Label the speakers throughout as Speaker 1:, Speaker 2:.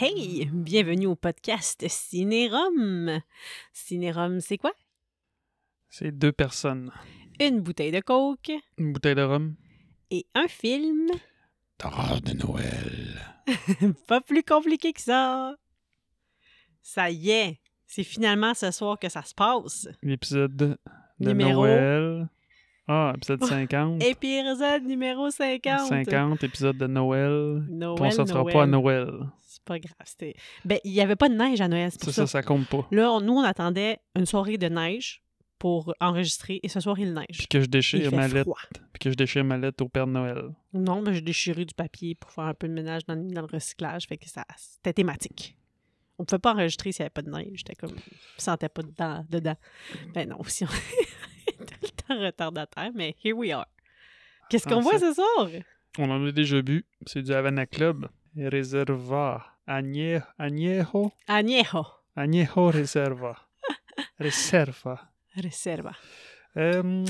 Speaker 1: Hey, bienvenue au podcast Cinérum. Cinérum, c'est quoi?
Speaker 2: C'est deux personnes.
Speaker 1: Une bouteille de coke
Speaker 2: Une bouteille de rhum.
Speaker 1: et un film.
Speaker 3: Tarare de Noël.
Speaker 1: Pas plus compliqué que ça. Ça y est, c'est finalement ce soir que ça se passe.
Speaker 2: L'épisode de
Speaker 1: Numéro. Oh,
Speaker 2: Noël. Ah, épisode 50.
Speaker 1: Épisode numéro 50.
Speaker 2: 50, épisode de Noël.
Speaker 1: Noël,
Speaker 2: Puis on sortira
Speaker 1: Noël.
Speaker 2: pas à Noël.
Speaker 1: C'est pas grave. c'était- Ben, il n'y avait pas de neige à Noël, c'est
Speaker 2: Ça,
Speaker 1: pour ça.
Speaker 2: ça, ça compte pas.
Speaker 1: Là, on- nous, on attendait une soirée de neige pour enregistrer et ce soir, il neige.
Speaker 2: Puis que je
Speaker 1: Il
Speaker 2: déchire
Speaker 1: fait
Speaker 2: ma lettre.
Speaker 1: froid.
Speaker 2: Puis que je déchire ma lettre au Père Noël.
Speaker 1: Non, mais j'ai déchiré du papier pour faire un peu de ménage dans, dans le recyclage. Fait que ça, c'était thématique. On pouvait pas enregistrer s'il n'y avait pas de neige. J'étais comme, je me sentais pas dedans. dedans.
Speaker 2: Mm.
Speaker 1: Ben non, si on est tout le temps retardataire, mais here we are. Qu'est-ce qu'on
Speaker 2: Ah,
Speaker 1: voit
Speaker 2: ça-
Speaker 1: ce soir?
Speaker 2: On en a déjà bu. C'est du Havana Club. Reserva. Añe- Añejo.
Speaker 1: Añejo.
Speaker 2: Añejo Reserva. Reserva.
Speaker 1: Reserva.
Speaker 2: Euh,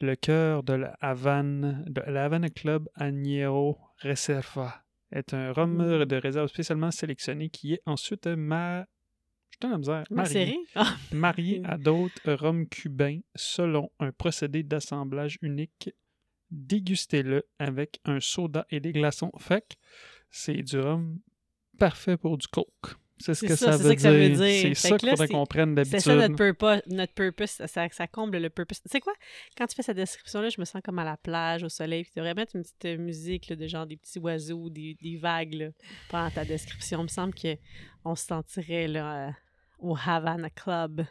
Speaker 2: le cœur de la Havane, de la Havana Club Añejo Reserva est un
Speaker 1: Mmh.
Speaker 2: rhum de réserve spécialement sélectionné qui est ensuite euh, ma... Je suis dans la misère. Marié,
Speaker 1: Macéré? Ah,
Speaker 2: marié à d'autres rhums cubains selon un procédé d'assemblage unique. Dégustez-le avec un soda et des glaçons. Fait que c'est du rhum parfait pour du coke. C'est ce
Speaker 1: C'est
Speaker 2: que
Speaker 1: ça,
Speaker 2: ça,
Speaker 1: c'est
Speaker 2: veut
Speaker 1: ça que ça veut
Speaker 2: dire.
Speaker 1: dire. Fait
Speaker 2: C'est ça
Speaker 1: que
Speaker 2: qu'il
Speaker 1: là,
Speaker 2: faudrait
Speaker 1: c'est-
Speaker 2: qu'on prenne
Speaker 1: c'est
Speaker 2: d'habitude.
Speaker 1: ça notre purpose. Notre purpose, ça, ça- ça comble le purpose. Tu sais quoi? Quand tu fais cette description-là, je me sens comme à la plage, au soleil. Puis tu devrais mettre une petite euh, musique là, de genre des petits oiseaux, des, des vagues là, pendant ta description. Il me semble qu'on se sentirait là, euh, au Havana Club.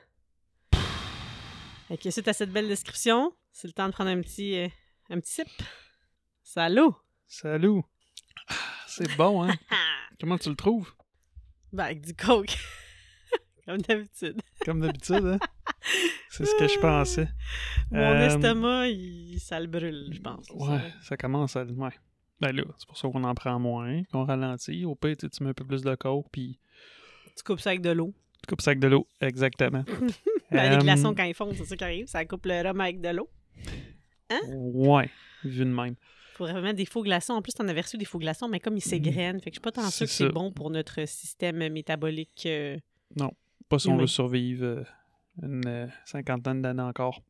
Speaker 1: Et que suite à cette belle description, c'est le temps de prendre un petit, euh, un petit sip. Salut!
Speaker 2: Salut! Ah, C'est bon, hein? Comment tu le trouves?
Speaker 1: ben, avec du coke. Comme d'habitude.
Speaker 2: Comme d'habitude, hein? C'est ce que je pensais.
Speaker 1: Mon
Speaker 2: Euh,
Speaker 1: estomac, il, ça le brûle, je pense. là, ça.
Speaker 2: Ouais, ça commence à... Ouais. Ben là, c'est pour ça qu'on en prend moins, qu'on ralentit. Au pire, tu tu mets un peu plus de coke, puis
Speaker 1: Tu coupes ça avec de l'eau.
Speaker 2: tu coupes ça avec de l'eau. Exactement.
Speaker 1: Ben,
Speaker 2: Euh,
Speaker 1: les glaçons, quand ils fondent, c'est ça qui arrive. Ça coupe le rhum avec de l'eau.
Speaker 2: Ouais, vu de même.
Speaker 1: Pour vraiment des faux glaçons. En plus, t'en avais reçu des faux glaçons, mais comme ils s'égrènent, fait que je suis pas tant sûre
Speaker 2: Mm. C'est
Speaker 1: que c'est
Speaker 2: ça.
Speaker 1: bon pour notre système métabolique. euh,
Speaker 2: Pas si on
Speaker 1: Oui.
Speaker 2: veut survivre euh, une euh, cinquantaine d'années encore.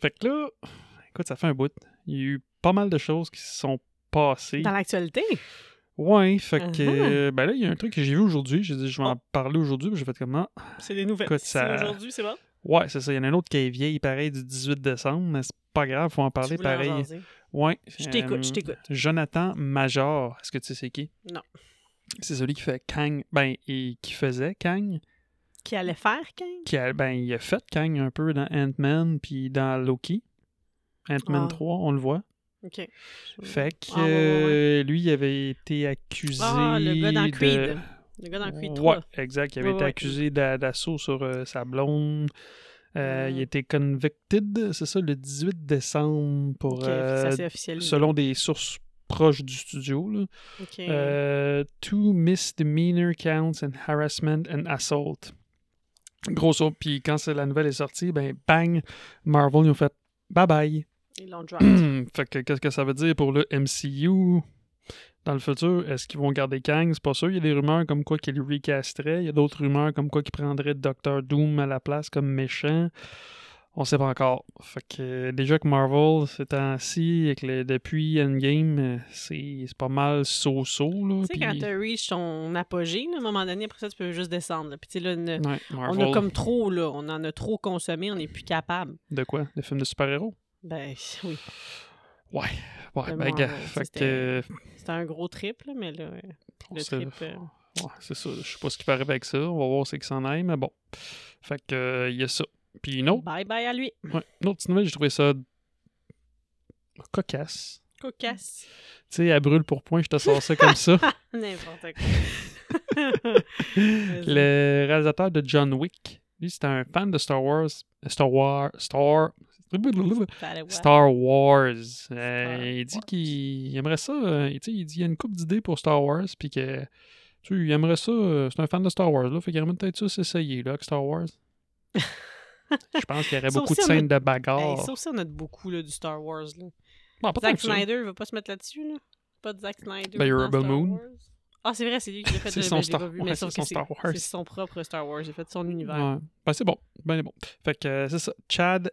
Speaker 2: Fait que là, écoute, ça fait un bout. Il y a eu pas mal de choses qui se sont passées.
Speaker 1: Dans l'actualité,
Speaker 2: Ouais, fait que...
Speaker 1: Uh-huh.
Speaker 2: euh, Ben là, il y a un truc que j'ai vu aujourd'hui. J'ai dit, je vais en
Speaker 1: Oh.
Speaker 2: parler aujourd'hui. puis J'ai fait ah, comment?
Speaker 1: c'est des nouvelles.
Speaker 2: Écoute,
Speaker 1: C'est
Speaker 2: ça-
Speaker 1: Aujourd'hui, c'est bon.
Speaker 2: Ouais, c'est ça. Il y en a un autre qui est vieille, pareil, du 18 décembre, mais c'est pas grave, faut en
Speaker 1: Tu
Speaker 2: parler
Speaker 1: voulais en
Speaker 2: pareil.
Speaker 1: jaser.
Speaker 2: Ouais.
Speaker 1: Je t'écoute, je
Speaker 2: euh,
Speaker 1: t'écoute.
Speaker 2: Jonathan Major, est-ce que tu sais c'est qui?
Speaker 1: Non.
Speaker 2: C'est celui qui fait Kang, ben, et qui faisait Kang,
Speaker 1: Qui allait faire, King?
Speaker 2: qui a, ben, il a fait Kang un peu dans Ant-Man, puis dans Loki. Ant-Man
Speaker 1: Ah.
Speaker 2: 3, on le voit.
Speaker 1: OK.
Speaker 2: Fait que
Speaker 1: Ah, ouais, ouais, ouais.
Speaker 2: euh, lui, il avait été accusé.
Speaker 1: Ah, le gars dans
Speaker 2: de-
Speaker 1: Creed. Le gars dans Creed 3.
Speaker 2: Ouais, exact. Il avait
Speaker 1: Ouais,
Speaker 2: été
Speaker 1: ouais.
Speaker 2: accusé d'a- d'assaut sur euh, sa blonde. Euh,
Speaker 1: Mm.
Speaker 2: Il a été convicted, c'est ça, le 18 décembre pour
Speaker 1: OK, fait que
Speaker 2: euh,
Speaker 1: ça, c'est officiel.
Speaker 2: selon des sources proches du studio. Là.
Speaker 1: OK.
Speaker 2: Euh, two misdemeanor counts and harassment and assault. Grosso, puis quand c'est- la nouvelle est sortie, ben bang, Marvel ils ont fait bye bye.
Speaker 1: Ils l'ont drop.
Speaker 2: fait que qu'est-ce que ça veut dire pour le MCU dans le futur? Est-ce qu'ils vont garder Kang? C'est pas sûr. Il y a des rumeurs comme quoi qu'ils le recasteraient. Il y a d'autres rumeurs comme quoi qu'ils prendraient Doctor Doom à la place comme méchant. On sait pas encore. Fait que euh, déjà que Marvel, ces temps-ci, avec le- depuis Endgame, euh, c'est c'est pas mal so-so. là,
Speaker 1: Tu sais, quand
Speaker 2: puis-
Speaker 1: t'as reach ton apogée, là, à un moment donné, après ça, tu peux juste descendre. là. Puis tu sais, là, une-
Speaker 2: Ouais, Marvel.
Speaker 1: On a comme trop, là. On en a trop consommé, on n'est plus capable.
Speaker 2: De quoi? Des films de super-héros?
Speaker 1: Ben oui,
Speaker 2: Ouais. Ouais,
Speaker 1: De
Speaker 2: ben gars,
Speaker 1: Marvel,
Speaker 2: fait
Speaker 1: c'était-
Speaker 2: que...
Speaker 1: c'était un gros trip, là, mais là, euh,
Speaker 2: on
Speaker 1: le
Speaker 2: sait-
Speaker 1: trip... euh,
Speaker 2: Ouais, c'est ça. Je sais pas ce qui paraît avec ça. On va voir c'est que ça en aille, mais bon. Fait que, euh, il y a ça. Puis une autre,
Speaker 1: Bye-bye à lui.
Speaker 2: ouais, une autre petite nouvelle, j'ai trouvé ça cocasse.
Speaker 1: Cocasse.
Speaker 2: Tu sais, elle brûle pour point, je te sors ça comme ça.
Speaker 1: N'importe quoi.
Speaker 2: Le réalisateur de John Wick, lui, c'était un fan de Star Wars. Star Wars. Star.
Speaker 1: Fallait voir.
Speaker 2: Star Wars. Euh,
Speaker 1: Star
Speaker 2: il dit
Speaker 1: Wars.
Speaker 2: qu'il aimerait ça. euh, tu sais, il dit il y a une coupe d'idées pour Star Wars, puis que tu sais, il aimerait ça. euh, c'est un fan de Star Wars, là, fait qu'il aimerait peut-être ça s'essayer là, avec Star Wars. Je pense qu'il y aurait
Speaker 1: Ça
Speaker 2: beaucoup de
Speaker 1: aussi, on a-
Speaker 2: scènes de
Speaker 1: Hey,
Speaker 2: bagarre.
Speaker 1: ça aussi, on a de beaucoup, là, du Star Wars, là.
Speaker 2: Bon, pas tant
Speaker 1: Zack
Speaker 2: que ça.
Speaker 1: Snyder, il va pas se mettre là-dessus, là. Pas de Zack Snyder.
Speaker 2: Ben, il y a
Speaker 1: dans
Speaker 2: Rebel
Speaker 1: Star
Speaker 2: Moon.
Speaker 1: Wars. Ah, c'est vrai, c'est lui qui l'a fait.
Speaker 2: C'est
Speaker 1: je-
Speaker 2: son
Speaker 1: ben, je l'ai
Speaker 2: Star-
Speaker 1: pas vu,
Speaker 2: ouais,
Speaker 1: mais
Speaker 2: c'est
Speaker 1: sauf
Speaker 2: son
Speaker 1: que
Speaker 2: Star Wars.
Speaker 1: C'est son propre Star Wars. Il a fait son univers.
Speaker 2: Ouais. Ben, c'est bon. Ben, c'est bon. Fait que euh, c'est ça. Chad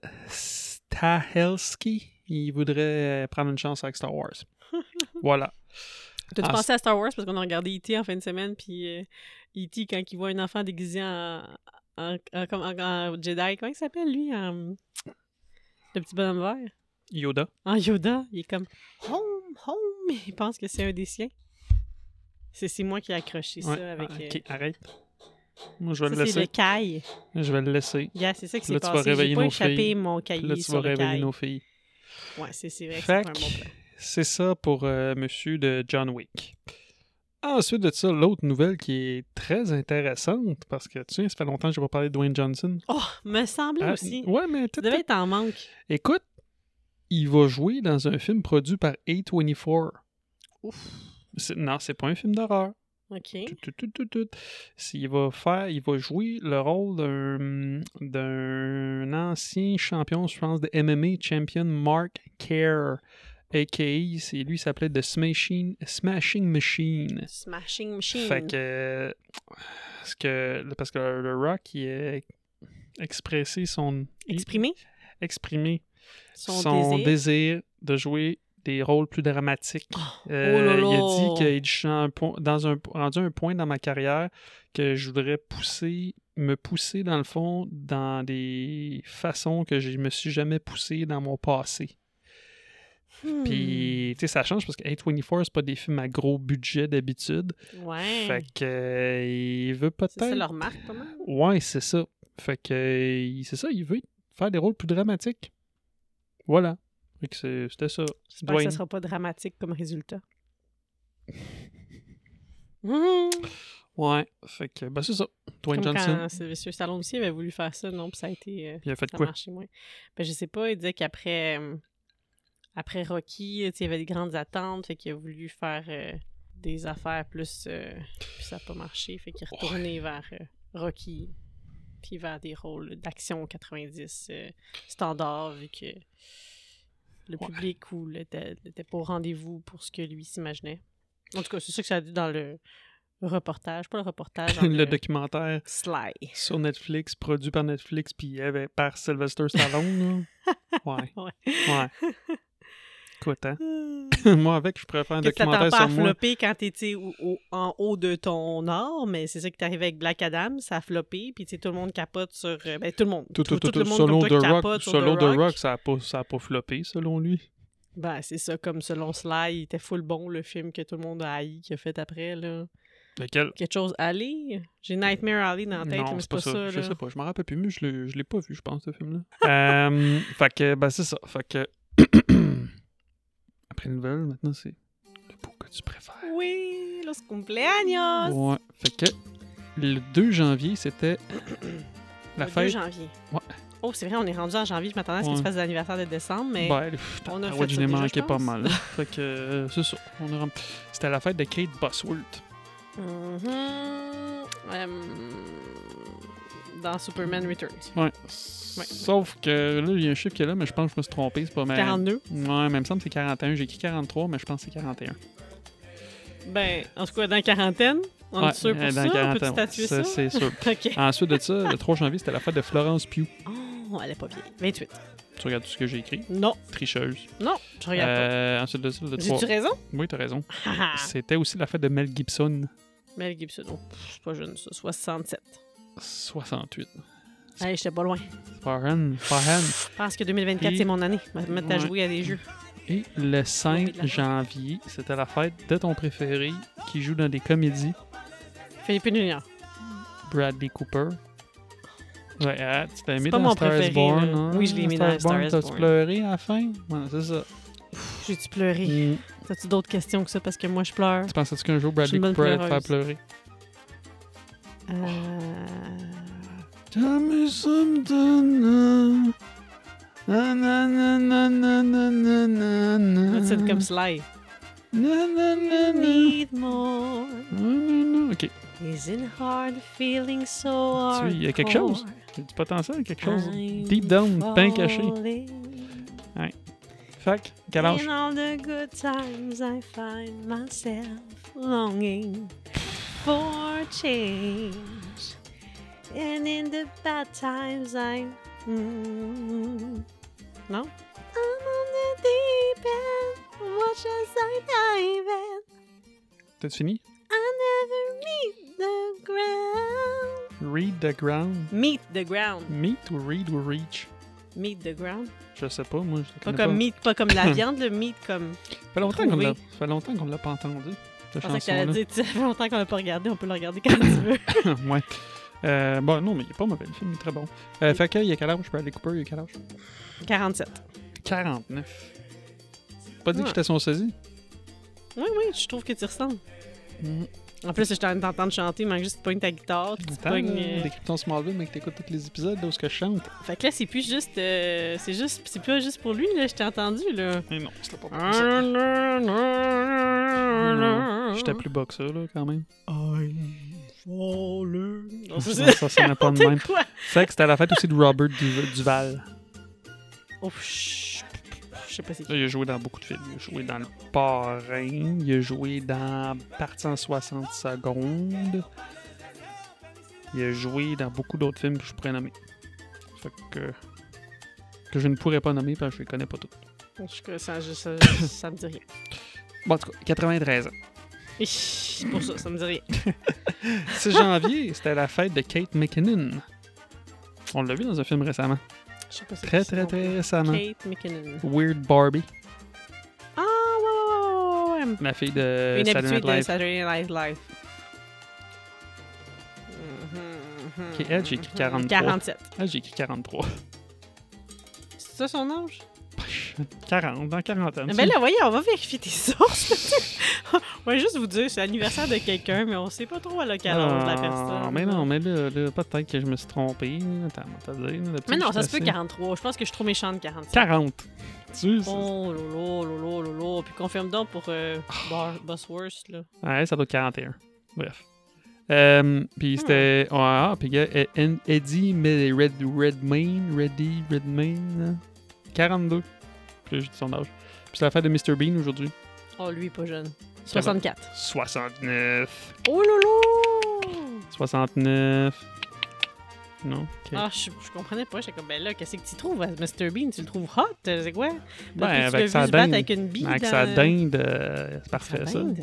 Speaker 2: Stahelski, il voudrait euh, prendre une chance avec Star Wars. voilà.
Speaker 1: T'as-tu
Speaker 2: Ah,
Speaker 1: pensé à Star Wars parce qu'on a regardé E.T. en fin de semaine, puis euh, E.T., quand il voit un enfant déguisé en, en- en- comme- en- en Jedi, comment il s'appelle, lui? en- Le petit bonhomme vert.
Speaker 2: Yoda.
Speaker 1: En Yoda, il est comme « Home, home », il pense que c'est un des siens. C'est c'est moi qui ai accroché
Speaker 2: Ouais.
Speaker 1: ça avec...
Speaker 2: Ah,
Speaker 1: euh,
Speaker 2: ok, arrête. Moi, je vais le
Speaker 1: ça, c'est le
Speaker 2: laisser.
Speaker 1: caille.
Speaker 2: Je vais le laisser.
Speaker 1: Yeah, c'est ça qui
Speaker 2: Là,
Speaker 1: s'est
Speaker 2: tu vas
Speaker 1: passé. J'ai
Speaker 2: réveiller
Speaker 1: pas
Speaker 2: nos
Speaker 1: échappé
Speaker 2: filles.
Speaker 1: mon
Speaker 2: Puis
Speaker 1: cahier
Speaker 2: Là, tu vas
Speaker 1: sur le
Speaker 2: réveiller
Speaker 1: caille.
Speaker 2: nos filles.
Speaker 1: Ouais, c'est c'est vrai que c'est
Speaker 2: Fait
Speaker 1: un bon
Speaker 2: que
Speaker 1: plan.
Speaker 2: c'est ça pour euh, Monsieur de John Wick. Ensuite de ça, l'autre nouvelle qui est très intéressante, parce que tu sais, ça fait longtemps que je n'ai pas parlé de Dwayne Johnson.
Speaker 1: Oh, me semblait
Speaker 2: Ah,
Speaker 1: aussi.
Speaker 2: ouais, mais
Speaker 1: Tu
Speaker 2: tu
Speaker 1: devais être en manque.
Speaker 2: Écoute, il va jouer dans un film produit par A24.
Speaker 1: Ouf.
Speaker 2: C'est- Non, c'est pas un film d'horreur.
Speaker 1: OK.
Speaker 2: Tout, tout, tout, tout, tout. C'est- Il va faire, il va jouer le rôle d'un- d'un ancien champion, je pense, de MMA, champion Mark Kerr, a.k.a. c'est- lui, il s'appelait The Smashing, Smashing Machine.
Speaker 1: Smashing Machine.
Speaker 2: Fait que, parce que, parce que le Rock, il a expressé son,
Speaker 1: Exprimer
Speaker 2: exprimé
Speaker 1: son,
Speaker 2: son,
Speaker 1: désir. Oh,
Speaker 2: désir. de jouer des rôles plus dramatiques.
Speaker 1: là
Speaker 2: Euh,
Speaker 1: là.
Speaker 2: Il a dit qu'il dit, Je suis un point- dans un, rendu à un point dans ma carrière que je voudrais pousser, me pousser dans le fond dans des façons que je me suis jamais poussé dans mon passé.
Speaker 1: Hmm.
Speaker 2: Puis, tu sais, ça change parce que A24, c'est pas des films à gros budget d'habitude.
Speaker 1: Ouais.
Speaker 2: Fait que euh, il veut
Speaker 1: C'est ça
Speaker 2: peut-être
Speaker 1: leur marque, pas mal.
Speaker 2: Ouais, c'est ça. Fait que euh, il- c'est ça, il veut faire des rôles plus dramatiques. Voilà. Fait que c'est- c'était ça.
Speaker 1: J'espère que
Speaker 2: Dwayne.
Speaker 1: ça sera pas dramatique comme résultat. Hmm.
Speaker 2: Ouais, fait que ben c'est ça. Dwayne
Speaker 1: Comme
Speaker 2: Johnson.
Speaker 1: quand Sylvester Stallone aussi avait voulu faire ça, non, puis ça a été... euh,
Speaker 2: Il a fait
Speaker 1: ça
Speaker 2: quoi
Speaker 1: marchait moins. Ben, je sais pas, il disait qu'après euh, après Rocky, tu sais, il y avait des grandes attentes, fait qu'il a voulu faire euh, des affaires plus... euh, puis ça n'a pas marché, fait qu'il est retourné vers euh, Rocky, puis vers des rôles d'action 90 euh, standard, vu que le
Speaker 2: Ouais.
Speaker 1: public ou le- était était pas au rendez-vous pour ce que lui s'imaginait. En tout cas, c'est ça que ça a dit dans le reportage, pas euh, le reportage, dans
Speaker 2: Le documentaire
Speaker 1: Sly.
Speaker 2: sur Netflix, produit par Netflix, puis avec- par Sylvester Stallone. là. Ouais.
Speaker 1: Ouais.
Speaker 2: Ouais. Écoute, hein.
Speaker 1: Hmm.
Speaker 2: moi, avec, je pourrais faire un
Speaker 1: Que tu t'attends
Speaker 2: documentaire
Speaker 1: pas à
Speaker 2: sur moi.
Speaker 1: flopper quand t'étais au- au- en haut de ton art, mais c'est ça qui t'arrivait avec Black Adam, ça a floppé, puis tu sais, tout le monde capote sur... euh, Ben, tout le monde.
Speaker 2: Tout, tout, tout,
Speaker 1: le
Speaker 2: tout,
Speaker 1: monde
Speaker 2: solo
Speaker 1: comme toi
Speaker 2: de
Speaker 1: qui
Speaker 2: rock,
Speaker 1: capote sur
Speaker 2: solo
Speaker 1: The
Speaker 2: de rock, ça a pas, ça a pas floppé selon lui.
Speaker 1: Ben, c'est ça, comme selon Sly, il était full bon, le film que tout le monde a haï, qu'il a fait après, là.
Speaker 2: Lequel
Speaker 1: Quelque chose, Alley? J'ai Nightmare Alley dans la tête,
Speaker 2: Non,
Speaker 1: mais c'est pas ça,
Speaker 2: Je
Speaker 1: là.
Speaker 2: sais pas, je m'en rappelle plus, mais je l'ai, je l'ai pas vu, je pense, ce film-là. Euh, fait que, ben, c'est ça. Fait que. Après une nouvelle, maintenant, c'est le bout que tu préfères.
Speaker 1: Oui, los cumpleaños!
Speaker 2: Ouais. Fait que le 2 janvier, c'était
Speaker 1: Le
Speaker 2: la
Speaker 1: 2
Speaker 2: fête.
Speaker 1: janvier.
Speaker 2: Ouais.
Speaker 1: Oh, c'est vrai, on est rendu en janvier, je m'attendais à ce que
Speaker 2: Ouais.
Speaker 1: tu fasses l'anniversaire de décembre, mais...
Speaker 2: Ben, pff,
Speaker 1: on a
Speaker 2: tabarouette,
Speaker 1: fait
Speaker 2: je
Speaker 1: ça
Speaker 2: l'ai
Speaker 1: déjà,
Speaker 2: manqué
Speaker 1: je
Speaker 2: pas
Speaker 1: pense.
Speaker 2: mal. hein. fait que, euh, c'est ça. On a rem- C'était la fête de Kate Bosworth.
Speaker 1: Mhm. Euh, dans Superman
Speaker 2: Mm.
Speaker 1: Returns.
Speaker 2: Ouais. Sauf que là, il y a un chiffre qui est là, mais je pense que je me suis trompé, c'est pas mal.
Speaker 1: 42.
Speaker 2: Ouais, mais il me semble que c'est 41. J'ai écrit 43, mais je pense que c'est 41.
Speaker 1: Ben, en tout cas, dans la quarantaine. On
Speaker 2: Ouais,
Speaker 1: est sûr pour
Speaker 2: euh, dans
Speaker 1: ça?
Speaker 2: la
Speaker 1: On
Speaker 2: quarantaine,
Speaker 1: peut-tu statuer ça?
Speaker 2: ça, C'est sûr.
Speaker 1: OK.
Speaker 2: Ensuite de ça, le 3 janvier, c'était la fête de Florence Pugh.
Speaker 1: Oh, elle est pas vieille. 28.
Speaker 2: Tu regardes tout ce que j'ai écrit.
Speaker 1: Non,
Speaker 2: Tricheuse.
Speaker 1: non, je regarde
Speaker 2: Euh, ensuite de ça, le
Speaker 1: pas. J'ai-tu
Speaker 2: 3...
Speaker 1: raison?
Speaker 2: Oui, t'as raison.
Speaker 1: Haha.
Speaker 2: C'était aussi la fête de Mel Gibson.
Speaker 1: Mel Gibson, oh, pff, c'est pas jeune, ça. 67.
Speaker 2: 68.
Speaker 1: Hey, j'étais pas loin.
Speaker 2: Farhan. Farhan.
Speaker 1: Je pense que 2024,
Speaker 2: Puis-
Speaker 1: c'est mon année. Je vais me mettre à
Speaker 2: Ouais.
Speaker 1: jouer à des jeux.
Speaker 2: Et le
Speaker 1: Oui,
Speaker 2: 5
Speaker 1: de la-
Speaker 2: janvier, c'était la fête de ton préféré qui joue dans des comédies,
Speaker 1: Philippe Junior.
Speaker 2: Bradley Cooper. Ouais, ah, tu t'as aimé
Speaker 1: pas
Speaker 2: dans
Speaker 1: mon
Speaker 2: Star
Speaker 1: préféré,
Speaker 2: is Born,
Speaker 1: là.
Speaker 2: hein?
Speaker 1: Oui, je l'ai aimé
Speaker 2: Star
Speaker 1: dans
Speaker 2: is Born.
Speaker 1: Star is
Speaker 2: T'as-tu
Speaker 1: Born.
Speaker 2: pleuré à la fin? Ouais, c'est ça.
Speaker 1: J'ai-tu pleuré?
Speaker 2: Mm.
Speaker 1: T'as-tu d'autres questions que ça? Parce que moi, je pleure.
Speaker 2: Tu pensais-tu qu'un jour
Speaker 1: Je suis
Speaker 2: Bradley
Speaker 1: une bonne
Speaker 2: Cooper allait te faire pleurer?
Speaker 1: Euh...
Speaker 2: Tell me something. Na na na na na na na na na.
Speaker 1: C'est comme Sly.
Speaker 2: Na na na na.
Speaker 1: Need more.
Speaker 2: Na, na, na. Ok,
Speaker 1: Isn't hard feeling so
Speaker 2: Tu-
Speaker 1: hard.
Speaker 2: il y a quelque chose. il y a du potentiel, quelque chose. Deep down, bien caché. Fac, quel âge?
Speaker 1: In all the good times, I find myself longing for change. And in the bad times, I. Mm, non? I'm on the deep end, watch as I dive in.
Speaker 2: T'as fini?
Speaker 1: I never meet the ground.
Speaker 2: Read the ground.
Speaker 1: Meet the ground.
Speaker 2: Meet ou read ou reach?
Speaker 1: Meet the ground.
Speaker 2: Je sais pas, moi, je le
Speaker 1: Pas
Speaker 2: connais
Speaker 1: comme
Speaker 2: pas.
Speaker 1: meat, pas comme la viande, le meat comme.
Speaker 2: Ça fait longtemps qu'on
Speaker 1: Trouver.
Speaker 2: l'a- ça fait longtemps qu'on l'a pas entendu, cette
Speaker 1: Je pensais que
Speaker 2: chanson-là.
Speaker 1: t'allais dire, tu sais, ça fait longtemps qu'on l'a pas regardé, on peut le regarder quand tu veux.
Speaker 2: ouais. Euh, bon, non, mais il est pas mauvais, le film il est très bon. Euh, fait que, il y a quel âge? Je peux aller couper, il y a quel âge?
Speaker 1: 47.
Speaker 2: 49. Pas dit
Speaker 1: Ouais.
Speaker 2: que j'étais son saisie?
Speaker 1: Oui, oui, je trouve que tu ressembles. Mm. En plus, j'étais en train de t'entendre chanter, il manque juste que tu pognes ta guitare, puis tu
Speaker 2: Attends,
Speaker 1: pognes.
Speaker 2: euh,
Speaker 1: euh,
Speaker 2: des cryptons Smallville, mais que t'écoutes tous les épisodes là, où ce que je chante.
Speaker 1: Fait que là, c'est plus juste. euh, c'est juste. C'est pas juste pour lui, là, je t'ai entendu, là.
Speaker 2: Mais Ah, non, c'était pas pour ça. J'étais
Speaker 1: J'étais
Speaker 2: plus bas que ça, là, quand même.
Speaker 1: Non, ça,
Speaker 2: ça,
Speaker 1: c'est
Speaker 2: ça sonnait pas de même.
Speaker 1: quoi?
Speaker 2: Fait que c'était la fête aussi de Robert Du- Duval.
Speaker 1: Oh, chut. je sais pas c'est qui.
Speaker 2: Là, il a joué dans beaucoup de films. Il a joué dans Le Parrain. Il a joué dans Parti en 60 secondes. Il a joué dans beaucoup d'autres films que je pourrais nommer. Fait que. que je ne pourrais pas nommer parce que je les connais pas tous.
Speaker 1: Je- Ça, je- ça, ça me dit rien.
Speaker 2: Bon, en tout cas, 93 ans.
Speaker 1: Hi, C'est pour ça, ça me dit rien.
Speaker 2: 6 janvier, c'était la fête de Kate McKinnon. On l'a vu dans un film récemment.
Speaker 1: Je sais pas c'est
Speaker 2: Très,
Speaker 1: qui,
Speaker 2: très,
Speaker 1: non.
Speaker 2: très récemment.
Speaker 1: Kate McKinnon.
Speaker 2: Weird Barbie,
Speaker 1: Ah, ouais, ouais, ouais, ouais, ouais.
Speaker 2: la fille de
Speaker 1: Une
Speaker 2: Saturday
Speaker 1: habitude
Speaker 2: Night
Speaker 1: de
Speaker 2: Live.
Speaker 1: Euh, Saturday Night Live. Mhm,
Speaker 2: Ok, elle, j'ai écrit
Speaker 1: mhm.
Speaker 2: 43.
Speaker 1: 47.
Speaker 2: Ah, j'ai écrit 43.
Speaker 1: C'est ça son âge?
Speaker 2: 40, dans 40 ans.
Speaker 1: Ah Ben là, voyez, on va vérifier tes sources. on va juste vous dire, c'est l'anniversaire de quelqu'un, mais on sait pas trop à quel âge la personne.
Speaker 2: Ah, mais non, mais là, là, peut-être que je me suis trompé. Attends, on va te dire, là,
Speaker 1: Mais non,
Speaker 2: je
Speaker 1: ça se
Speaker 2: suis
Speaker 1: peut
Speaker 2: assez-
Speaker 1: 43. Je pense que je suis trop méchante 47.
Speaker 2: 40. Tu sais,
Speaker 1: Oh, lolo, lolo, lolo. Puis confirme donc pour euh, Bar- Bosworth, là.
Speaker 2: Ouais, ça doit être 41. Bref. Euh,
Speaker 1: Hmm.
Speaker 2: puis c'était. Ah, puis il y a Ed- Ed- Eddie mais Red, Redmayne, Reddy, Redmayne. hein. 42. Puis j'ai dit son âge. Puis c'est la fête de Mr. Bean aujourd'hui.
Speaker 1: Oh, lui, il est pas jeune. 64.
Speaker 2: 69.
Speaker 1: Oh, lolo!
Speaker 2: 69. Non? ok.
Speaker 1: Ah, je, je comprenais pas. J'étais comme, ben là, qu'est-ce que tu trouves, à Mr. Bean? Tu le trouves hot? euh, C'est quoi?
Speaker 2: ben,
Speaker 1: Depuis que tu l'as
Speaker 2: avec
Speaker 1: vu
Speaker 2: sa
Speaker 1: se battre
Speaker 2: dinde.
Speaker 1: avec une bille.
Speaker 2: Avec
Speaker 1: dans-
Speaker 2: sa dinde, euh, c'est
Speaker 1: Sa
Speaker 2: parfait ça.
Speaker 1: dinde?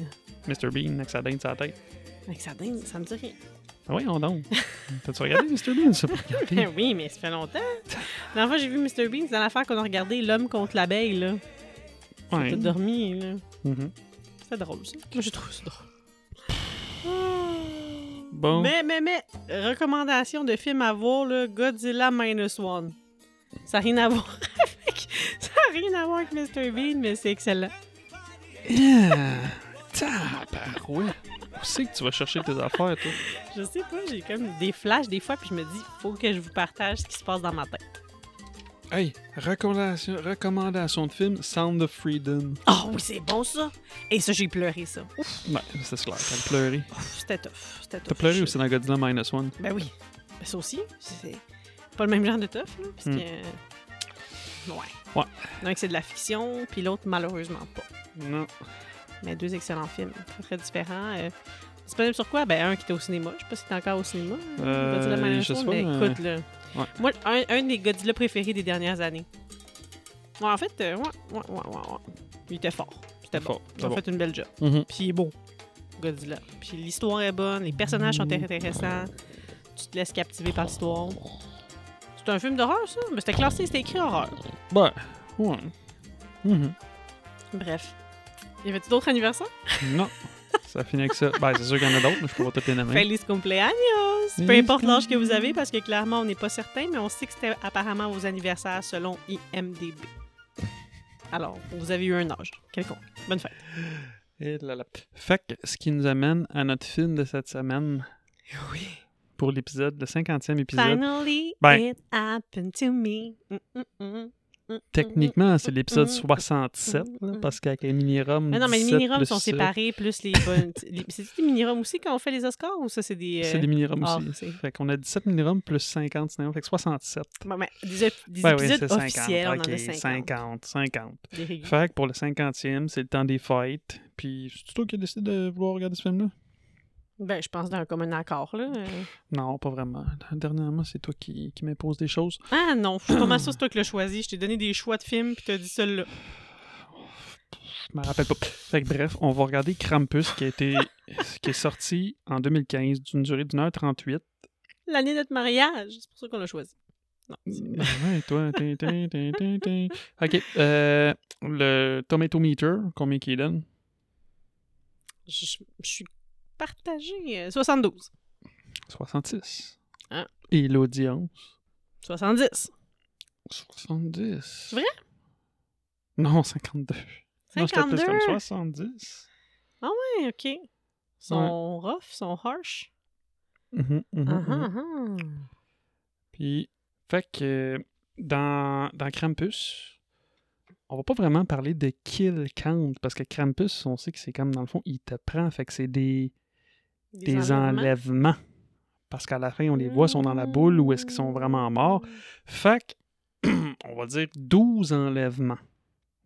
Speaker 2: Mr. Bean, avec sa dinde sur la tête.
Speaker 1: Avec sa dinde, ça me dit rien.
Speaker 2: Ah oui, on donc. T'as-tu regardé Mr. Bean? Ça,
Speaker 1: Ben oui, mais ça fait longtemps. La dernière fois, j'ai vu Mr. Bean, c'est dans l'affaire qu'on a regardé L'homme contre l'abeille, là.
Speaker 2: ouais.
Speaker 1: T'as dormi, là.
Speaker 2: Mhm.
Speaker 1: C'est drôle, ça. Moi, je trouve ça drôle.
Speaker 2: Bon.
Speaker 1: Mais, mais, mais, recommandation de film à voir, là, Godzilla Minus One. Ça n'a rien à voir avec... Ça n'a rien à voir avec Mr. Bean, mais c'est excellent.
Speaker 2: Ah, Tabarouette. Où c'est que tu vas chercher tes affaires, toi?
Speaker 1: Je sais pas, j'ai comme des flashs des fois, puis je me dis, faut que je vous partage ce qui se passe dans ma tête.
Speaker 2: Hey, recommandation, recommandation de film Sound of Freedom.
Speaker 1: Ah oui, c'est bon ça! Et ça, j'ai pleuré ça. Ouf,
Speaker 2: Ouais, c'est clair, t'as pleuré.
Speaker 1: c'était tough. C'était tough.
Speaker 2: T'as pleuré
Speaker 1: Je-
Speaker 2: aussi dans Godzilla Minus One.
Speaker 1: Ben oui. Ben, ça aussi, c'est pas le même genre de tough, là, parce
Speaker 2: Hmm.
Speaker 1: que. Ouais.
Speaker 2: Ouais.
Speaker 1: Donc, c'est de la fiction, puis l'autre, malheureusement pas.
Speaker 2: Non.
Speaker 1: Mais deux excellents films, très, très différents. Euh, disponible sur quoi? Ben, un qui était au cinéma. Je sais pas si t'es encore au cinéma. hein,
Speaker 2: Euh,
Speaker 1: Godzilla Minus
Speaker 2: je sais
Speaker 1: One,
Speaker 2: pas,
Speaker 1: mais
Speaker 2: euh,
Speaker 1: écoute, là.
Speaker 2: ouais.
Speaker 1: Moi, un, un des Godzilla préférés des dernières années. Ouais, en fait, euh, ouais, ouais, ouais, ouais, ouais. Il était fort. C'était bon.
Speaker 2: Fort,
Speaker 1: Ils ont
Speaker 2: bon.
Speaker 1: fait une belle job.
Speaker 2: Mm-hmm.
Speaker 1: Puis il est beau, Godzilla. Puis l'histoire est bonne, les personnages sont intéressants. Tu te laisses captiver par l'histoire. C'est un film d'horreur, ça? Mais c'était classé, c'était écrit horreur.
Speaker 2: Ben, ouais. Mhm.
Speaker 1: Bref. Y avait-tu d'autres anniversaires?
Speaker 2: Non. Ça finit avec ça. Ben, c'est sûr qu'il y en a d'autres, mais je pourrais toutes les nommer.
Speaker 1: Feliz cumpleaños! Peu
Speaker 2: Feliz
Speaker 1: importe l'âge que vous avez, parce que clairement, on n'est pas certain, mais on sait que c'était apparemment vos anniversaires selon IMDB. Alors, vous avez eu un âge. Quelconque. Bonne fête.
Speaker 2: Et là, là. Fait que ce qui nous amène à notre film de cette semaine. Oui. Pour l'épisode, le 50e épisode.
Speaker 1: Finally,
Speaker 2: Ben-
Speaker 1: it happened to me. Mm, mm, mm.
Speaker 2: Techniquement, c'est
Speaker 1: mm,
Speaker 2: l'épisode 67, là,
Speaker 1: mm.
Speaker 2: parce qu'avec les mini-roms.
Speaker 1: Ah non, mais les
Speaker 2: 17
Speaker 1: mini-roms
Speaker 2: plus,
Speaker 1: sont
Speaker 2: euh,
Speaker 1: séparés, plus les bonnes. les- C'est-tu des mini-roms aussi quand on fait les Oscars ou ça, c'est des. euh,
Speaker 2: C'est des mini-roms
Speaker 1: Ah,
Speaker 2: aussi.
Speaker 1: c'est-
Speaker 2: Fait qu'on a 17 mini-roms plus 50 cinémas, fait que 67.
Speaker 1: bon, ben, des, ép- des
Speaker 2: Ben oui,
Speaker 1: épisodes
Speaker 2: c'est 50.
Speaker 1: officiels, on
Speaker 2: ok,
Speaker 1: en a 50.
Speaker 2: 50, 50.
Speaker 1: Des réguliers.
Speaker 2: Fait que pour le 50e, c'est le temps des fêtes. Puis, c'est toi qui as décidé de vouloir regarder ce film-là?
Speaker 1: Ben, je pense d'un commun accord, là. euh.
Speaker 2: Non, pas vraiment. Dernièrement, c'est toi qui, qui m'impose des choses.
Speaker 1: Ah non, je- comment ça, c'est toi qui l'as choisi? Je t'ai donné des choix de films, puis t'as dit celle-là.
Speaker 2: Je me rappelle pas. Fait que bref, on va regarder Krampus qui a été qui est sorti en 2015 d'une durée d'une heure 38.
Speaker 1: L'année de notre mariage, c'est pour ça qu'on l'a choisi. Non. c'est-
Speaker 2: Ah ouais, toi. tin, tin, tin, tin, tin. OK. euh, le Tomato Meter, combien qu'il donne?
Speaker 1: Je, je- je suis partagée. euh, 72.
Speaker 2: 66.
Speaker 1: Ah.
Speaker 2: Et l'audience?
Speaker 1: 70.
Speaker 2: 70.
Speaker 1: Vrai?
Speaker 2: Non, 52. Non, c'était plus
Speaker 1: 52.
Speaker 2: comme 70.
Speaker 1: Ouais, OK. Sont rough, sont harsh.
Speaker 2: Mhm, mhm,
Speaker 1: Ah,
Speaker 2: mhm.
Speaker 1: ah, ah.
Speaker 2: Puis, fait que euh, dans, dans Krampus, on va pas vraiment parler de kill count parce que Krampus, on sait que c'est comme dans le fond, il te prend, fait que c'est des, des, enlèvements.
Speaker 1: enlèvements.
Speaker 2: Parce qu'à la fin, on les voit, sont dans la boule ou est-ce qu'ils sont vraiment morts. Fait que, on va dire 12 enlèvements.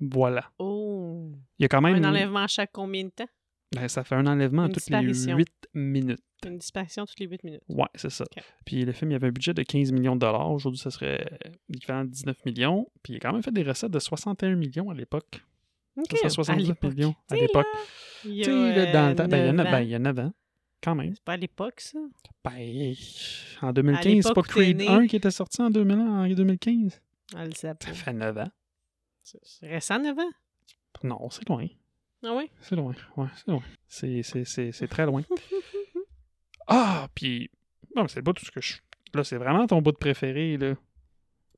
Speaker 2: Voilà.
Speaker 1: Oh.
Speaker 2: Il y a quand même.
Speaker 1: Un enlèvement à chaque combien de temps?
Speaker 2: Ben, ça fait un enlèvement à
Speaker 1: Une
Speaker 2: toutes les
Speaker 1: disparition.
Speaker 2: 8 minutes.
Speaker 1: Une disparition toutes les 8 minutes.
Speaker 2: Ouais, c'est ça.
Speaker 1: Ok.
Speaker 2: Puis le film, il avait un budget de 15 millions de dollars. Aujourd'hui, ça serait l'équivalent de 19 millions. Puis il a quand même fait des recettes de 61 millions à l'époque.
Speaker 1: OK. à
Speaker 2: 79
Speaker 1: l'époque.
Speaker 2: millions à
Speaker 1: T'sais,
Speaker 2: l'époque.
Speaker 1: Il y
Speaker 2: Tu
Speaker 1: a, euh,
Speaker 2: sais, là, dans le temps, ben, il y en a,
Speaker 1: neuf
Speaker 2: ben,
Speaker 1: ans.
Speaker 2: il y en avait. Quand même.
Speaker 1: C'est pas à l'époque, ça.
Speaker 2: Ben, en 2015, c'est
Speaker 1: l'époque
Speaker 2: pas
Speaker 1: où t'es
Speaker 2: Creed
Speaker 1: né.
Speaker 2: 1 qui était sorti en, 2000 en 2015.
Speaker 1: On le sait pas.
Speaker 2: Ça fait 9 ans.
Speaker 1: C'est c'est récent, 9 ans?
Speaker 2: Non, c'est loin.
Speaker 1: Ah oui?
Speaker 2: C'est loin. Ouais, c'est loin. C'est- c'est- C'est c'est très loin. ah, puis. Non, mais c'est pas tout ce que je. Là, c'est vraiment ton bout de préféré, là.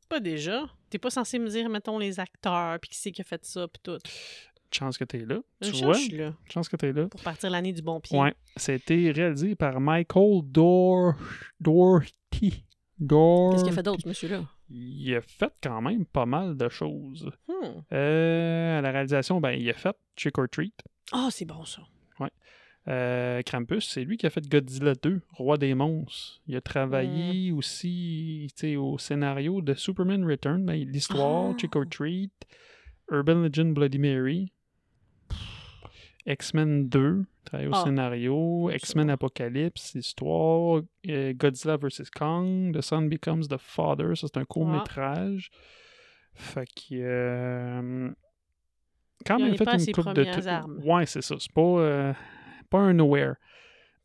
Speaker 1: Pas déjà. T'es pas censé me dire, mettons, les acteurs, puis qui c'est qui a fait ça, puis tout.
Speaker 2: Chance que t'es là.
Speaker 1: Je
Speaker 2: Tu
Speaker 1: cherche,
Speaker 2: vois?
Speaker 1: je suis là
Speaker 2: Chance que t'es là.
Speaker 1: pour partir l'année du bon pied.
Speaker 2: Ouais, c'était réalisé par Michael Dor Doherty. Dor
Speaker 1: Qu'est-ce qu'il a fait d'autre, ce monsieur-là?
Speaker 2: Il a fait quand même pas mal de choses.
Speaker 1: Hmm.
Speaker 2: Euh, à la réalisation, ben, il a fait Trick or Treat.
Speaker 1: Ah, c'est bon, ça.
Speaker 2: Euh, Krampus, c'est lui qui a fait Godzilla 2, Roi des monstres. Il a
Speaker 1: Hmm.
Speaker 2: travaillé aussi tu sais, au scénario de Superman Return, ben, l'histoire,
Speaker 1: Ah.
Speaker 2: Trick or Treat, Urban Legend Bloody Mary, X-Men 2, travaillé au
Speaker 1: Ah.
Speaker 2: scénario, X-Men Apocalypse, histoire, euh, Godzilla vs. Kong, The Son Becomes the Father, ça c'est un court métrage. Fait que. euh, quand
Speaker 1: Il en
Speaker 2: même
Speaker 1: est
Speaker 2: fait
Speaker 1: pas à
Speaker 2: une
Speaker 1: ses
Speaker 2: coupe de
Speaker 1: premières
Speaker 2: trucs.
Speaker 1: armes.
Speaker 2: Ouais, c'est ça. C'est pas, euh, pas un nowhere.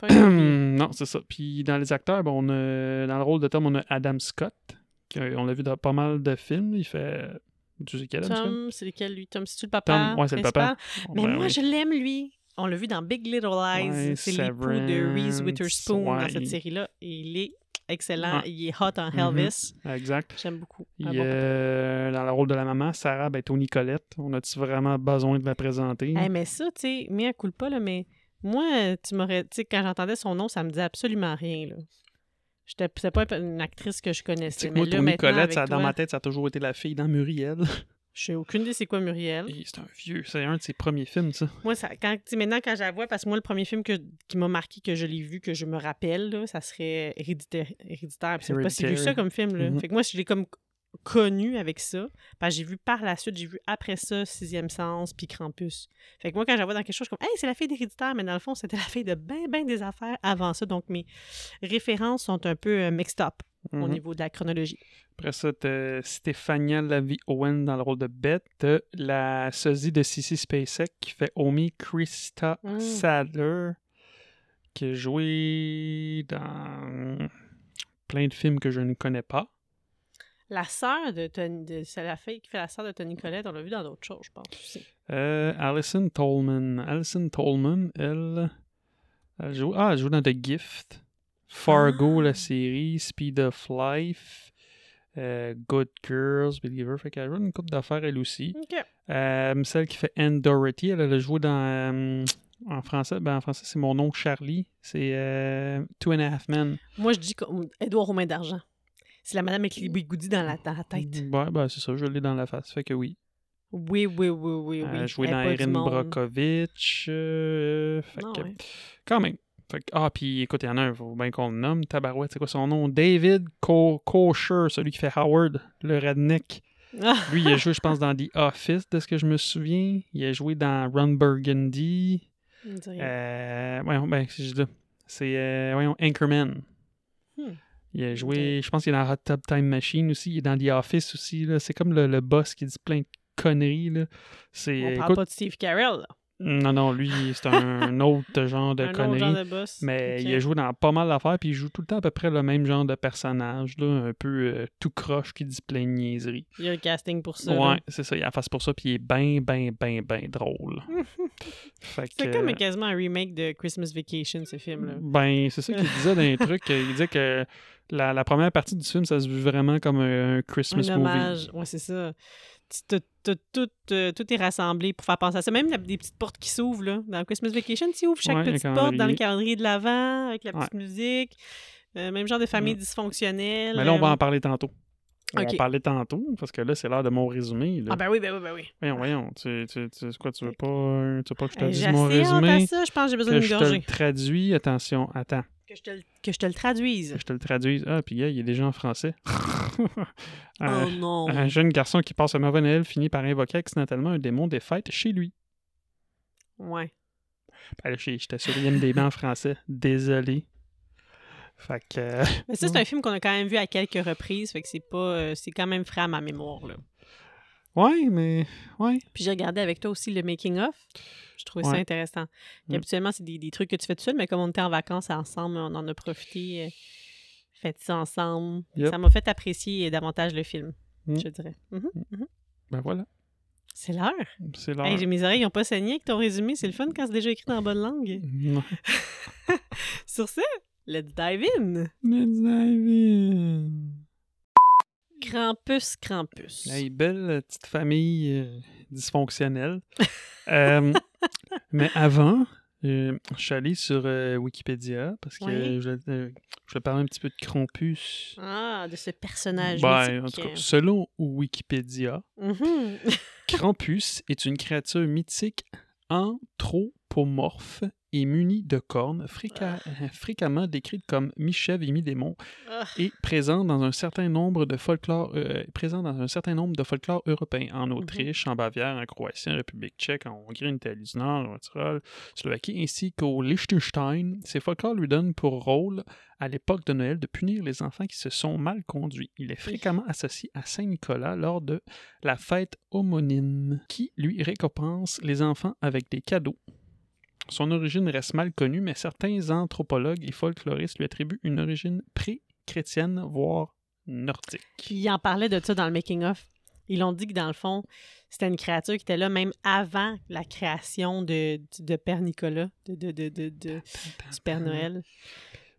Speaker 2: Hum,
Speaker 1: Pas un
Speaker 2: non, c'est ça. Puis dans les acteurs, ben, on a, dans le rôle de Tom, on a Adam Scott. qui, euh, on l'a vu dans pas mal de films. Il fait. Tu sais quel Adam Scott?
Speaker 1: Tom, c'est lequel, lui? Tom, c'est-tu le papa?
Speaker 2: Tom, ouais, c'est le papa.
Speaker 1: Mais
Speaker 2: Ben
Speaker 1: moi,
Speaker 2: oui.
Speaker 1: je l'aime, lui. On l'a vu dans Big Little Lies.
Speaker 2: Ouais,
Speaker 1: c'est l'époux de Reese
Speaker 2: Severance,
Speaker 1: Witherspoon
Speaker 2: ouais,
Speaker 1: dans cette
Speaker 2: il-
Speaker 1: série-là. Et il est excellent.
Speaker 2: Ouais.
Speaker 1: Il est hot en
Speaker 2: Mhm.
Speaker 1: Elvis.
Speaker 2: Exact.
Speaker 1: J'aime beaucoup.
Speaker 2: Il,
Speaker 1: Un Ah, bon papa.
Speaker 2: euh, dans le rôle de la maman, Sarah, ben, Tony Colette. On a-tu vraiment besoin de la présenter?
Speaker 1: Hey, Eh, mais ça, tu sais, mais coule pas, là, mais moi, tu m'aurais. Tu sais, quand j'entendais son nom, ça me disait absolument rien, là. J'étais- C'était pas une actrice que je
Speaker 2: Tu sais
Speaker 1: connaissais.
Speaker 2: que
Speaker 1: Mais
Speaker 2: moi,
Speaker 1: là,
Speaker 2: Tony
Speaker 1: maintenant,
Speaker 2: Colette,
Speaker 1: avec
Speaker 2: ça, dans
Speaker 1: toi,
Speaker 2: ma tête, ça a toujours été la fille dans Muriel.
Speaker 1: Je sais aucune idée c'est quoi Muriel.
Speaker 2: Et c'est un vieux, c'est un de ses premiers films, ça.
Speaker 1: Moi, ça, quand, tu sais, maintenant, quand je la vois, parce que moi, le premier film que- qui m'a marqué, que je l'ai vu, que je me rappelle, là, ça serait Héréditaire. Héréditaire. Puis C'est pas si
Speaker 2: Héréditaire.
Speaker 1: vu ça comme film. Là.
Speaker 2: Mhm.
Speaker 1: Fait que moi, je l'ai comme connu avec ça. Parce que j'ai vu par la suite, j'ai vu après ça Sixième Sens, puis Krampus. Fait que moi, quand je la vois dans quelque chose, je suis comme « Hey, c'est la fille d'Héréditaire! » Mais dans le fond, c'était la fille de ben, ben des affaires avant ça. Donc, mes références sont un peu euh, mixed up au
Speaker 2: Mhm.
Speaker 1: niveau de la chronologie.
Speaker 2: Après ça, t'as Stéphania Lavie Owen dans le rôle de Beth. T'as la sosie de Sissy Spacek qui fait Omi Krista
Speaker 1: Mm.
Speaker 2: Sadler, qui a joué dans plein de films que je ne connais pas.
Speaker 1: La sœur de Tony... de- C'est la fille qui fait la sœur de Tony Collette. On l'a vu dans d'autres choses, je pense. aussi.
Speaker 2: Euh, Alison Tolman. Alison Tolman, elle, elle joue, ah, elle joue dans The Gift, Fargo,
Speaker 1: Ah.
Speaker 2: la série, Speed of Life, euh, Good Girls, Believer. Fait qu'elle joue dans une coupe d'affaires, elle aussi.
Speaker 1: OK.
Speaker 2: Euh, celle qui fait Anne Doherty, elle, elle a joué dans. euh, en français, ben, en français, c'est mon nom Charlie. C'est euh, Two and a Half Men.
Speaker 1: Moi, je dis comme Edouard Romain d'Argent. C'est la madame avec les bigoudis dans la, dans la tête.
Speaker 2: Ouais, ben c'est ça, je l'ai dans la face. Fait que oui.
Speaker 1: Oui, oui, oui, oui, oui.
Speaker 2: Elle a joué
Speaker 1: Elle est
Speaker 2: Euh, dans
Speaker 1: pas du
Speaker 2: Erin
Speaker 1: monde.
Speaker 2: Brockovich. euh, fait
Speaker 1: Non,
Speaker 2: que-
Speaker 1: ouais.
Speaker 2: Quand même. Fait que- ah, puis écoute, il y en a un, faut bien qu'on le nomme. Tabarouette, c'est quoi son nom? David Co- Kosher, celui qui fait Howard, le redneck.
Speaker 1: Ah,
Speaker 2: Lui, il a joué, je pense, dans The Office, de ce que je me souviens. Il a joué dans Run Burgundy.
Speaker 1: on dirait.
Speaker 2: Euh, voyons, ben, c'est juste là. C'est, euh, voyons, Anchorman.
Speaker 1: Hmm.
Speaker 2: Il a joué, je pense qu'il est dans Hot Tub Time Machine aussi. Il est dans The Office aussi. là. C'est comme le, le boss qui dit plein de conneries. Là. C'est,
Speaker 1: On parle
Speaker 2: écoute,
Speaker 1: pas de Steve Carell, là.
Speaker 2: non, non, lui, c'est un autre genre de
Speaker 1: un autre
Speaker 2: conneries.
Speaker 1: genre de boss.
Speaker 2: Mais
Speaker 1: Ok.
Speaker 2: il a joué dans pas mal d'affaires, puis il joue tout le temps à peu près le même genre de personnage, là, un peu euh, tout croche qui dit plein de niaiseries.
Speaker 1: Il y a un casting pour ça. là.
Speaker 2: Ouais, c'est ça, il a la face pour ça, puis il est ben, ben, ben, ben drôle. fait
Speaker 1: C'est
Speaker 2: que-
Speaker 1: comme quasiment un remake de Christmas Vacation, ce film-là.
Speaker 2: Ben, c'est ça qu'il disait dans les trucs. euh, Il disait que la, la première partie du film, ça se vit vraiment comme un, un Christmas
Speaker 1: Un
Speaker 2: movie.
Speaker 1: hommage. Ouais, c'est ça. Tu- t'as- t'as tout, euh, tout est rassemblé pour faire penser à ça. Même la- des petites portes qui s'ouvrent, là. Dans Christmas Vacation, tu ouvres chaque
Speaker 2: Ouais, le
Speaker 1: petite porte dans le
Speaker 2: calendrier.
Speaker 1: calendrier de l'avant, avec la petite musique. Euh, même genre de famille
Speaker 2: Ouais.
Speaker 1: dysfonctionnelle.
Speaker 2: Mm. Mais là, on va
Speaker 1: euh,
Speaker 2: en parler tantôt. On va
Speaker 1: Ok.
Speaker 2: en parler tantôt, parce que là, c'est l'heure de mon résumé. là.
Speaker 1: Ah ben oui, ben oui, ben oui.
Speaker 2: Voyons, voyons. Tu, tu, tu- c'est quoi, tu veux pas, euh, tu veux pas que je te
Speaker 1: Hey, J'ai
Speaker 2: dise mon
Speaker 1: assez honte
Speaker 2: résumé?
Speaker 1: à ça, je pense que j'ai besoin
Speaker 2: que
Speaker 1: d'une
Speaker 2: je te le
Speaker 1: gorgée.
Speaker 2: traduis. Attention, attends,
Speaker 1: Que je te le- que je te le traduise.
Speaker 2: que je te le traduise. Ah, puis gars, il est déjà en français.
Speaker 1: Oh
Speaker 2: un,
Speaker 1: non.
Speaker 2: un jeune garçon qui passe un mauvais Noël finit par invoquer accidentellement un démon des fêtes chez lui.
Speaker 1: Ouais.
Speaker 2: Ben là, j'ai- J'étais sur IMDB en français. Désolé. Fait que... euh,
Speaker 1: Mais ça, c'est
Speaker 2: Ouais.
Speaker 1: un film qu'on a quand même vu à quelques reprises, fait que c'est pas... euh, c'est quand même frais à ma mémoire, là.
Speaker 2: Ouais, mais... Ouais.
Speaker 1: Puis j'ai regardé avec toi aussi le making of. Je trouvais ça
Speaker 2: Ouais.
Speaker 1: intéressant. Puis
Speaker 2: Mm.
Speaker 1: Habituellement, c'est des, des trucs que tu fais tout seul, mais comme on était en vacances ensemble, on en a profité. euh, Fait ça ensemble.
Speaker 2: Yep.
Speaker 1: Ça m'a fait apprécier euh, davantage le film,
Speaker 2: Mm.
Speaker 1: je dirais. Mhm.
Speaker 2: Ben voilà.
Speaker 1: C'est l'heure.
Speaker 2: C'est l'heure.
Speaker 1: Hey, j'ai- mes oreilles n'ont pas saigné avec ton résumé. C'est le fun quand c'est déjà écrit dans la bonne langue.
Speaker 2: Non.
Speaker 1: Sur ce, let's dive in.
Speaker 2: Let's dive in.
Speaker 1: Krampus, Krampus.
Speaker 2: Hey, belle petite famille euh, dysfonctionnelle. Euh, mais avant, euh, je suis allé sur euh, Wikipédia parce que
Speaker 1: Oui.
Speaker 2: euh, je, euh, je voulais parler un petit peu de Krampus.
Speaker 1: Ah, de ce personnage
Speaker 2: Ben, en
Speaker 1: mythique.
Speaker 2: tout cas, selon Wikipédia,
Speaker 1: Mhm.
Speaker 2: Krampus est une créature mythique anthropomorphe et munie de cornes, fréca- fréquemment décrite comme mi-chèvre et mi-démon,
Speaker 1: Ah.
Speaker 2: et présent dans un certain nombre de folklore, euh, présent dans un certain nombre de folklore européens, en Autriche, en Bavière, en Croatie, en République tchèque, en Hongrie, en Italie du Nord, en Tyrol, Slovaquie, ainsi qu'au Liechtenstein. Ces folklores lui donnent pour rôle, à l'époque de Noël, de punir les enfants qui se sont mal conduits. Il est fréquemment associé à Saint-Nicolas lors de la fête homonyme, qui lui récompense les enfants avec des cadeaux. Son origine reste mal connue, mais certains anthropologues et folkloristes lui attribuent une origine pré-chrétienne, voire nordique.
Speaker 1: Puis ils en parlaient de ça dans le making-of. Ils l'ont dit que dans le fond, c'était une créature qui était là même avant la création de, de, de Père Nicolas, de, de, de, de- de- du Père Noël.
Speaker 2: Ah.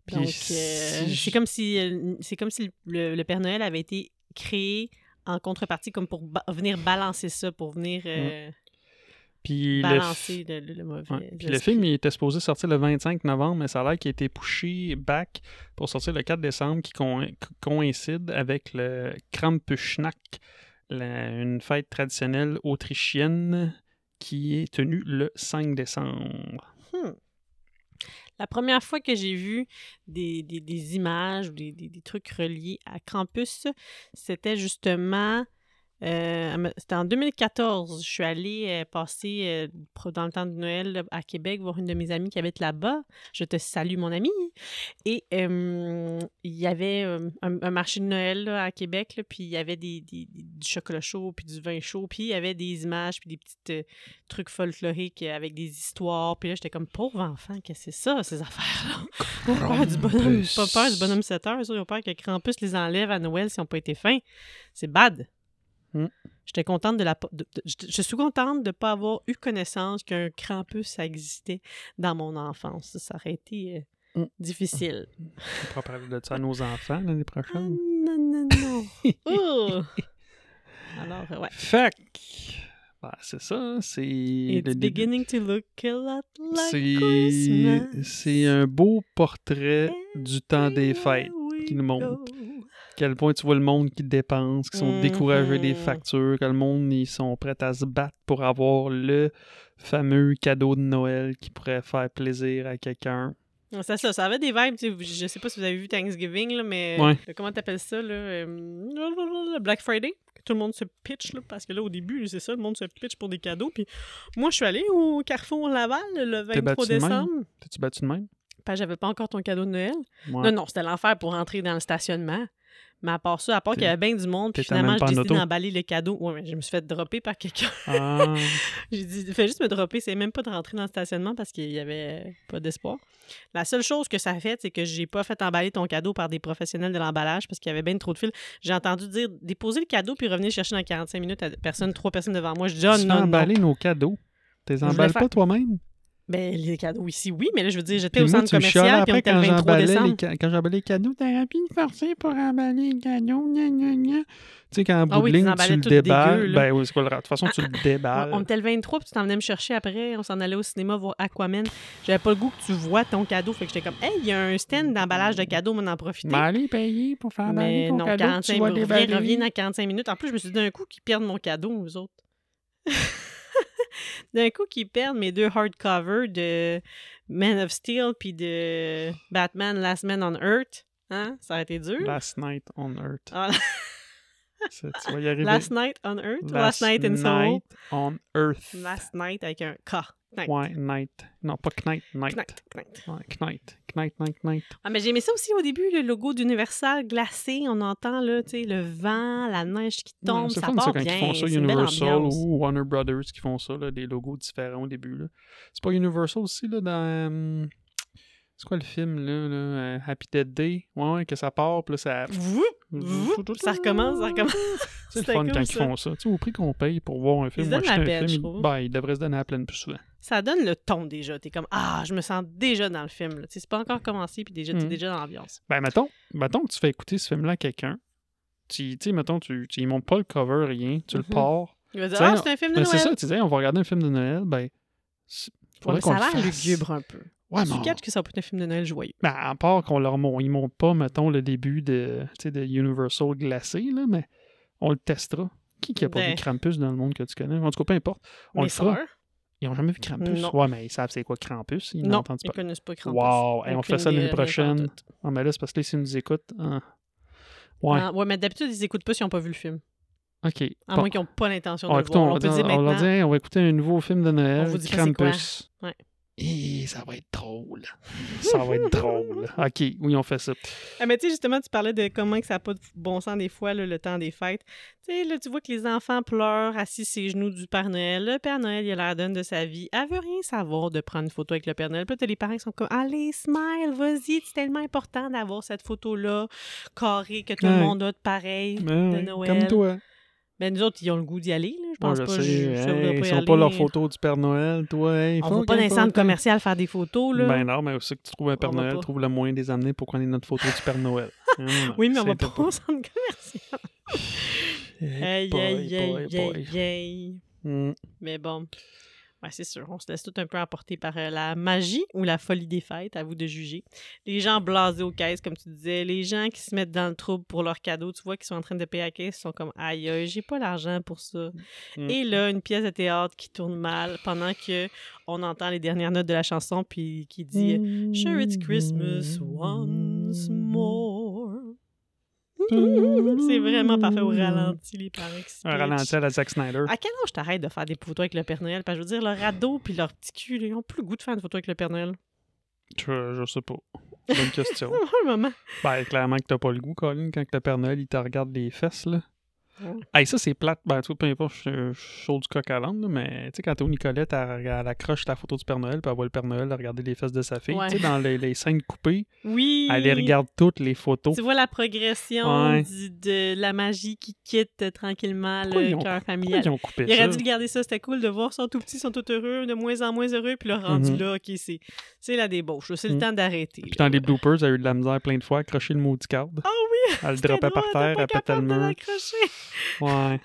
Speaker 2: Puis
Speaker 1: Donc, euh,
Speaker 2: si je-
Speaker 1: c'est comme si, euh, c'est comme si le, le- le Père Noël avait été créé en contrepartie comme pour ba- venir balancer ça, pour venir euh,
Speaker 2: Puis le,
Speaker 1: balancer le, le- le mauvais.
Speaker 2: ouais, puis le
Speaker 1: esprit.
Speaker 2: film il était supposé sortir le 25 novembre, mais ça a l'air qu'il a été pushé back pour sortir le 4 décembre, qui co- co- coïncide avec le Krampusnacht, la- une fête traditionnelle autrichienne qui est tenue le 5 décembre.
Speaker 1: Hmm. La première fois que j'ai vu des, des- des images ou des, des- des trucs reliés à Krampus, c'était justement. euh, à me- c'était en 2014. Je suis allée euh, passer euh, pro- dans le temps de Noël là, à Québec voir une de mes amies qui habite là-bas. Je te salue, mon amie. Et euh, il y avait euh, un, un marché de Noël là, à Québec, là, puis il y avait des, des- des- du chocolat chaud, puis du vin chaud, puis il y avait des images, puis des petites euh, trucs folkloriques euh, avec des histoires. Puis là, j'étais comme, pauvre enfant, qu'est-ce que c'est ça, ces affaires-là?
Speaker 2: Ah,
Speaker 1: Pas peur du bonhomme,
Speaker 3: Krampus.
Speaker 1: pas peur du bonhomme 7 heures. Ça, ils ont peur que Krampus les enlève à Noël s'ils n'ont pas été fins. C'est bad.
Speaker 2: Mm.
Speaker 1: J'étais contente de la. po- de- de- je, je suis contente de ne pas avoir eu connaissance qu'un Krampus ça existait dans mon enfance. Ça aurait été euh,
Speaker 2: Mm.
Speaker 1: difficile.
Speaker 2: On pourra parler de ça à nos enfants l'année
Speaker 1: Ah,
Speaker 2: prochaine.
Speaker 1: non, non, non. Oh! Alors, euh, ouais.
Speaker 2: Fait que, ben, c'est ça, c'est le
Speaker 1: It's
Speaker 2: début.
Speaker 1: beginning to look a lot like
Speaker 2: C'est
Speaker 1: Christmas.
Speaker 2: c'est un beau portrait du temps des fêtes
Speaker 1: Here we
Speaker 2: qui nous montre.
Speaker 1: go.
Speaker 2: quel point tu vois le monde qui dépense, qui sont
Speaker 1: Mhm.
Speaker 2: découragés des factures, que le monde, ils sont prêts à se battre pour avoir le fameux cadeau de Noël qui pourrait faire plaisir à quelqu'un.
Speaker 1: Ah, C'est ça, ça avait des vibes. tu sais, Je sais pas si vous avez vu Thanksgiving, là, mais
Speaker 2: Ouais.
Speaker 1: euh, comment t'appelles ça? Là, euh, Black Friday. Tout le monde se pitch, là, parce que là, au début, c'est ça, le monde se pitch pour des cadeaux. Puis moi, je suis allée au Carrefour Laval le 23
Speaker 2: T'es battu de même?
Speaker 1: décembre.
Speaker 2: T'es-tu battu de même?
Speaker 1: Parce que j'avais pas encore ton cadeau de Noël.
Speaker 2: Ouais.
Speaker 1: Non, non, c'était l'enfer pour rentrer dans le stationnement. Mais à part ça, à part
Speaker 2: T'es-
Speaker 1: qu'il y avait bien du monde, puis
Speaker 2: t'étais même
Speaker 1: finalement, j'ai
Speaker 2: pas en
Speaker 1: décidé
Speaker 2: auto.
Speaker 1: d'emballer le cadeau. Ouais, mais je me suis fait dropper par quelqu'un.
Speaker 2: Ah,
Speaker 1: J'ai dit, fais juste me dropper, c'est même pas de rentrer dans le stationnement parce qu'il y avait euh, pas d'espoir. La seule chose que ça a fait, c'est que j'ai pas fait emballer ton cadeau par des professionnels de l'emballage parce qu'il y avait bien trop de fils. J'ai entendu dire, déposer le cadeau puis revenir le chercher dans 45 minutes à personne, trois personnes devant moi. Je dis, ah,
Speaker 2: tu fais
Speaker 1: non, non.
Speaker 2: emballer nos cadeaux. T'es
Speaker 1: voulais
Speaker 2: emballes pas
Speaker 1: faire-
Speaker 2: toi-même?
Speaker 1: Ben, les cadeaux ici, oui, mais là, je veux dire, j'étais
Speaker 2: Puis
Speaker 1: au
Speaker 2: moi,
Speaker 1: centre
Speaker 2: tu me
Speaker 1: commercial
Speaker 2: chiales
Speaker 1: puis on
Speaker 2: après
Speaker 1: était le
Speaker 2: quand
Speaker 1: 23
Speaker 2: j'emballais
Speaker 1: décembre.
Speaker 2: les ca- quand j'emballais les cadeaux. T'as rapide forcé pour emballer les cadeaux. gna, gna, gna. Tu sais, quand en bout
Speaker 1: Ah oui, tu
Speaker 2: de ligne,
Speaker 1: emballais
Speaker 2: tu le
Speaker 1: tout dégueu,
Speaker 2: déballes.
Speaker 1: là. Ah,
Speaker 2: ben oui, c'est quoi le rap? De toute façon, tu le déballes.
Speaker 1: On- On était le 23, puis tu t'en venais me chercher après. On s'en allait au cinéma voir Aquaman. J'avais pas le goût que tu vois ton cadeau. Fait que j'étais comme, hey, il y a un stand d'emballage de cadeaux, on en profiter.
Speaker 2: Mais allez payer pour faire
Speaker 1: Mais
Speaker 2: emballer ton
Speaker 1: non,
Speaker 2: cadeau. que
Speaker 1: 45
Speaker 2: tu vas
Speaker 1: minutes.
Speaker 2: déballer.
Speaker 1: Reviens, reviens dans 45 minutes. En plus, je me suis dit d'un coup qu'ils perdent mon cadeau, vous autres. d'un coup qu'ils perdent mes deux hardcovers de Man of Steel puis de Batman Last Man on Earth. Hein? Ça a été dur.
Speaker 2: Last night on Earth.
Speaker 1: Ah,
Speaker 2: Ça, tu vas y arriver.
Speaker 1: Last Night on Earth? Last, Night in Soul?
Speaker 2: night on Earth.
Speaker 1: Last Night avec un K. Night.
Speaker 2: Ouais, night. Non, pas knight, night.
Speaker 1: Knight, knight.
Speaker 2: Ouais, knight. Knight, knight, knight.
Speaker 1: Ah, mais j'aimais ça aussi au début, le logo d'Universal glacé. On entend là, tu sais, le vent, la neige qui tombe,
Speaker 2: Ouais, c'est
Speaker 1: ça
Speaker 2: fun,
Speaker 1: part
Speaker 2: ça, quand
Speaker 1: bien.
Speaker 2: ils font ça,
Speaker 1: c'est une belle
Speaker 2: Universal
Speaker 1: ambiance.
Speaker 2: ou Warner Brothers qui font ça, là, des logos différents au début. là. C'est pas Universal aussi, là, dans... hum, C'est quoi le film, là, là, euh, Happy Dead Day? Ouais, ouais, que ça part, puis là, ça...
Speaker 1: Vouh, vouh, ça recommence, ça recommence.
Speaker 2: C'est le
Speaker 1: C'était
Speaker 2: fun
Speaker 1: cool,
Speaker 2: quand ils
Speaker 1: ça.
Speaker 2: font ça. Tu sais, au prix qu'on paye pour voir un film,
Speaker 1: se donnent
Speaker 2: acheter
Speaker 1: la
Speaker 2: un
Speaker 1: peine,
Speaker 2: film,
Speaker 1: je trouve.
Speaker 2: ils- ben, ils devraient se donner la peine plus souvent.
Speaker 1: Ça donne le ton déjà. T'es comme Ah, je me sens déjà dans le film. là. Tu sais, C'est pas encore commencé, puis déjà, t'es
Speaker 2: Mm.
Speaker 1: déjà dans l'ambiance.
Speaker 2: Ben, mettons, mettons que tu fais écouter ce film-là à quelqu'un. Tu tu sais, mettons, tu, tu, ils montent pas le cover, rien. Tu le
Speaker 1: Mhm.
Speaker 2: pars.
Speaker 1: Il va dire
Speaker 2: Tu sais,
Speaker 1: Ah, c'est un film de
Speaker 2: Ben,
Speaker 1: Noël.
Speaker 2: c'est ça, tu disais, on va regarder un film de Noël, ben... c'est-
Speaker 1: Ouais, mais
Speaker 2: faudrait
Speaker 1: ça
Speaker 2: qu'on
Speaker 1: a
Speaker 2: le
Speaker 1: l'air
Speaker 2: fasse. Ah,
Speaker 1: lugubre un peu.
Speaker 2: Ouais, mais
Speaker 1: tu
Speaker 2: on-
Speaker 1: catches que ça peut être un film de Noël joyeux.
Speaker 2: Ben, à part qu'on leur monte, ils montent pas, mettons, le début de, tu sais, de Universal glacé, là, mais on le testera. Qui qui a pas
Speaker 1: Ben.
Speaker 2: vu Krampus dans le monde que tu connais? En tout cas, peu importe. On
Speaker 1: Mes
Speaker 2: le fera.
Speaker 1: sœurs,
Speaker 2: Ils ont jamais vu Krampus.
Speaker 1: Non.
Speaker 2: Ouais, mais ils savent c'est quoi Krampus. Ils n'ont
Speaker 1: non,
Speaker 2: entendu
Speaker 1: ils
Speaker 2: pas.
Speaker 1: connaissent pas Krampus.
Speaker 2: Wow! Hey, on fait
Speaker 1: Aucune
Speaker 2: ça l'année
Speaker 1: idée, rien
Speaker 2: prochaine.
Speaker 1: pantoute.
Speaker 2: Ah, mais là, c'est parce que là, s'ils nous écoutent. hein. Ouais,
Speaker 1: Ah, ouais, mais d'habitude, ils écoutent pas s'ils ont pas vu le film.
Speaker 2: ok.
Speaker 1: À
Speaker 2: Bon.
Speaker 1: moins qu'ils n'ont pas l'intention de
Speaker 2: Ah,
Speaker 1: le
Speaker 2: écoute,
Speaker 1: voir.
Speaker 2: on,
Speaker 1: On, peut
Speaker 2: leur
Speaker 1: dire
Speaker 2: dit- on leur
Speaker 1: maintenant.
Speaker 2: dit, Hey, on va écouter un nouveau film de Noël,
Speaker 1: On vous dit pas c'est
Speaker 2: Krampus.
Speaker 1: quoi. Ouais.
Speaker 2: Et ça va être drôle. ça va être drôle. OK, oui, on fait ça.
Speaker 1: Ah, mais tu sais, justement, tu parlais de comment que ça n'a pas de bon sens des fois, là, le temps des fêtes. Tu sais, là, tu vois que les enfants pleurent assis sur les genoux du Père Noël. Le Père Noël, il a l'air donne de sa vie. Elle veut rien savoir de prendre une photo avec le Père Noël. Puis là, t'as les parents qui sont comme « Allez, smile, vas-y, c'est tellement important d'avoir cette photo-là, carrée, que tout
Speaker 2: Ouais.
Speaker 1: le monde a de pareil.
Speaker 2: Ouais,
Speaker 1: Noël.
Speaker 2: Comme toi.
Speaker 1: Ben, nous autres, ils ont le goût d'y aller, là. Je
Speaker 2: Moi,
Speaker 1: pense
Speaker 2: je
Speaker 1: pas.
Speaker 2: sais,
Speaker 1: je- je
Speaker 2: hey,
Speaker 1: devrais
Speaker 2: ils
Speaker 1: y
Speaker 2: sont pas
Speaker 1: aller.
Speaker 2: leurs photos du Père Noël, toi. hein. Hey,
Speaker 1: euh, On va
Speaker 2: faut
Speaker 1: pas dans
Speaker 2: qu'un
Speaker 1: les centres
Speaker 2: photo.
Speaker 1: commerciaux faire des photos, là.
Speaker 2: Ben non, mais aussi que tu trouves un Père
Speaker 1: On va
Speaker 2: Noël,
Speaker 1: pas.
Speaker 2: trouve le moyen de les amener pour qu'on ait notre photo du Père Noël. Hum,
Speaker 1: oui, mais on
Speaker 2: c'est
Speaker 1: va pas
Speaker 2: tout.
Speaker 1: au centre commercial.
Speaker 2: Hey,
Speaker 1: Aïe,
Speaker 2: boy,
Speaker 1: aïe, aïe,
Speaker 2: boy, boy.
Speaker 1: aïe, aïe. Euh,
Speaker 2: Hum,
Speaker 1: Mais bon, ouais, c'est sûr, on se laisse tout un peu emporter par euh, la magie ou la folie des fêtes, à vous de juger. Les gens blasés aux caisses, comme tu disais, les gens qui se mettent dans le trouble pour leurs cadeaux, tu vois, qui sont en train de payer à la caisse, ils sont comme aïe, aïe, j'ai pas l'argent pour ça.
Speaker 2: Mm.
Speaker 1: Et là, une pièce de théâtre qui tourne mal pendant que on entend les dernières notes de la chanson, puis qui dit euh, Sure, it's Christmas once more. C'est vraiment parfait au ralenti, les parents qui se
Speaker 2: Un
Speaker 1: pitchent.
Speaker 2: ralenti à la Zack Snyder.
Speaker 1: À quel âge t'arrêtes de faire des photos avec le Père Noël? Parce que je veux dire, leur radeau puis leur petit cul, là, ils ont plus le goût de faire une photo avec le Père Noël.
Speaker 2: Je, je sais pas. Bonne question.
Speaker 1: C'est un moment.
Speaker 2: ben, clairement que t'as pas le goût, Colin, quand le Père Noël, il te regarde les fesses, là.
Speaker 1: Ouais.
Speaker 2: Hey, ça, c'est plate. Ben, tu vois, peu importe, je suis- je suis chaud du coq à l'âne, là, mais tu sais, quand Théo Nicolette, elle, elle accroche la photo du Père Noël, puis elle voit le Père Noël regarder les fesses de sa fille.
Speaker 1: Ouais.
Speaker 2: Tu sais, dans les, les scènes coupées,
Speaker 1: Oui!
Speaker 2: elle les regarde toutes les photos.
Speaker 1: Tu vois la progression
Speaker 2: Ouais.
Speaker 1: du- de la magie qui quitte euh, tranquillement
Speaker 2: Pourquoi ils
Speaker 1: le
Speaker 2: ont-
Speaker 1: cœur
Speaker 2: Pourquoi
Speaker 1: familial.
Speaker 2: ils ont coupé
Speaker 1: Il aurait
Speaker 2: ça?
Speaker 1: dû le garder ça, c'était cool de voir. Ils sont tout petits, ils sont tout heureux, de moins en moins heureux, puis le rendu
Speaker 2: Mhm.
Speaker 1: là, ok, c'est c'est la débauche. là, C'est
Speaker 2: Mm.
Speaker 1: le temps d'arrêter.
Speaker 2: Puis
Speaker 1: là,
Speaker 2: dans les
Speaker 1: ouais.
Speaker 2: bloopers, elle a eu de la misère plein de fois à accrocher le maudit cadre.
Speaker 1: Ah oui!
Speaker 2: Elle le
Speaker 1: c'était
Speaker 2: dropait par
Speaker 1: drôle, t'es
Speaker 2: terre,
Speaker 1: pas
Speaker 2: elle pétait le
Speaker 1: capable de
Speaker 2: mur.
Speaker 1: l'accrocher.
Speaker 2: Ouais.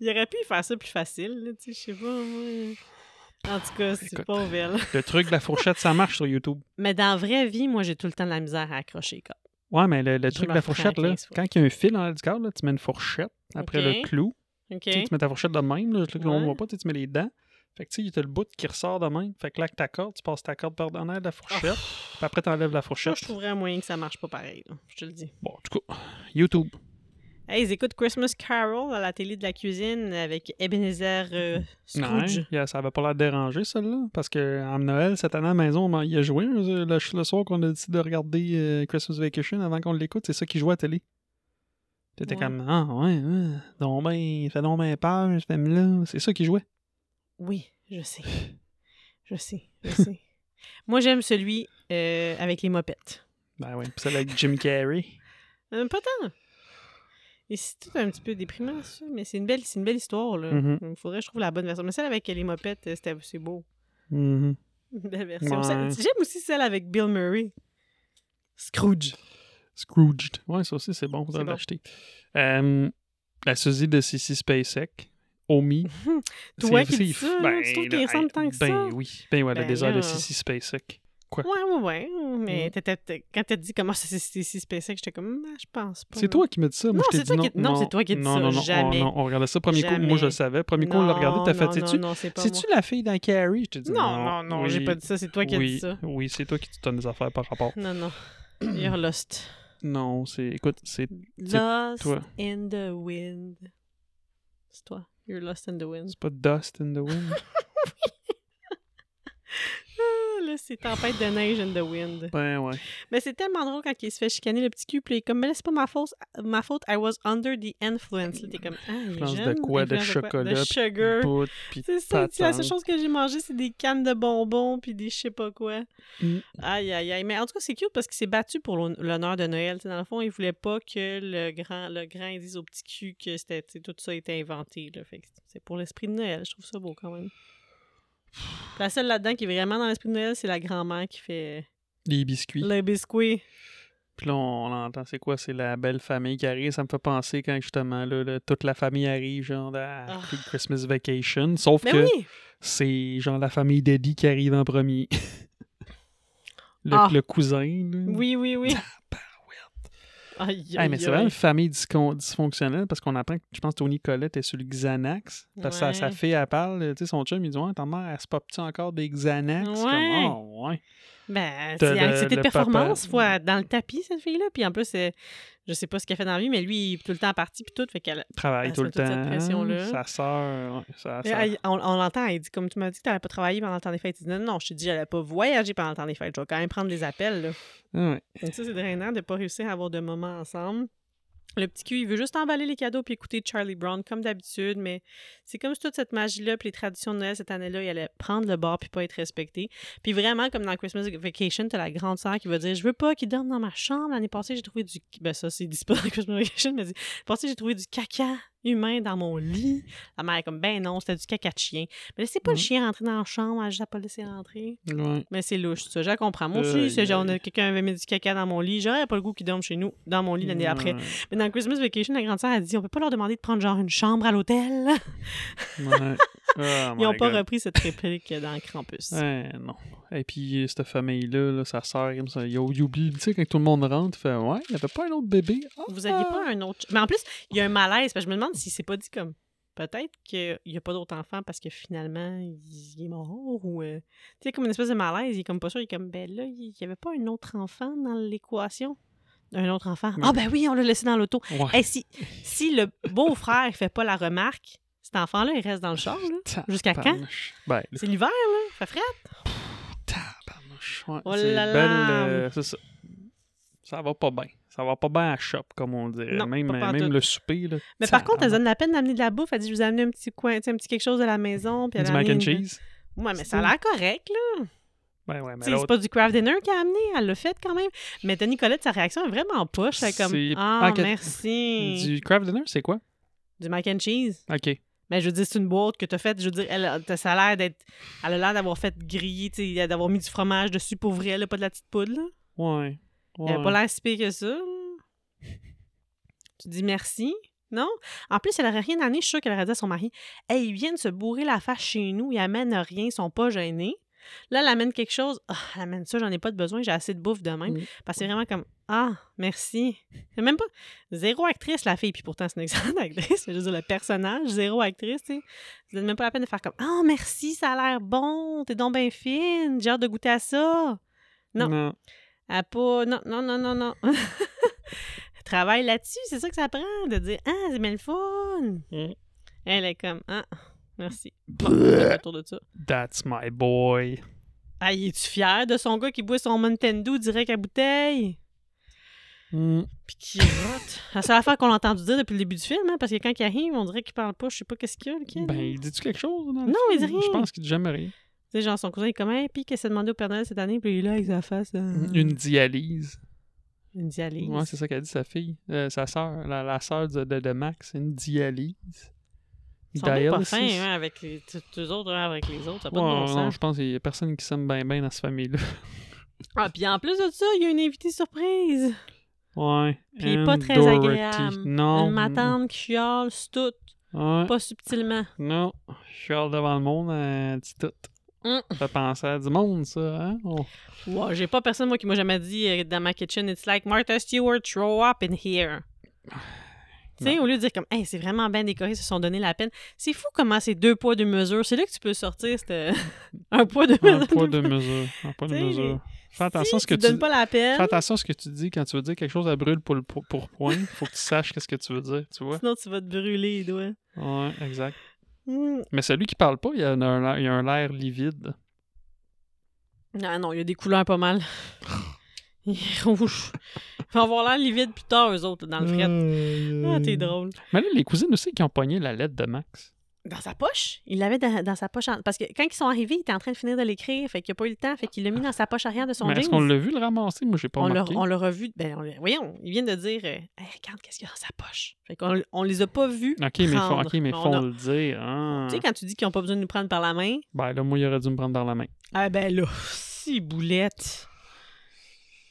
Speaker 1: Il aurait pu faire ça plus facile, là, tu sais, je sais pas, moi. En tout cas, c'est
Speaker 2: Écoute.
Speaker 1: pas ouvert.
Speaker 2: Le truc de la fourchette, ça marche sur YouTube.
Speaker 1: Mais dans la vraie vie, moi, j'ai tout le temps de la misère à accrocher. Comme.
Speaker 2: Ouais, mais le, le
Speaker 1: Je
Speaker 2: truc de
Speaker 1: me
Speaker 2: la
Speaker 1: reprends
Speaker 2: fourchette, là,
Speaker 1: 15 fois.
Speaker 2: quand il y a un fil dans le cadre, là, tu mets une fourchette après
Speaker 1: Ok.
Speaker 2: le clou.
Speaker 1: OK.
Speaker 2: Tu sais, Tu mets ta fourchette de même, là, le truc qu'on
Speaker 1: Ouais.
Speaker 2: voit pas, tu sais, tu mets les dents. Fait que tu sais, t'as le bout qui ressort de même. Fait que là, avec ta corde, tu passes ta corde par derrière de la fourchette. Puis après, t'enlèves la
Speaker 1: Ah. Ça,
Speaker 2: fourchette.
Speaker 1: je trouverais un moyen que ça marche pas pareil. là. Je te le dis.
Speaker 2: Bon, en tout cas, YouTube.
Speaker 1: Hey, ils écoutent Christmas Carol à la télé de la cuisine avec Ebenezer euh, Scrooge.
Speaker 2: Ouais, yeah, ça avait pas l'air de déranger, celle-là. Parce que en Noël, cette année à la maison, on y a joué euh, le, le soir qu'on a décidé de regarder euh, Christmas Vacation avant qu'on l'écoute. C'est ça qui jouait à la télé. T'étais
Speaker 1: Ouais.
Speaker 2: comme, ah ouais, ouais, donc ben, il fait donc ben peur, ce film-là. C'est ça qui jouait.
Speaker 1: Oui, je sais. Je sais, je sais. Moi, j'aime celui euh, avec les mopettes.
Speaker 2: Ben ouais, pis ça avec Jim Carrey.
Speaker 1: Euh, pas tant. Et c'est tout un petit peu déprimant, ça, mais c'est une belle, c'est une belle histoire. Là.
Speaker 2: Mhm.
Speaker 1: Il faudrait que je trouve la bonne version. Mais celle avec les mopettes, euh, c'était- c'est beau.
Speaker 2: Mhm.
Speaker 1: La version.
Speaker 2: Ouais.
Speaker 1: Celle- J'aime aussi celle avec Bill Murray. Scrooge.
Speaker 2: Scrooged. Ouais, ça aussi, c'est bon,
Speaker 1: C'est
Speaker 2: faudrait
Speaker 1: bon.
Speaker 2: l'acheter. Euh, la Suzy de CC Spacek. Omi.
Speaker 1: Toi
Speaker 2: C'est-
Speaker 1: qui
Speaker 2: c'est- ben,
Speaker 1: dis ça, là, tu trouves
Speaker 2: là,
Speaker 1: qu'il ressemble
Speaker 2: hey,
Speaker 1: tant que ça?
Speaker 2: Ben oui. Ben ouais, la
Speaker 1: Ben
Speaker 2: désert de
Speaker 1: là.
Speaker 2: CC Spacek. Quoi?
Speaker 1: Ouais, ouais, ouais. Mais
Speaker 2: Mm.
Speaker 1: t'étais- t'étais- quand t'as dit comment ça c'est si SpaceX, j'étais comme, Ah, je pense pas.
Speaker 2: C'est toi qui me dis ça. Moi,
Speaker 1: Non,
Speaker 2: je t'ai
Speaker 1: c'est
Speaker 2: dit
Speaker 1: toi qui- non, c'est toi qui dis ça,
Speaker 2: Non, non, on-
Speaker 1: jamais.
Speaker 2: non, on regardait ça premier coup. Moi,
Speaker 1: Jamais.
Speaker 2: je le savais. Premier coup, on l'a regardé. T'as fait,
Speaker 1: Non,
Speaker 2: c'est-tu
Speaker 1: non, c'est pas moi.
Speaker 2: c'est-tu la fille dans Carrie? Je t'ai dit
Speaker 1: Non, non, non,
Speaker 2: oui,
Speaker 1: j'ai pas dit ça, c'est toi qui as
Speaker 2: oui,
Speaker 1: dit ça.
Speaker 2: Oui, c'est toi qui te donnes des affaires par rapport.
Speaker 1: Non, non. You're lost.
Speaker 2: Non, c'est. Écoute, c'est. C'est
Speaker 1: Lost
Speaker 2: toi.
Speaker 1: in the wind. C'est toi. You're lost in the wind.
Speaker 2: C'est pas Dust in the Wind.
Speaker 1: Ah, là, c'est tempête de neige in the wind.
Speaker 2: ben ouais.
Speaker 1: Mais c'est tellement drôle quand il se fait chicaner le petit cul, puis il est comme, mais là, c'est pas ma faute, ma faute, I was under the influence. Là, t'es comme, ah, il est
Speaker 2: Influence de
Speaker 1: jeune,
Speaker 2: quoi? De
Speaker 1: influence
Speaker 2: chocolat,
Speaker 1: De
Speaker 2: puis
Speaker 1: sugar.
Speaker 2: Pout, pis
Speaker 1: C'est ça, tu sais, la seule
Speaker 2: patente.
Speaker 1: chose que j'ai mangé, c'est des cannes de bonbons puis des je sais pas quoi.
Speaker 2: Mm.
Speaker 1: Aïe, aïe, aïe. Mais en tout cas, c'est cute parce qu'il s'est battu pour l'hon- l'honneur de Noël. Tu sais, dans le fond, il voulait pas que le grand, le grand il dise au petit cul que c'était, tu sais, tout ça était inventé. là. Fait que c'est pour l'esprit de Noël. Je trouve ça beau quand même. La seule là-dedans qui est vraiment dans l'esprit de Noël, c'est la grand-mère qui fait
Speaker 2: Les biscuits.
Speaker 1: le biscuit.
Speaker 2: Puis là, on l'entend, c'est quoi? C'est la belle famille qui arrive. Ça me fait penser quand justement, là, là, toute la famille arrive, genre, à
Speaker 1: Ah.
Speaker 2: Christmas Vacation. Sauf
Speaker 1: Mais
Speaker 2: que
Speaker 1: oui!
Speaker 2: c'est, genre, la famille d'Eddie qui arrive en premier. le,
Speaker 1: Ah.
Speaker 2: le cousin. là.
Speaker 1: Oui, oui, oui. Aïe, aïe,
Speaker 2: Hey, mais c'est
Speaker 1: aïe.
Speaker 2: vraiment une famille dyscon- dysfonctionnelle parce qu'on apprend que je pense que Tony Collette est sur le Xanax. Parce que sa-
Speaker 1: Ouais.
Speaker 2: sa fille, elle parle, tu sais, son chum, il dit Ouais, ta mère, elle se pop-tu encore des Xanax Comme,
Speaker 1: Ouais.
Speaker 2: Oh, ouais.
Speaker 1: Ben,
Speaker 2: T'as
Speaker 1: c'est
Speaker 2: le-
Speaker 1: anxiété de
Speaker 2: le papa.
Speaker 1: performance, faut être dans le tapis, cette fille-là. Puis en plus, euh, je sais pas ce qu'elle fait dans la vie, mais lui, il est tout le temps parti, puis tout. Fait qu'elle.
Speaker 2: Travaille
Speaker 1: Elle se
Speaker 2: tout le
Speaker 1: met toute cette
Speaker 2: temps.
Speaker 1: pression-là.
Speaker 2: Sa sœur. ouais, sa
Speaker 1: Elle-
Speaker 2: sœur.
Speaker 1: elle- on on l'entend, elle dit comme tu m'as dit que t'allais pas travailler pendant le temps des fêtes. Il dit non, non, je te dis, j'allais pas voyager pendant le temps des fêtes. Je vais quand même prendre des appels, là.
Speaker 2: Ah ouais.
Speaker 1: Donc ça, c'est drainant de pas réussir à avoir de moments ensemble. Le petit cul, il veut juste emballer les cadeaux puis écouter Charlie Brown comme d'habitude, mais c'est comme si toute cette magie-là puis les traditions de Noël cette année-là, il allait prendre le bord puis pas être respecté. Puis vraiment, comme dans Christmas Vacation, t'as la grande sœur qui va dire « Je veux pas qu'il dorme dans ma chambre. L'année passée, j'ai trouvé du... » Ben ça, c'est dit pas dans Christmas Vacation, mais elle dit « L'année passée, j'ai trouvé du caca humain dans mon lit. » La mère est comme « Ben non, c'était du caca de chien. » Mais laissez pas le
Speaker 2: Mhm.
Speaker 1: chien rentrer dans la chambre, elle a juste à pas le laisser rentrer.
Speaker 2: ouais.
Speaker 1: Mais c'est louche, ça. Je la comprends. Moi
Speaker 2: Aïe,
Speaker 1: aussi, c'est genre, on
Speaker 2: aïe.
Speaker 1: a quelqu'un avait mis du caca dans mon lit. J'aurais pas le goût qu'il dorme chez nous, dans mon lit l'année après.
Speaker 2: Ouais.
Speaker 1: Mais dans Christmas Vacation, la grande sœur a dit on peut pas leur demander de prendre genre une chambre à l'hôtel.
Speaker 2: Ouais. Oh
Speaker 1: Ils ont
Speaker 2: my
Speaker 1: pas
Speaker 2: God.
Speaker 1: repris cette réplique dans Krampus.
Speaker 2: Ouais, non. Et puis, euh, cette famille-là, là, sa sœur, comme ça, il il oublie, tu sais, quand tout le monde rentre, il fait Ouais, il n'y avait pas un autre bébé. Ah,
Speaker 1: Vous aviez pas un autre. Mais en plus, il y a un malaise. Parce que je me demande si c'est pas dit comme. Peut-être qu'il n'y a pas d'autre enfant parce que finalement, il il est mort ou. euh, Tu sais, comme une espèce de malaise. Il est comme pas sûr. Il est comme, ben là, il n'y avait pas un autre enfant dans l'équation. Un autre enfant. Ah,
Speaker 2: Ouais.
Speaker 1: ben oui, on l'a laissé dans l'auto.
Speaker 2: Ouais.
Speaker 1: Hey, Eh, si, si le beau-frère ne fait pas la remarque, cet enfant-là, il reste dans le char. là. jusqu'à quand?
Speaker 2: Tabarnouche. Ben, le
Speaker 1: C'est l'hiver, là. Fait frais.
Speaker 2: tabarnouche. Ouais,
Speaker 1: Oh
Speaker 2: c'est
Speaker 1: là
Speaker 2: belle,
Speaker 1: là.
Speaker 2: euh, c'est ça. Ça va pas bien. Ça va pas bien à shop, comme on dirait.
Speaker 1: Non,
Speaker 2: même euh,
Speaker 1: pas pantoute.
Speaker 2: même le souper. Là,
Speaker 1: Mais par contre, elle donne la peine d'amener de la bouffe. Elle dit, je vous ai amené un petit coin, tu sais, un petit quelque chose de la maison. Puis
Speaker 2: Du
Speaker 1: elle a
Speaker 2: mac
Speaker 1: amené
Speaker 2: and
Speaker 1: une-
Speaker 2: cheese.
Speaker 1: Ouais, mais ça a l'air correct, là.
Speaker 2: Ben ouais, mais
Speaker 1: Tu sais, C'est
Speaker 2: l'autre.
Speaker 1: pas du craft dinner qu'elle a amené. Elle l'a fait quand même. Mais Tony Colette, sa réaction est vraiment poche. Elle est comme,
Speaker 2: C'est-
Speaker 1: ah,
Speaker 2: ah, que-
Speaker 1: merci. Du...
Speaker 2: Du craft dinner, c'est quoi
Speaker 1: mac and cheese.
Speaker 2: Ok.
Speaker 1: Mais je veux dire, c'est une boîte que t'as faite. Je veux dire, elle, a- ça a l'air d'être. Elle a l'air d'avoir fait griller, tu sais, d'avoir mis du fromage dessus pour vrai, là, pas de la petite poudre, là.
Speaker 2: Ouais.
Speaker 1: Il
Speaker 2: ouais.
Speaker 1: avait Euh, pas l'air si pire que ça. là. tu dis merci, non? En plus, elle aurait rien amené. Je suis sûre qu'elle aurait dit à son mari Hey, ils viennent se bourrer la face chez nous, ils amènent rien, ils sont pas gênés. Là, elle amène quelque chose. Ah, elle amène ça, j'en ai pas de besoin, j'ai assez de bouffe de même.
Speaker 2: Mm.
Speaker 1: Parce que c'est vraiment comme Ah, merci. C'est même pas zéro actrice, la fille, puis pourtant c'est une excellente actrice. Je veux dire, le personnage, zéro actrice, tu sais. Ça donne même pas la peine de faire comme Ah, merci, ça a l'air bon, t'es donc bien fine, j'ai hâte de goûter à ça. Non. À pas. Non, non, non, non, non. Travaille là-dessus, c'est ça que ça prend, de dire Ah, c'est bien le fun.
Speaker 2: Mm.
Speaker 1: Elle est comme Ah, merci.
Speaker 3: Bleh.
Speaker 1: Autour de ça.
Speaker 2: That's my boy.
Speaker 1: Ah, es-tu fier de son gars qui boit son Mountain Dew direct à bouteille?
Speaker 2: Mm.
Speaker 1: Puis qui rote. C'est la seule affaire qu'on a entendu dire depuis le début du film, hein, parce que quand il arrive, on dirait qu'il parle pas, je sais pas qu'est-ce qu'il y a, le kid.
Speaker 2: Ben, il dit-tu quelque chose? dans le
Speaker 1: Non, il
Speaker 2: film?
Speaker 1: dit rien.
Speaker 2: Je pense qu'il dit jamais rien.
Speaker 1: Tu sais, genre, son cousin, il est comme, hey, puis qu'est-ce qu'il a demandé au Père Noël cette année, puis il est là avec sa face. euh,
Speaker 2: Une dialyse.
Speaker 1: Une dialyse.
Speaker 2: Ouais, c'est ça qu'a dit sa fille. Euh, sa sœur, la, la sœur de, de, de Max, c'est une dialyse.
Speaker 1: Ils sont donc pas
Speaker 2: Dialysis.
Speaker 1: fins, hein, avec les tous- tous autres, hein, avec les autres, ça a pas
Speaker 2: Ouais,
Speaker 1: de bon
Speaker 2: non,
Speaker 1: sens.
Speaker 2: je pense qu'il y a personne qui s'aime bien bien dans cette famille-là.
Speaker 1: Ah, puis en plus de ça, il y a une invitée surprise.
Speaker 2: Ouais.
Speaker 1: Puis il est pas
Speaker 2: And
Speaker 1: très
Speaker 2: Dorothy.
Speaker 1: agréable.
Speaker 2: Non.
Speaker 1: Une matante qui chiale, c'est tout,
Speaker 2: Ouais.
Speaker 1: pas subtilement.
Speaker 2: Non. Je suis hors devant le monde, euh, dis tout.
Speaker 1: Hum.
Speaker 2: Ça fait penser à du monde, ça, hein? On-
Speaker 1: Ouais, j'ai pas personne, moi, qui m'a jamais dit euh, dans ma kitchen, it's like Martha Stewart, throw up in here. Tu sais,
Speaker 2: Non.
Speaker 1: au lieu de dire comme, hey, c'est vraiment bien décoré, ils se sont donné la peine. C'est fou comment c'est deux poids, deux mesures. C'est là que tu peux sortir cette- euh, un poids, deux mesures.
Speaker 2: Un poids de mesure. Un poids de
Speaker 1: Tu sais,
Speaker 2: mesure. Fais attention à ce
Speaker 1: Si
Speaker 2: que
Speaker 1: tu
Speaker 2: tu
Speaker 1: donnes pas la peine,
Speaker 2: Fais attention à ce que tu dis quand tu veux dire quelque chose à brûle pour, le- pour, pour point. Faut que tu saches qu'est-ce que tu veux dire, tu vois.
Speaker 1: sinon tu vas te brûler les doigts.
Speaker 2: Ouais, exact.
Speaker 1: Hmm.
Speaker 2: Mais celui qui parle pas, il a un, un- il a un l'air livide.
Speaker 1: Ah non, il y a des couleurs pas mal. Il est rouge. Ils vont avoir l'air livide plus tard, eux autres, dans le fret. Ah,
Speaker 2: Hmm.
Speaker 1: t'es drôle.
Speaker 2: Mais là, les cousines aussi qui ont pogné la lettre de Max.
Speaker 1: Dans sa poche? Il l'avait dans, dans sa poche. en- Parce que quand ils sont arrivés, il était en train de finir de l'écrire. Fait qu'il a pas eu le temps. Fait qu'il l'a mis dans sa poche arrière de son
Speaker 2: Mais est-ce
Speaker 1: jeans.
Speaker 2: qu'on l'a vu le ramasser? Moi, j'ai pas
Speaker 1: on l'a,
Speaker 2: remarqué.
Speaker 1: on l'a revu. Ben, on l'a- voyons, ils viennent de dire euh, Hey, Regarde, qu'est-ce qu'il y a dans sa poche. Fait qu'on on les a pas vus.
Speaker 2: Ok, mais faut,
Speaker 1: prendre.
Speaker 2: ok, mais
Speaker 1: On
Speaker 2: faut
Speaker 1: a-
Speaker 2: le dire. hein.
Speaker 1: Tu sais, quand tu dis qu'ils ont pas besoin de nous prendre par la main,
Speaker 2: Ben là, moi, il aurait dû me prendre dans la main.
Speaker 1: ah ben là, si boulette.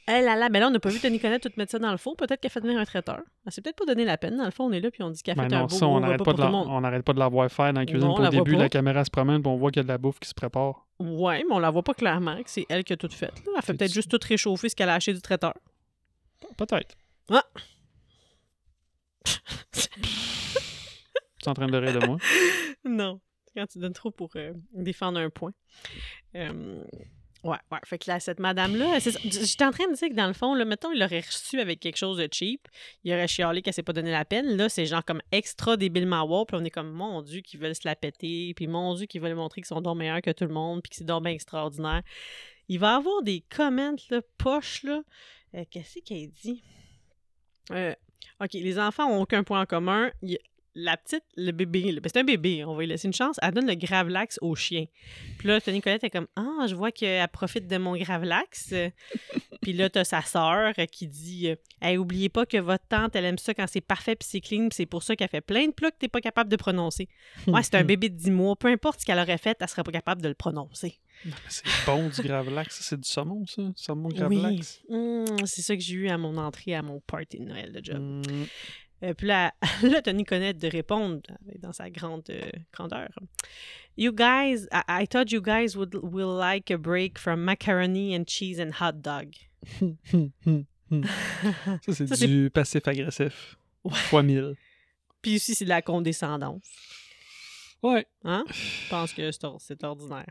Speaker 1: Elle, là, là, ben là, on n'a pas vu Tony Connette tout mettre ça dans le fond. Peut-être qu'elle a fait venir un traiteur. Elle s'est peut-être pas donné la peine. Dans le fond, on est là, puis on dit qu'elle a
Speaker 2: Ben
Speaker 1: fait un
Speaker 2: non,
Speaker 1: beau
Speaker 2: ça, on
Speaker 1: repas
Speaker 2: n'arrête
Speaker 1: pour
Speaker 2: pas, de
Speaker 1: tout
Speaker 2: la-
Speaker 1: le monde.
Speaker 2: on arrête pas de la voir faire dans la cuisine.
Speaker 1: Non,
Speaker 2: Puis
Speaker 1: on la
Speaker 2: au
Speaker 1: voit
Speaker 2: début,
Speaker 1: pas.
Speaker 2: la caméra se promène, puis on voit qu'il y a de la bouffe qui se prépare.
Speaker 1: Ouais, mais on la voit pas clairement que c'est elle qui a tout fait. là. Elle fait
Speaker 2: C'est-
Speaker 1: peut-être juste tout réchauffer ce qu'elle a acheté du traiteur.
Speaker 2: Peut-être.
Speaker 1: Ah!
Speaker 2: Tu es en train de rire de moi?
Speaker 1: Non, quand tu donnes trop pour euh, défendre un point. Euh, ouais, ouais. Fait que là, cette madame-là, c'est ça. j'étais en train de dire que dans le fond, là, mettons, il l'aurait reçu avec quelque chose de cheap. Il aurait chialé qu'elle s'est pas donné la peine. Là, c'est genre comme extra débilement wow. Puis on est comme, mon Dieu, qu'ils veulent se la péter. Puis mon Dieu, qu'ils veulent montrer qu'ils sont donc meilleurs que tout le monde. Puis que c'est donc bien extraordinaire. Il va avoir des comments, là, poches, là. Euh, Qu'est-ce qu'elle dit? Euh, OK, les enfants ont aucun point en commun. Il- la petite, le bébé, le- ben, c'est un bébé, on va lui laisser une chance, elle donne le gravlax au chien. Puis là, t'as Nicolette, elle est comme Ah, je vois qu'elle profite de mon gravlax. puis là, t'as sa sœur euh, qui dit euh, Hey, oubliez pas que votre tante, elle aime ça quand c'est parfait puis c'est clean, puis c'est pour ça qu'elle fait plein de plats que t'es pas capable de prononcer. Ouais, c'est un bébé de 10 mois, peu importe ce qu'elle aurait fait, elle serait pas capable de le prononcer.
Speaker 2: Non, mais c'est bon du gravlax. Ça, C'est du saumon, ça? Du saumon gravlax?
Speaker 1: Hum, c'est ça que j'ai eu à mon entrée à mon party de Noël de job.
Speaker 2: Mm.
Speaker 1: Euh, puis là, là, Tony Connette de répondre avec- dans sa grande euh, grandeur. You guys, I, I thought you guys would will like a break from macaroni and cheese and hot dog.
Speaker 2: ça, c'est
Speaker 1: Ça, c'est-
Speaker 2: du passif agressif.
Speaker 1: Ouais.
Speaker 2: Fois mille.
Speaker 1: puis aussi, c'est de la condescendance.
Speaker 2: Ouais.
Speaker 1: Hein? Je pense que c'est or- c'est ordinaire.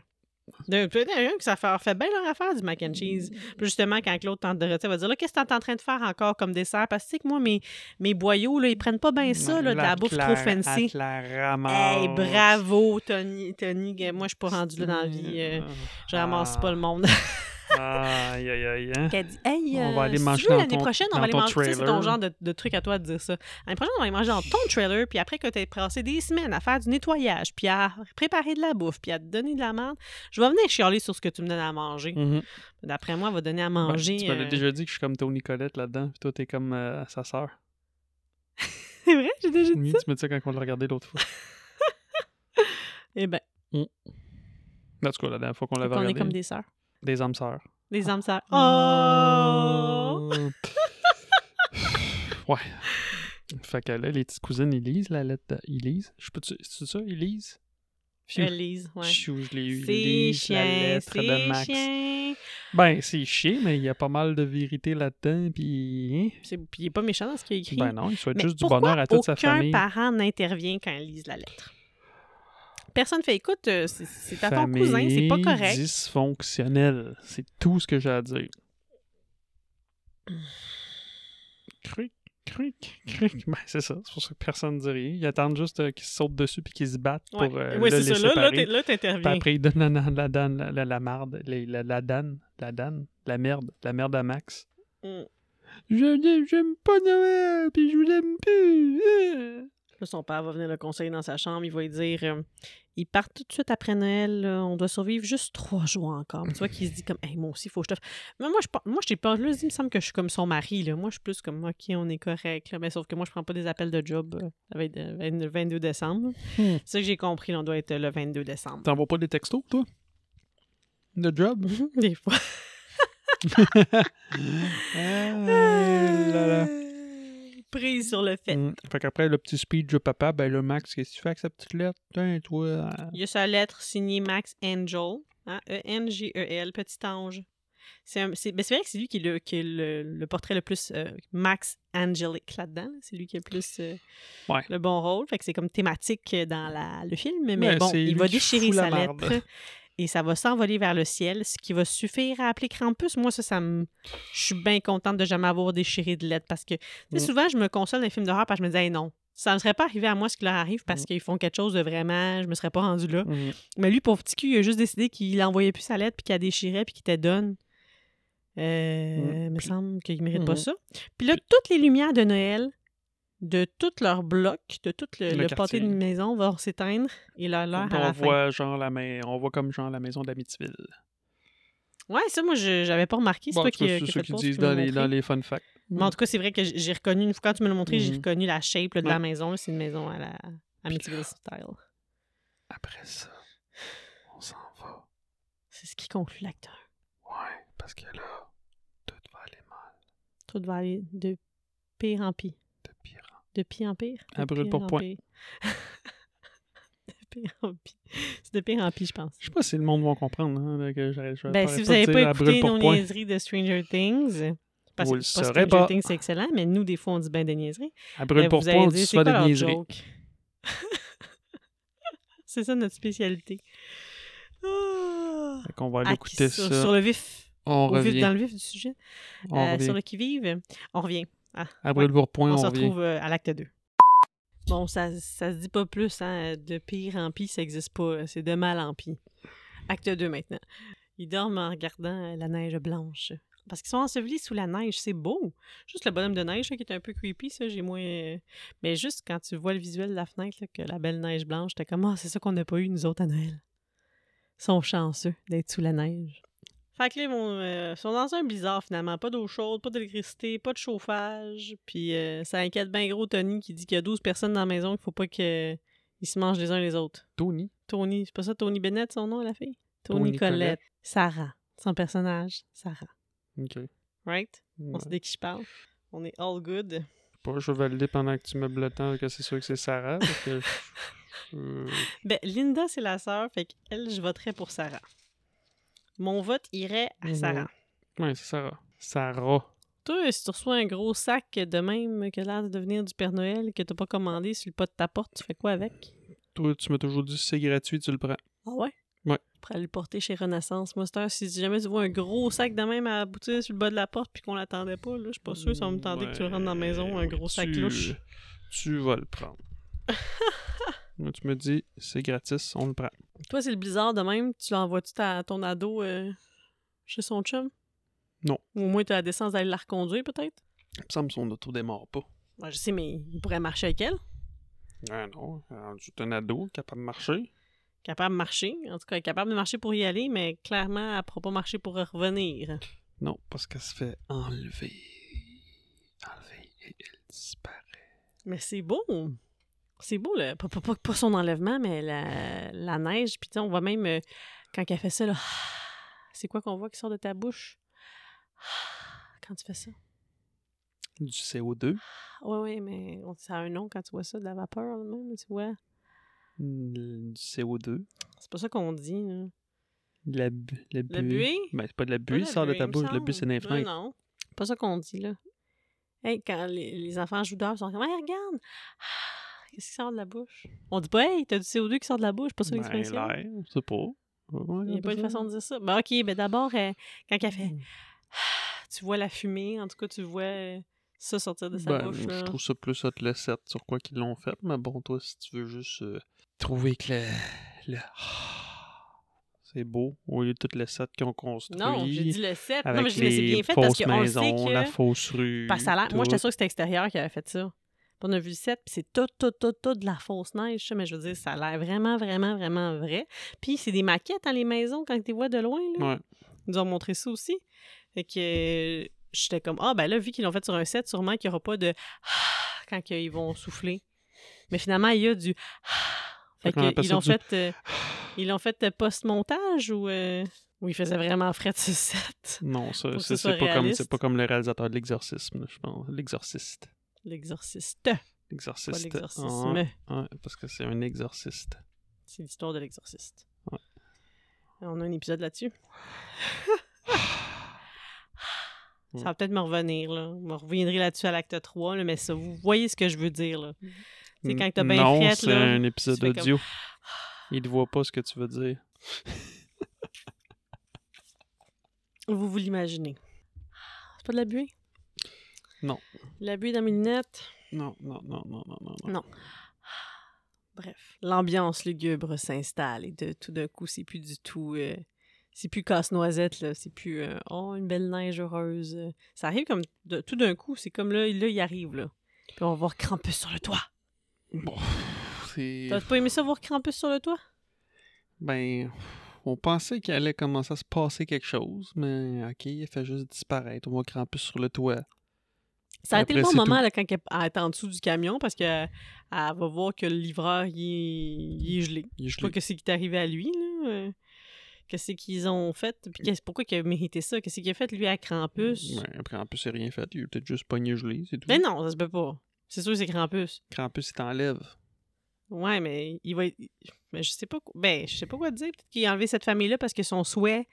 Speaker 1: De- Peut-être il y en a un que ça fait, fait bien leur affaire du mac and cheese. Puis justement, quand Claude tente de retirer, elle va dire là, Qu'est-ce que t'es en train de faire encore comme dessert Parce que tu sais que moi, mes, mes boyaux, là, ils prennent pas bien ça, là, de la bouffe trop
Speaker 2: Mmh,
Speaker 1: fancy. Hey, bravo, Tony. Tony, euh, moi, je suis pas rendue là dans la vie. euh, je ramasse pas le monde.
Speaker 2: Aïe, aïe, aïe. hein.
Speaker 1: Qu'elle dit, hey,
Speaker 2: On va
Speaker 1: euh,
Speaker 2: aller
Speaker 1: si tu
Speaker 2: manger
Speaker 1: veux,
Speaker 2: dans
Speaker 1: l'année
Speaker 2: ton-
Speaker 1: prochaine, on
Speaker 2: dans
Speaker 1: va aller
Speaker 2: ton
Speaker 1: manger. Tu sais, C'est ton
Speaker 2: trailer.
Speaker 1: genre de, de truc à toi de dire ça. L'année prochaine, on va aller manger dans ton trailer, puis après que tu passé des semaines à faire du nettoyage, puis à préparer de la bouffe, puis à te donner de la merde, je vais venir chialer sur ce que tu me donnes à manger.
Speaker 2: Mhm.
Speaker 1: D'après moi, elle va donner à
Speaker 2: Ben,
Speaker 1: manger.
Speaker 2: tu me l'as
Speaker 1: euh,
Speaker 2: déjà dit que je suis comme Tony Colette là-dedans, puis toi, t'es comme euh, sa sœur.
Speaker 1: C'est vrai, j'ai déjà dit
Speaker 2: Oui,
Speaker 1: ça.
Speaker 2: tu me dis ça quand on l'a regardé l'autre fois.
Speaker 1: Eh bien,
Speaker 2: En tout cas, la dernière fois qu'on l'avait
Speaker 1: on est
Speaker 2: regardé.
Speaker 1: comme
Speaker 2: des...
Speaker 1: des sœurs.
Speaker 2: âmes sœurs.
Speaker 1: Des âmes sœurs. Oh!
Speaker 2: ouais. Fait que là, les petites cousines, ils lisent la lettre. De... Ils lisent. Je peux. C'est ça, ils lisent. Phew.
Speaker 1: Elise, ouais.
Speaker 2: Chou, je l'ai eu.
Speaker 1: C'est
Speaker 2: lis la
Speaker 1: chien,
Speaker 2: lettre de
Speaker 1: c'est
Speaker 2: Max.
Speaker 1: chien.
Speaker 2: Ben, c'est chier, mais il y a pas mal de vérité là-dedans, puis... hein?
Speaker 1: C'est- Puis il est pas méchant dans ce qu'il a écrit.
Speaker 2: Ben non, il souhaite
Speaker 1: Mais
Speaker 2: juste du
Speaker 1: pourquoi
Speaker 2: bonheur à toute sa famille.
Speaker 1: Aucun parent n'intervient quand elle lise la lettre. Personne fait écoute, euh, c'est- c'est à ton
Speaker 2: Famille
Speaker 1: cousin, c'est pas correct.
Speaker 2: dysfonctionnelle. C'est tout ce que j'ai à dire. Cric, cric, cric. Ben, c'est ça. C'est pour ça que personne ne dit rien. Ils attendent juste euh, qu'ils se sautent dessus puis qu'ils se battent
Speaker 1: Ouais.
Speaker 2: pour euh,
Speaker 1: Ouais,
Speaker 2: là,
Speaker 1: c'est
Speaker 2: les
Speaker 1: ça. Là, là,
Speaker 2: séparer.
Speaker 1: t'es- là,
Speaker 2: Puis
Speaker 1: t'interviens.
Speaker 2: après, ils donnent la, la, la danne, la, la, la marde, les- la, la danne, la danne, la merde, la merde à Max.
Speaker 1: Mm.
Speaker 2: Je n'ai- j'aime pas Noël, puis je vous aime plus.
Speaker 1: Là, son père va venir le conseiller dans sa chambre. Il va lui dire euh, Ils partent tout de suite après Noël. là. on doit survivre juste trois jours encore. Puis tu vois qu'il se dit comme Hey, Moi aussi, il faut que je te. Mais moi, je pas- moi, je t'ai pas. Là, il me semble que je suis comme son mari. Là. Moi, je suis plus comme OK, on est correct. là. Mais sauf que moi, je prends pas des appels de job euh, avec, euh, le 22 décembre.
Speaker 2: Hmm.
Speaker 1: C'est ça que j'ai compris. là, on doit être euh, le 22 décembre.
Speaker 2: T'envoies pas des textos, toi? De job?
Speaker 1: Des fois.
Speaker 2: Ah, là, là.
Speaker 1: Prise sur le fait.
Speaker 2: Mm. Fait qu'après le petit speech de papa, ben le Max, qu'est-ce que tu fais avec sa petite lettre? Tiens, toi. euh,
Speaker 1: Il y a sa lettre signée Max Angel. hein, E-N-G-E-L, petit ange. C'est un- c'est ben, c'est vrai que c'est lui qui est le, qui est le, le portrait le plus euh, Max Angelic là-dedans. là. C'est lui qui a le plus euh,
Speaker 2: Ouais.
Speaker 1: le bon rôle. Fait que c'est comme thématique dans la- le film. Mais,
Speaker 2: Mais
Speaker 1: bon,
Speaker 2: c'est
Speaker 1: il
Speaker 2: lui
Speaker 1: va
Speaker 2: qui
Speaker 1: déchirer
Speaker 2: fout la
Speaker 1: sa
Speaker 2: marde.
Speaker 1: lettre et ça va s'envoler vers le ciel, ce qui va suffire à appeler Krampus. Moi, ça, ça me. Je suis bien contente de jamais avoir déchiré de lettre parce que tu sais,
Speaker 2: Mm.
Speaker 1: souvent, je me console d'un film d'horreur parce que je me disais, Hey, non, ça ne serait pas arrivé à moi ce qui leur arrive parce qu'ils font quelque chose de vraiment, je me serais pas rendu là.
Speaker 2: mm.
Speaker 1: Mais lui, pauvre petit cul, il a juste décidé qu'il envoyait plus sa lettre, puis qu'il la déchirait, puis qu'il te donne. Euh,
Speaker 2: Mm.
Speaker 1: Il me
Speaker 2: Puis-
Speaker 1: semble qu'il mérite
Speaker 2: Mhm.
Speaker 1: pas ça. Puis là, toutes les lumières de Noël, de tout leur bloc, de tout le,
Speaker 2: Le
Speaker 1: le
Speaker 2: quartier.
Speaker 1: pâté d'une maison, vont s'éteindre et leur
Speaker 2: On,
Speaker 1: leur à la fin.
Speaker 2: voit genre la main, on voit comme genre la maison d'Amityville.
Speaker 1: Ouais, ça, moi, je j'avais pas remarqué. C'est
Speaker 2: Bon, en
Speaker 1: toi
Speaker 2: tout
Speaker 1: qui, euh,
Speaker 2: cas,
Speaker 1: qui
Speaker 2: c'est
Speaker 1: as
Speaker 2: ceux
Speaker 1: fait
Speaker 2: qui
Speaker 1: pause,
Speaker 2: disent
Speaker 1: tu me
Speaker 2: dans
Speaker 1: l'as
Speaker 2: les,
Speaker 1: montré.
Speaker 2: dans les fun facts.
Speaker 1: Mais en tout cas, c'est vrai que j'ai j'ai reconnu, une fois quand tu me l'as montré, j'ai
Speaker 2: Mhm.
Speaker 1: reconnu la shape là, de
Speaker 2: Ouais.
Speaker 1: la maison. là. C'est une maison à la Amityville Style.
Speaker 2: Après ça, on s'en va.
Speaker 1: C'est ce qui conclut l'acteur.
Speaker 2: Ouais, parce que là, tout va aller mal
Speaker 1: Tout va aller de pire en pire.
Speaker 2: de pire. en-
Speaker 1: De pire en pire.
Speaker 2: À
Speaker 1: De
Speaker 2: brûle
Speaker 1: pire
Speaker 2: pour
Speaker 1: en
Speaker 2: point.
Speaker 1: pire. de pire en pire. C'est de pire en pire, je pense.
Speaker 2: Je sais pas si le monde va comprendre. hein, là, que j'arrête- je vais
Speaker 1: Ben,
Speaker 2: pas-
Speaker 1: si vous
Speaker 2: pas
Speaker 1: n'avez
Speaker 2: dire
Speaker 1: pas
Speaker 2: à brûle
Speaker 1: écouté
Speaker 2: pour
Speaker 1: nos
Speaker 2: point.
Speaker 1: niaiseries de Stranger Things, parce
Speaker 2: Vous
Speaker 1: que
Speaker 2: le
Speaker 1: pas
Speaker 2: saurez
Speaker 1: Stranger
Speaker 2: pas.
Speaker 1: Things, c'est excellent, mais nous, des fois, on dit ben des niaiseries. Ben,
Speaker 2: À brûle pour
Speaker 1: vous
Speaker 2: point,
Speaker 1: allez
Speaker 2: on
Speaker 1: dire,
Speaker 2: dit
Speaker 1: c'est quoi
Speaker 2: souvent des
Speaker 1: leur
Speaker 2: niaiseries.
Speaker 1: joke? c'est ça notre spécialité. Ah.
Speaker 2: Fait qu'on va aller
Speaker 1: Ah, qui-
Speaker 2: écouter
Speaker 1: sur,
Speaker 2: ça.
Speaker 1: sur le vif,
Speaker 2: On
Speaker 1: au vif-
Speaker 2: revient.
Speaker 1: dans le vif du sujet,
Speaker 2: On
Speaker 1: euh,
Speaker 2: revient.
Speaker 1: sur le qui-vive, on revient.
Speaker 2: À brûle pour point,
Speaker 1: on,
Speaker 2: on
Speaker 1: se
Speaker 2: revient.
Speaker 1: retrouve euh, à l'acte 2. Bon, ça, ça se dit pas plus, hein. De pire en pire, ça existe pas. euh, C'est de mal en pire. Acte 2 maintenant. Ils dorment en regardant euh, la neige blanche. Parce qu'ils sont ensevelis sous la neige, c'est beau. Juste le bonhomme de neige là, qui est un peu creepy, ça, j'ai moins. euh, Mais juste quand tu vois le visuel de la fenêtre, là, que la belle neige blanche, t'es comme, ah, c'est ça qu'on n'a pas eu, nous autres, à Noël. Ils sont chanceux d'être sous la neige. Fait que là, ils vont, euh, sont dans un blizzard finalement. Pas d'eau chaude, pas d'électricité, pas de chauffage. Puis euh, ça inquiète bien gros Tony qui dit qu'il y a 12 personnes dans la maison, qu'il faut pas qu'ils se mangent les uns les autres.
Speaker 2: Tony.
Speaker 1: Tony, c'est pas ça Tony Bennett son nom, la fille? Tony,
Speaker 2: Toni
Speaker 1: Collette.
Speaker 2: Collette.
Speaker 1: Sarah, son personnage, Sarah.
Speaker 2: Ok.
Speaker 1: Right?
Speaker 2: Ouais.
Speaker 1: On sait de qui je parle. On est all good.
Speaker 2: Pas, je vais valider pendant que tu meubles le temps que c'est sûr que c'est Sarah. parce que je- euh,
Speaker 1: Ben, Linda, c'est la sœur, fait qu'elle, je voterais pour Sarah. Mon vote irait à
Speaker 2: Mhm.
Speaker 1: Sarah.
Speaker 2: Ouais, c'est Sarah. Sarah.
Speaker 1: Toi, si tu reçois un gros sac de même qui a l'air de devenir du Père Noël que t'as pas commandé sur le pas de ta porte, tu fais quoi avec?
Speaker 2: Toi, tu m'as toujours dit si c'est gratuit, tu le prends.
Speaker 1: Ah ouais?
Speaker 2: Ouais.
Speaker 1: Pour aller le porter chez Renaissance. Moi, c'est un- si jamais tu vois un gros sac de même à aboutir sur le bas de la porte puis qu'on l'attendait pas, là, je suis pas sûre, ça va me tenter que tu le rentres dans la maison, un
Speaker 2: Ouais,
Speaker 1: gros sac
Speaker 2: tu-
Speaker 1: louche.
Speaker 2: Tu vas le prendre. Là, tu me dis, c'est gratis, on le prend.
Speaker 1: Toi, c'est le blizzard de même, tu l'envoies-tu à ton ado euh, chez son chum?
Speaker 2: Non.
Speaker 1: Ou au moins, t'as la décence d'aller la reconduire, peut-être?
Speaker 2: Il me semble que son auto démarre pas.
Speaker 1: Ouais, je sais, mais il pourrait marcher avec elle.
Speaker 2: Ah non, euh, c'est un ado capable de marcher.
Speaker 1: Capable de marcher. En tout cas, elle est capable de marcher pour y aller, mais clairement, elle ne pourra pas marcher pour revenir.
Speaker 2: Non, parce qu'elle se fait enlever. Enlever et elle disparaît.
Speaker 1: Mais c'est beau. C'est beau, là. Pas, pas- pas- pas son enlèvement, mais la, la neige. Puis, tu sais, on voit même, euh, quand elle fait ça, là, c'est quoi qu'on voit qui sort de ta bouche? Quand tu fais ça?
Speaker 2: Du CO2.
Speaker 1: Oui, oui, mais on- ça a un nom quand tu vois ça, de la vapeur, là, même, tu vois.
Speaker 2: du CO2,
Speaker 1: C'est pas ça qu'on dit. là.
Speaker 2: de la, bu- la buée.
Speaker 1: La buée?
Speaker 2: Ben, c'est pas de la
Speaker 1: Pas
Speaker 2: buée,
Speaker 1: la
Speaker 2: ça sort de
Speaker 1: buée,
Speaker 2: ta
Speaker 1: il me
Speaker 2: bouche. La
Speaker 1: semble.
Speaker 2: buée, c'est des
Speaker 1: Non,
Speaker 2: fenêtres.
Speaker 1: non. C'est Pas ça qu'on dit, là. Hey, quand les, les enfants jouent dehors, ils sont comme, hey, regarde! Ah, Qu'est-ce qui sort de la bouche? On dit pas, hey, t'as du CO2 qui sort de la bouche, pas ça
Speaker 2: Ben,
Speaker 1: l'expression.
Speaker 2: l'air, je sais pas.
Speaker 1: Il n'y a pas une façon de dire ça. Ben, ok, ben d'abord, euh, quand elle fait, Ah, tu vois la fumée, en tout cas, tu vois euh, ça sortir de sa
Speaker 2: Ben,
Speaker 1: bouche, là.
Speaker 2: je trouve ça plus hot le 7 sur quoi qu'ils l'ont fait, mais bon, toi, si tu veux juste euh, trouver que le. le- C'est beau, au lieu de toutes les 7 qu'ils ont construit.
Speaker 1: Non, j'ai dit le 7.
Speaker 2: avec
Speaker 1: non, mais je dis, mais c'est
Speaker 2: les
Speaker 1: bien fait parce
Speaker 2: fausses
Speaker 1: qu'on le sait
Speaker 2: maisons, la
Speaker 1: que.
Speaker 2: fausse rue.
Speaker 1: Parce que ça a l'air- Moi,
Speaker 2: tout.
Speaker 1: j'étais sûre que c'était extérieur qui avait fait ça. Puis On a vu le set, puis c'est tout, tout, tout, tout de la fausse neige, ça. Mais je veux dire, ça a l'air vraiment, vraiment, vraiment vrai. Puis c'est des maquettes, dans les maisons, quand tu les vois de loin, là.
Speaker 2: Ouais.
Speaker 1: Ils nous ont montré ça aussi. Fait que euh, j'étais comme, ah, ben là, vu qu'ils l'ont fait sur un set, sûrement qu'il n'y aura pas de ah quand que ils vont souffler. Mais finalement, il y a du ah.
Speaker 2: Fait
Speaker 1: Fait
Speaker 2: qu'on
Speaker 1: que
Speaker 2: appelle
Speaker 1: ils
Speaker 2: ça
Speaker 1: l'ont
Speaker 2: du-
Speaker 1: fait, euh, ils l'ont fait euh, post-montage ou, euh, ou ils faisaient vraiment frais de ce set,
Speaker 2: Non, ça,
Speaker 1: Faut que
Speaker 2: ça,
Speaker 1: ce soit
Speaker 2: c'est pas, comme- c'est
Speaker 1: réaliste.
Speaker 2: pas comme le réalisateur de l'exorcisme, je pense. L'exorciste.
Speaker 1: l'exorciste. Pas
Speaker 2: L'exorciste.
Speaker 1: l'exorcisme.
Speaker 2: Ouais, ouais, parce que c'est un exorciste.
Speaker 1: C'est l'histoire de l'exorciste.
Speaker 2: Ouais.
Speaker 1: On a un épisode là-dessus.
Speaker 2: Ouais.
Speaker 1: Ça va peut-être me revenir, là. Je me reviendrai là-dessus à l'acte 3, là, mais ça, vous voyez ce que je veux dire, là. C'est quand t'as bien
Speaker 2: Non,
Speaker 1: fait,
Speaker 2: c'est
Speaker 1: là,
Speaker 2: un épisode
Speaker 1: fais comme- Ah.
Speaker 2: audio. Il ne voit pas ce que tu veux dire.
Speaker 1: Vous vous l'imaginez. C'est pas de la buée?
Speaker 2: Non.
Speaker 1: La buée dans mes lunettes?
Speaker 2: Non, non, non, non, non, non. non.
Speaker 1: Non. Bref. L'ambiance lugubre s'installe et de, tout d'un coup, c'est plus du tout... euh, c'est plus casse-noisette, là. C'est plus, euh, oh, une belle neige heureuse. Ça arrive comme... de- tout d'un coup, c'est comme là, là, il arrive, là. Puis on va voir Krampus sur le toit.
Speaker 2: Bon, c'est...
Speaker 1: T'as pas aimé ça, voir Krampus sur le toit?
Speaker 2: Ben, on pensait qu'il allait commencer à se passer quelque chose, mais ok, il fait juste disparaître. On voit Krampus sur le toit.
Speaker 1: Ça a été le bon
Speaker 2: Après, c'est
Speaker 1: moment là, quand elle elle est en dessous du camion parce que elle va voir que le livreur il est, il est gelé.
Speaker 2: Il est
Speaker 1: Je sais pas
Speaker 2: gelé.
Speaker 1: que c'est qui est arrivé à lui. là, euh, Qu'est-ce qu'ils ont fait? Puis qu'est-ce- pourquoi il a mérité ça? Qu'est-ce qu'il a fait lui à Krampus?
Speaker 2: Ouais, Krampus n'a rien fait. Il a peut-être juste pogné gelé, c'est tout.
Speaker 1: Mais non, ça se peut pas. C'est sûr que c'est Krampus.
Speaker 2: Krampus, il t'enlève.
Speaker 1: Ouais, mais il va être- Mais je sais pas quoi. Ben, je sais pas quoi te dire. Peut-être qu'il a enlevé cette famille-là parce que son souhait.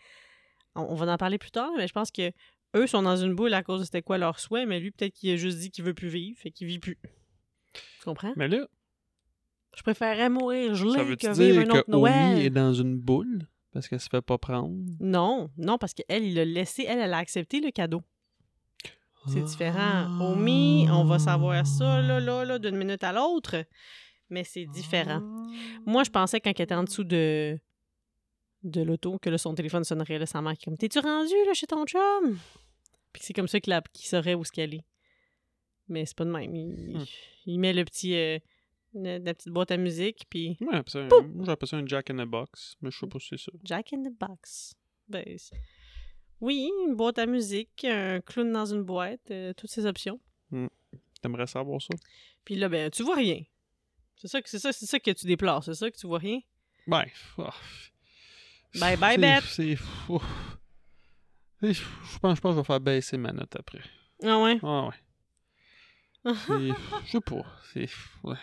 Speaker 1: On, on va en parler plus tard, mais je pense que eux sont dans une boule à cause de c'était quoi leur souhait, mais lui, peut-être qu'il a juste dit qu'il veut plus vivre, fait qu'il vit plus. Tu comprends?
Speaker 2: Mais là,
Speaker 1: Je préférerais mourir
Speaker 2: ça
Speaker 1: gelé
Speaker 2: veut-tu
Speaker 1: que vivre
Speaker 2: dire
Speaker 1: un
Speaker 2: que
Speaker 1: autre Noël.
Speaker 2: Omi est dans une boule parce qu'elle se fait pas prendre?
Speaker 1: Non, non, parce qu'elle, il l'a laissé, elle, elle a accepté le cadeau. C'est différent.
Speaker 2: Ah.
Speaker 1: Omi, on va savoir ça, là, là, là, d'une minute à l'autre, mais c'est différent. Moi, je pensais quand elle était en dessous de de l'auto que là, son téléphone sonnerait là, sa mère qui est comme T'es-tu rendu là, chez ton chum? Puis que c'est comme ça qu'il a- qu'il saurait où ce qu'elle est. Mais c'est pas de même. Il,
Speaker 2: Hmm.
Speaker 1: il met le petit euh, la, la petite boîte à musique puis
Speaker 2: Ouais, appelle ça un- moi, j'appelle ça un Jack in the Box, mais je sais pas si c'est ça.
Speaker 1: Jack in the Box. Ben, c'est- oui, une boîte à musique, un clown dans une boîte, euh, toutes ces options.
Speaker 2: T'aimerais savoir ça?
Speaker 1: Puis là, ben, tu vois rien. C'est ça que c'est ça, c'est ça que tu déplores, c'est ça que tu vois rien.
Speaker 2: Ben, ah.
Speaker 1: Bye bye,
Speaker 2: C'est-
Speaker 1: Beth.
Speaker 2: C'est fou. C'est fou. Je pense, je pense que je vais faire baisser ma note après.
Speaker 1: Ah ouais.
Speaker 2: Ah ouais. C'est- Je sais pas. C'est. ouais.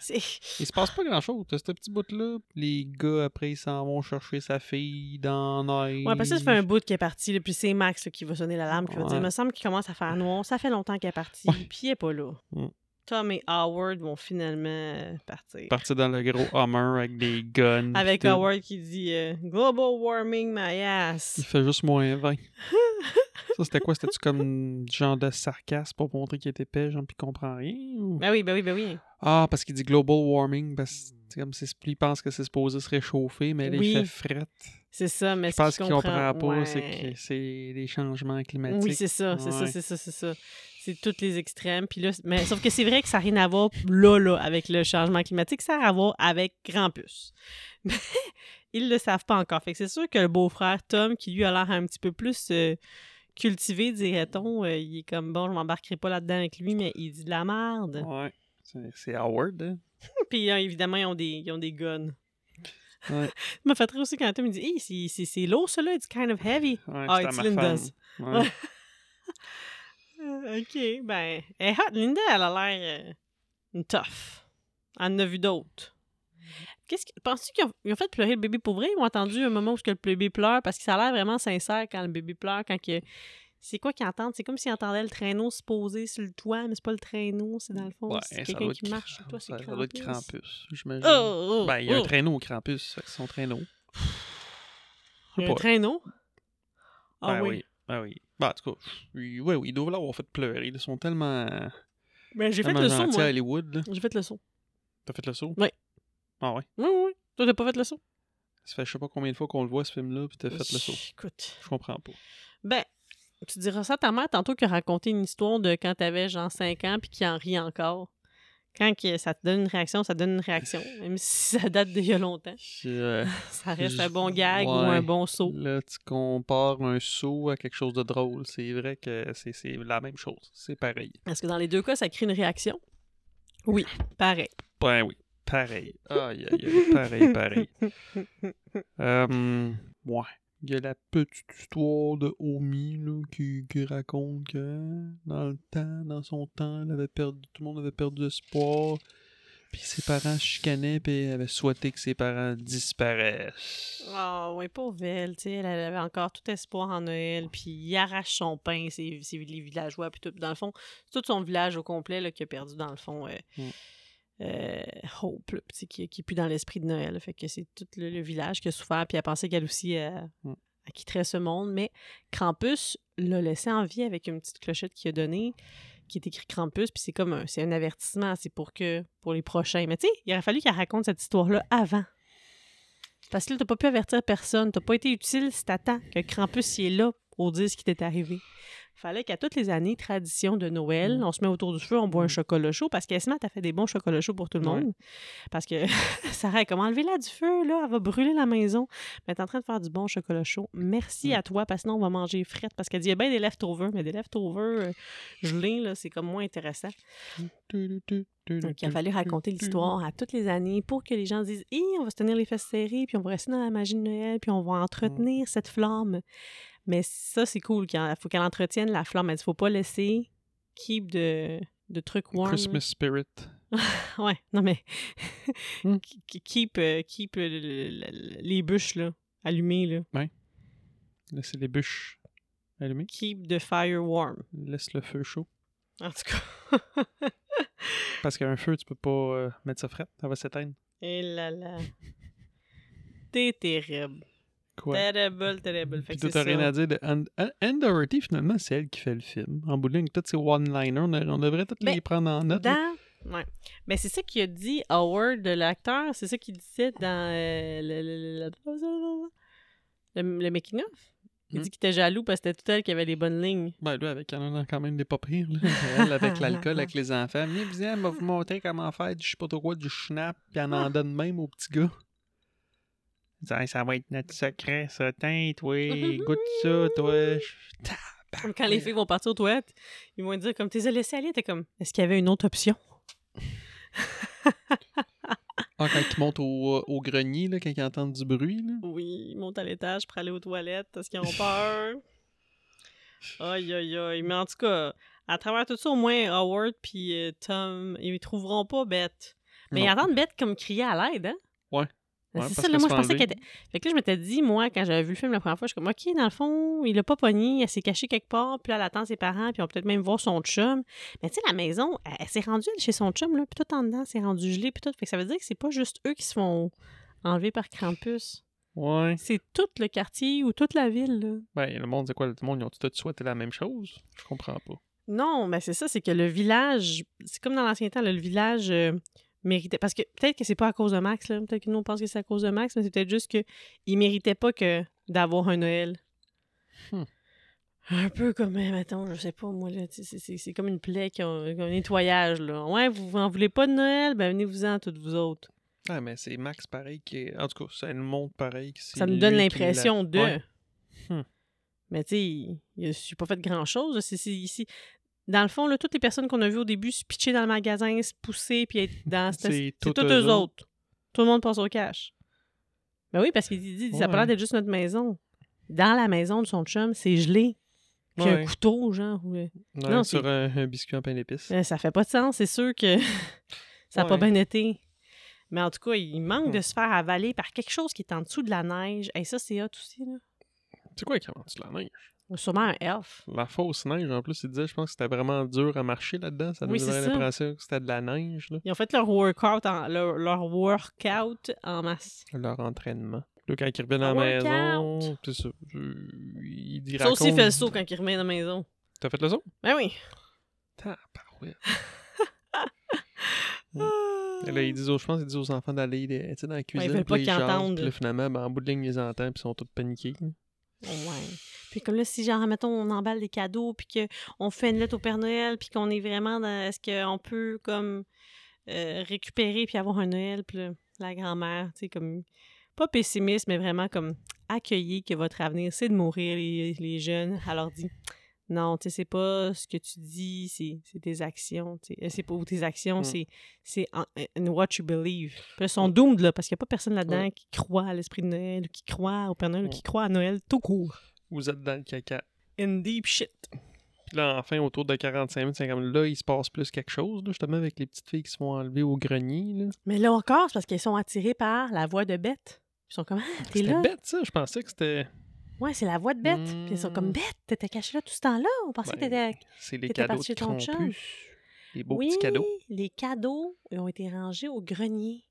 Speaker 1: C'est-
Speaker 2: Il se passe pas grand chose. T'as ce petit bout-là. Les gars, après, ils s'en vont chercher sa fille dans neige.
Speaker 1: Ouais, parce que ça fait un bout qui est parti, là, puis c'est Max là, qui va sonner l'alarme, qui va dire
Speaker 2: Ouais.
Speaker 1: Il me semble qu'il commence à faire noir, ça fait longtemps qu'il est parti,
Speaker 2: Ouais.
Speaker 1: puis il est pas là.
Speaker 2: Mm.
Speaker 1: Tom et Howard vont finalement euh, partir.
Speaker 2: Partir dans le gros Hummer avec des guns. pis
Speaker 1: Avec
Speaker 2: tout.
Speaker 1: Howard qui dit euh, Global warming my ass.
Speaker 2: Il fait juste moins 20. ça, c'était quoi? C'était-tu comme du genre de sarcasme pour montrer qu'il était épais, genre, pis qu'il comprend rien? ou-
Speaker 1: Ben oui, ben oui, ben oui.
Speaker 2: Ah, parce qu'il dit global warming, parce que c'est comme c'est il pense que c'est supposé se réchauffer, mais là,
Speaker 1: Oui.
Speaker 2: il fait fret.
Speaker 1: C'est ça, mais
Speaker 2: Je
Speaker 1: ce
Speaker 2: pense
Speaker 1: qu'il
Speaker 2: qu'il comprend pas,
Speaker 1: ouais.
Speaker 2: c'est que c'est les changements climatiques.
Speaker 1: Oui, c'est ça, c'est ça,
Speaker 2: Ouais.
Speaker 1: c'est ça, c'est ça. C'est toutes les extrêmes. Puis là, mais, sauf que c'est vrai que ça n'a rien à voir là, là, avec le changement climatique. Ça a à voir avec Krampus. Mais ils le savent pas encore. Fait que c'est sûr que le beau-frère Tom, qui lui a l'air un petit peu plus euh, cultivé, dirait-on, euh, il est comme bon, je m'embarquerai pas là-dedans avec lui, mais il dit de la merde.
Speaker 2: Ouais. C'est- C'est Howard, hein?
Speaker 1: Puis euh, évidemment, ils ont des, ils ont des guns.
Speaker 2: Ouais.
Speaker 1: Ça m'a fait rire aussi quand Tom il dit Hey, c'est- c'est- c'est lourd, ça là, it's kind of heavy.
Speaker 2: Ouais,
Speaker 1: Ah,
Speaker 2: c'est à
Speaker 1: it's
Speaker 2: ma
Speaker 1: Linda's.
Speaker 2: femme. Ouais.
Speaker 1: Euh, OK, ben, elle est hot. Linda, elle a l'air euh, une tough. Elle en a vu d'autres. Qu'est-ce que- penses-tu qu'ils ont, ils ont fait pleurer le bébé pour vrai? Ils ont entendu un moment où ce que le bébé pleure parce que ça a l'air vraiment sincère quand le bébé pleure, quand que- C'est quoi qu'ils entendent? C'est comme s'ils entendaient le traîneau se poser sur le toit, mais c'est pas le traîneau, c'est dans le fond,
Speaker 2: Ouais,
Speaker 1: c'est
Speaker 2: ça
Speaker 1: quelqu'un
Speaker 2: doit
Speaker 1: qui
Speaker 2: être
Speaker 1: marche
Speaker 2: cra-
Speaker 1: sur toi, c'est
Speaker 2: Ça ça doit être
Speaker 1: Krampus.
Speaker 2: Krampus, j'imagine.
Speaker 1: Oh, oh,
Speaker 2: ben, il y a un
Speaker 1: oh.
Speaker 2: traîneau au Krampus, fait que c'est son traîneau.
Speaker 1: Il y a
Speaker 2: Pas-
Speaker 1: un traîneau? Ah
Speaker 2: ben
Speaker 1: oui.
Speaker 2: Ben oui. Ben, en tout cas, oui, oui, oui, ils doivent l'avoir fait pleurer. Ils sont tellement,
Speaker 1: Ben, j'ai fait
Speaker 2: tellement
Speaker 1: le saut,
Speaker 2: gentils à
Speaker 1: moi.
Speaker 2: Hollywood. là.
Speaker 1: J'ai fait le saut.
Speaker 2: T'as fait le saut?
Speaker 1: Oui.
Speaker 2: Ah ouais?
Speaker 1: Oui, oui, oui. Toi, t'as pas fait le saut?
Speaker 2: Ça fait je sais pas combien de fois qu'on le voit, ce film-là, puis t'as fait le saut.
Speaker 1: Écoute.
Speaker 2: Je comprends pas.
Speaker 1: Ben, tu diras ça à ta mère tantôt qui a raconté une histoire de quand t'avais genre 5 ans puis qui en rit encore. Quand que ça te donne une réaction, ça donne une réaction, même si ça date d'il y a longtemps.
Speaker 2: Euh,
Speaker 1: Ça reste
Speaker 2: Je-
Speaker 1: un bon gag ou
Speaker 2: ouais.
Speaker 1: un bon saut.
Speaker 2: Là, tu compares un saut à quelque chose de drôle. C'est vrai que c'est c'est la même chose. C'est pareil.
Speaker 1: Est-ce que dans les deux cas, ça crée une réaction? Oui, pareil.
Speaker 2: Ben oui, pareil. Aïe, aïe, aïe, pareil, pareil. Euh, ouais. Il y a la petite histoire de Omi là, qui, qui raconte que hein, dans le temps, dans son temps, elle avait perdu, tout le monde avait perdu espoir. Puis ses parents se chicanaient, puis elle avait souhaité que ses parents disparaissent.
Speaker 1: Ah oui, pauvre elle, tu sais, elle avait encore tout espoir en Noël, puis il arrache son pain, c'est c'est les villageois, puis tout. Dans le fond, c'est tout son village au complet là, qui a perdu, dans le fond, euh,
Speaker 2: Mm.
Speaker 1: euh, Hope, là, tu sais, qui, qui est plus dans l'esprit de Noël. Fait que c'est tout le, le village qui a souffert, puis elle pensait qu'elle aussi, elle,
Speaker 2: Mm.
Speaker 1: elle quitterait ce monde. Mais Krampus l'a laissé en vie avec une petite clochette qu'il a donnée, qui est écrit Krampus, puis c'est comme un, c'est un avertissement, c'est pour que pour les prochains. Mais tu sais, il aurait fallu qu'elle raconte cette histoire-là avant. Parce que là, t'as pas pu avertir personne. T'as pas été utile si t'attends que Krampus il est là pour dire ce qui t'est arrivé. Fallait qu'à toutes les années, tradition de Noël,
Speaker 2: Mm.
Speaker 1: on se met autour du feu, on boit un
Speaker 2: Mm.
Speaker 1: chocolat chaud, parce qu'Esma, t'as fait des bons chocolats chauds pour tout le
Speaker 2: Ouais.
Speaker 1: monde. Parce que Sarah, elle, comme enlevez-la du feu, là, elle va brûler la maison. Mais t'es en train de faire du bon chocolat chaud. Merci
Speaker 2: Mm.
Speaker 1: à toi, parce que sinon, on va manger frette. Parce qu'elle dit, il y a bien des leftovers, mais des leftovers euh, gelés, là, c'est comme moins intéressant.
Speaker 2: Hum,
Speaker 1: Donc, il a fallu raconter l'histoire à toutes les années pour que les gens disent Hi, on va se tenir les fesses serrées, puis on va rester dans la magie de Noël, puis on
Speaker 2: Hum.
Speaker 1: va entretenir cette flamme. Mais ça, c'est cool. Il faut qu'elle entretienne la flamme. Il ne faut pas laisser keep de, de trucs warm.
Speaker 2: Christmas Spirit.
Speaker 1: Ouais, non, mais
Speaker 2: Hmm.
Speaker 1: k- keep, euh, keep euh, le- le- le- les bûches là, allumées. Là.
Speaker 2: Laissez les bûches allumées.
Speaker 1: Keep the fire warm.
Speaker 2: Laisse le feu chaud.
Speaker 1: En tout cas.
Speaker 2: Parce qu'un feu, tu peux pas euh, mettre ça frais. Ça va s'éteindre.
Speaker 1: Et là là. T'es terrible.
Speaker 2: Quoi?
Speaker 1: Terrible, terrible. Fait
Speaker 2: Puis
Speaker 1: que
Speaker 2: toi,
Speaker 1: c'est
Speaker 2: t'as rien
Speaker 1: ça.
Speaker 2: à dire de Anne Anne- Anne Doherty, finalement, c'est elle qui fait le film. En bout de ligne, tous ces one-liners, on, on devrait tous les
Speaker 1: Ben,
Speaker 2: prendre en note. là.
Speaker 1: Dans... Ouais. Mais c'est ça qu'il a dit Howard, de l'acteur. C'est ça qu'il disait dans euh, le, le, le- le- le- le making-of. Il
Speaker 2: Hmm.
Speaker 1: dit qu'il était jaloux parce que c'était tout elle qui avait les bonnes lignes.
Speaker 2: Ben, lui, avec, elle en a quand même des pas pires. là. Elle,
Speaker 1: Ah,
Speaker 2: avec l'alcool, avec les enfants. Venez, vous elle m'a vous montrer comment faire du je sais pas trop quoi, du schnapp, puis elle
Speaker 1: Ah.
Speaker 2: en donne même au petit gars. Elle dit, Hey, ça va être notre secret, ça, tiens, toi, goûte ça, toi.
Speaker 1: Comme quand les filles vont partir aux toilettes, ils vont dire comme, t'es laissé aller. T'es comme, est-ce qu'il y avait une autre option?
Speaker 2: Ah, quand ils montent au, au grenier, là, quand ils entendent du bruit, là.
Speaker 1: Oui, ils montent à l'étage pour aller aux toilettes parce qu'ils ont peur. aïe, aïe, aïe. Mais en tout cas, à travers tout ça, au moins, Howard puis euh, Tom, ils trouveront pas Beth. Mais ils
Speaker 2: Non.
Speaker 1: entendent Beth comme crier à l'aide, hein?
Speaker 2: Ouais.
Speaker 1: Ben,
Speaker 2: Ouais,
Speaker 1: c'est
Speaker 2: parce
Speaker 1: ça, là, moi,
Speaker 2: qu'elle se
Speaker 1: je
Speaker 2: fait
Speaker 1: pensais qu'elle
Speaker 2: enlever.
Speaker 1: était... Fait que là, je m'étais dit, moi, quand j'avais vu le film la première fois, je suis comme, OK, dans le fond, il l'a pas pogné, elle s'est cachée quelque part, puis là, elle attend ses parents, puis on peut-être même voir son chum. Mais tu sais, la maison, elle, elle s'est rendue elle, chez son chum, là, puis tout en dedans, c'est rendu gelé, puis tout. Fait que ça veut dire que c'est pas juste eux qui se font enlever par Krampus.
Speaker 2: Ouais.
Speaker 1: C'est tout le quartier ou toute la ville. là.
Speaker 2: Ben, le monde, c'est quoi? Le monde, ils ont tout souhaité la même chose? Je comprends pas.
Speaker 1: Non, mais c'est ça, c'est que le village, c'est comme dans l'ancien temps, là, le village euh, méritait. Parce que peut-être que c'est pas à cause de Max, là. peut-être que nous on pense que c'est à cause de Max, mais c'est peut-être juste qu'il méritait pas que d'avoir un Noël.
Speaker 2: Hmm.
Speaker 1: Un peu comme, euh, mettons, je sais pas, moi, là, tu sais, c'est, c'est- c'est comme une plaie, qui a- un un nettoyage. Là. Ouais, vous vous en voulez pas de Noël, ben venez-vous-en, toutes vous autres.
Speaker 2: Ah, mais c'est Max pareil qui est. En tout cas, ça nous montre pareil. Que c'est
Speaker 1: Ça nous donne
Speaker 2: lui qui
Speaker 1: l'impression
Speaker 2: l'a-
Speaker 1: de.
Speaker 2: Ouais. Hmm.
Speaker 1: Mais tu sais, il- il a- j'ai pas fait grand-chose. C'est c'est ici. Dans le fond, là, toutes les personnes qu'on a vues au début se pitcher dans le magasin, se pousser, puis être dans cette-
Speaker 2: C'est
Speaker 1: C'est
Speaker 2: tout
Speaker 1: toutes
Speaker 2: eux
Speaker 1: eux autres. Tout le monde passe au cash. Ben oui, parce qu'il dit, il dit, ça a pas l'air
Speaker 2: Ouais.
Speaker 1: d'être juste notre maison. Dans la maison de son chum, c'est gelé. Puis
Speaker 2: Ouais.
Speaker 1: un couteau, genre. euh, ouais.
Speaker 2: Ouais,
Speaker 1: Non,
Speaker 2: sur un, un biscuit en pain d'épices.
Speaker 1: Ben, ça fait pas de sens, c'est sûr que ça a pas
Speaker 2: Ouais. Hmm.
Speaker 1: bien été. Mais en tout cas, il manque de se faire avaler par quelque chose qui est en dessous de la neige. Et ça, c'est hot aussi, là.
Speaker 2: C'est quoi qui a vendu la neige?
Speaker 1: Sûrement un elf.
Speaker 2: La fausse neige, en plus, il disait, je pense que c'était vraiment dur à marcher là-dedans. Ça
Speaker 1: Oui,
Speaker 2: donnait
Speaker 1: c'est
Speaker 2: vraiment
Speaker 1: ça.
Speaker 2: l'impression que c'était de la neige, là.
Speaker 1: Ils ont fait leur workout en, leur, leur workout en masse.
Speaker 2: Leur entraînement. Là, quand ils reviennent à
Speaker 1: Un
Speaker 2: la
Speaker 1: Ah, workout.
Speaker 2: maison, c'est ça. euh, Il dit
Speaker 1: Ça
Speaker 2: raconte.
Speaker 1: aussi fait le saut quand il revient à la maison.
Speaker 2: T'as fait le saut?
Speaker 1: Ben oui.
Speaker 2: Tabarouette. Ah. Et Là, ils disent aux, je pense qu'ils disent aux enfants d'aller euh, tu sais, dans la cuisine.
Speaker 1: ils veulent
Speaker 2: puis
Speaker 1: pas
Speaker 2: là,
Speaker 1: qu'ils
Speaker 2: jasent,
Speaker 1: entendent.
Speaker 2: Puis là, finalement, ben, en bout de ligne, ils les entendent puis ils sont tous paniqués.
Speaker 1: Ouais. Puis comme là, si genre, mettons, on emballe des cadeaux, puis qu'on fait une lettre au Père Noël, puis qu'on est vraiment dans... Est-ce qu'on peut, comme, euh, récupérer puis avoir un Noël, puis là, la grand-mère, tu sais, comme... Pas pessimiste, mais vraiment comme accueillir que votre avenir, c'est de mourir, les, les jeunes. Alors dit, non, tu sais, c'est pas ce que tu dis, c'est c'est tes actions, tu sais. Euh, C'est pas ou tes actions,
Speaker 2: Mm.
Speaker 1: c'est c'est en- in what you believe. Puis là, ils sont doomed, là, parce qu'il n'y a pas personne là-dedans qui croit à l'esprit de Noël, ou qui croit au Père Noël, ou qui croit à Noël tout court
Speaker 2: Vous êtes dans le caca.
Speaker 1: in deep shit.
Speaker 2: Puis là, enfin, autour de 45 minutes, 50 minutes, là, il se passe plus quelque chose, là, justement, avec les petites filles qui se font enlever au grenier. Là.
Speaker 1: Mais là encore, c'est parce qu'ils sont attirés par la voix de Bête. Ils sont comme, ah, t'es
Speaker 2: C'était
Speaker 1: là.
Speaker 2: bête, ça. Je pensais que c'était.
Speaker 1: Ouais, c'est la voix de Bête.
Speaker 2: Mm.
Speaker 1: Puis ils sont comme, Bête, t'étais cachée là tout ce temps-là. On pensait que
Speaker 2: Ben,
Speaker 1: t'étais.
Speaker 2: C'est les
Speaker 1: t'étais
Speaker 2: cadeaux
Speaker 1: parti
Speaker 2: de
Speaker 1: chez ton chum.
Speaker 2: Krampus. Les beaux
Speaker 1: Oui,
Speaker 2: petits cadeaux.
Speaker 1: les cadeaux ils ont été rangés au grenier.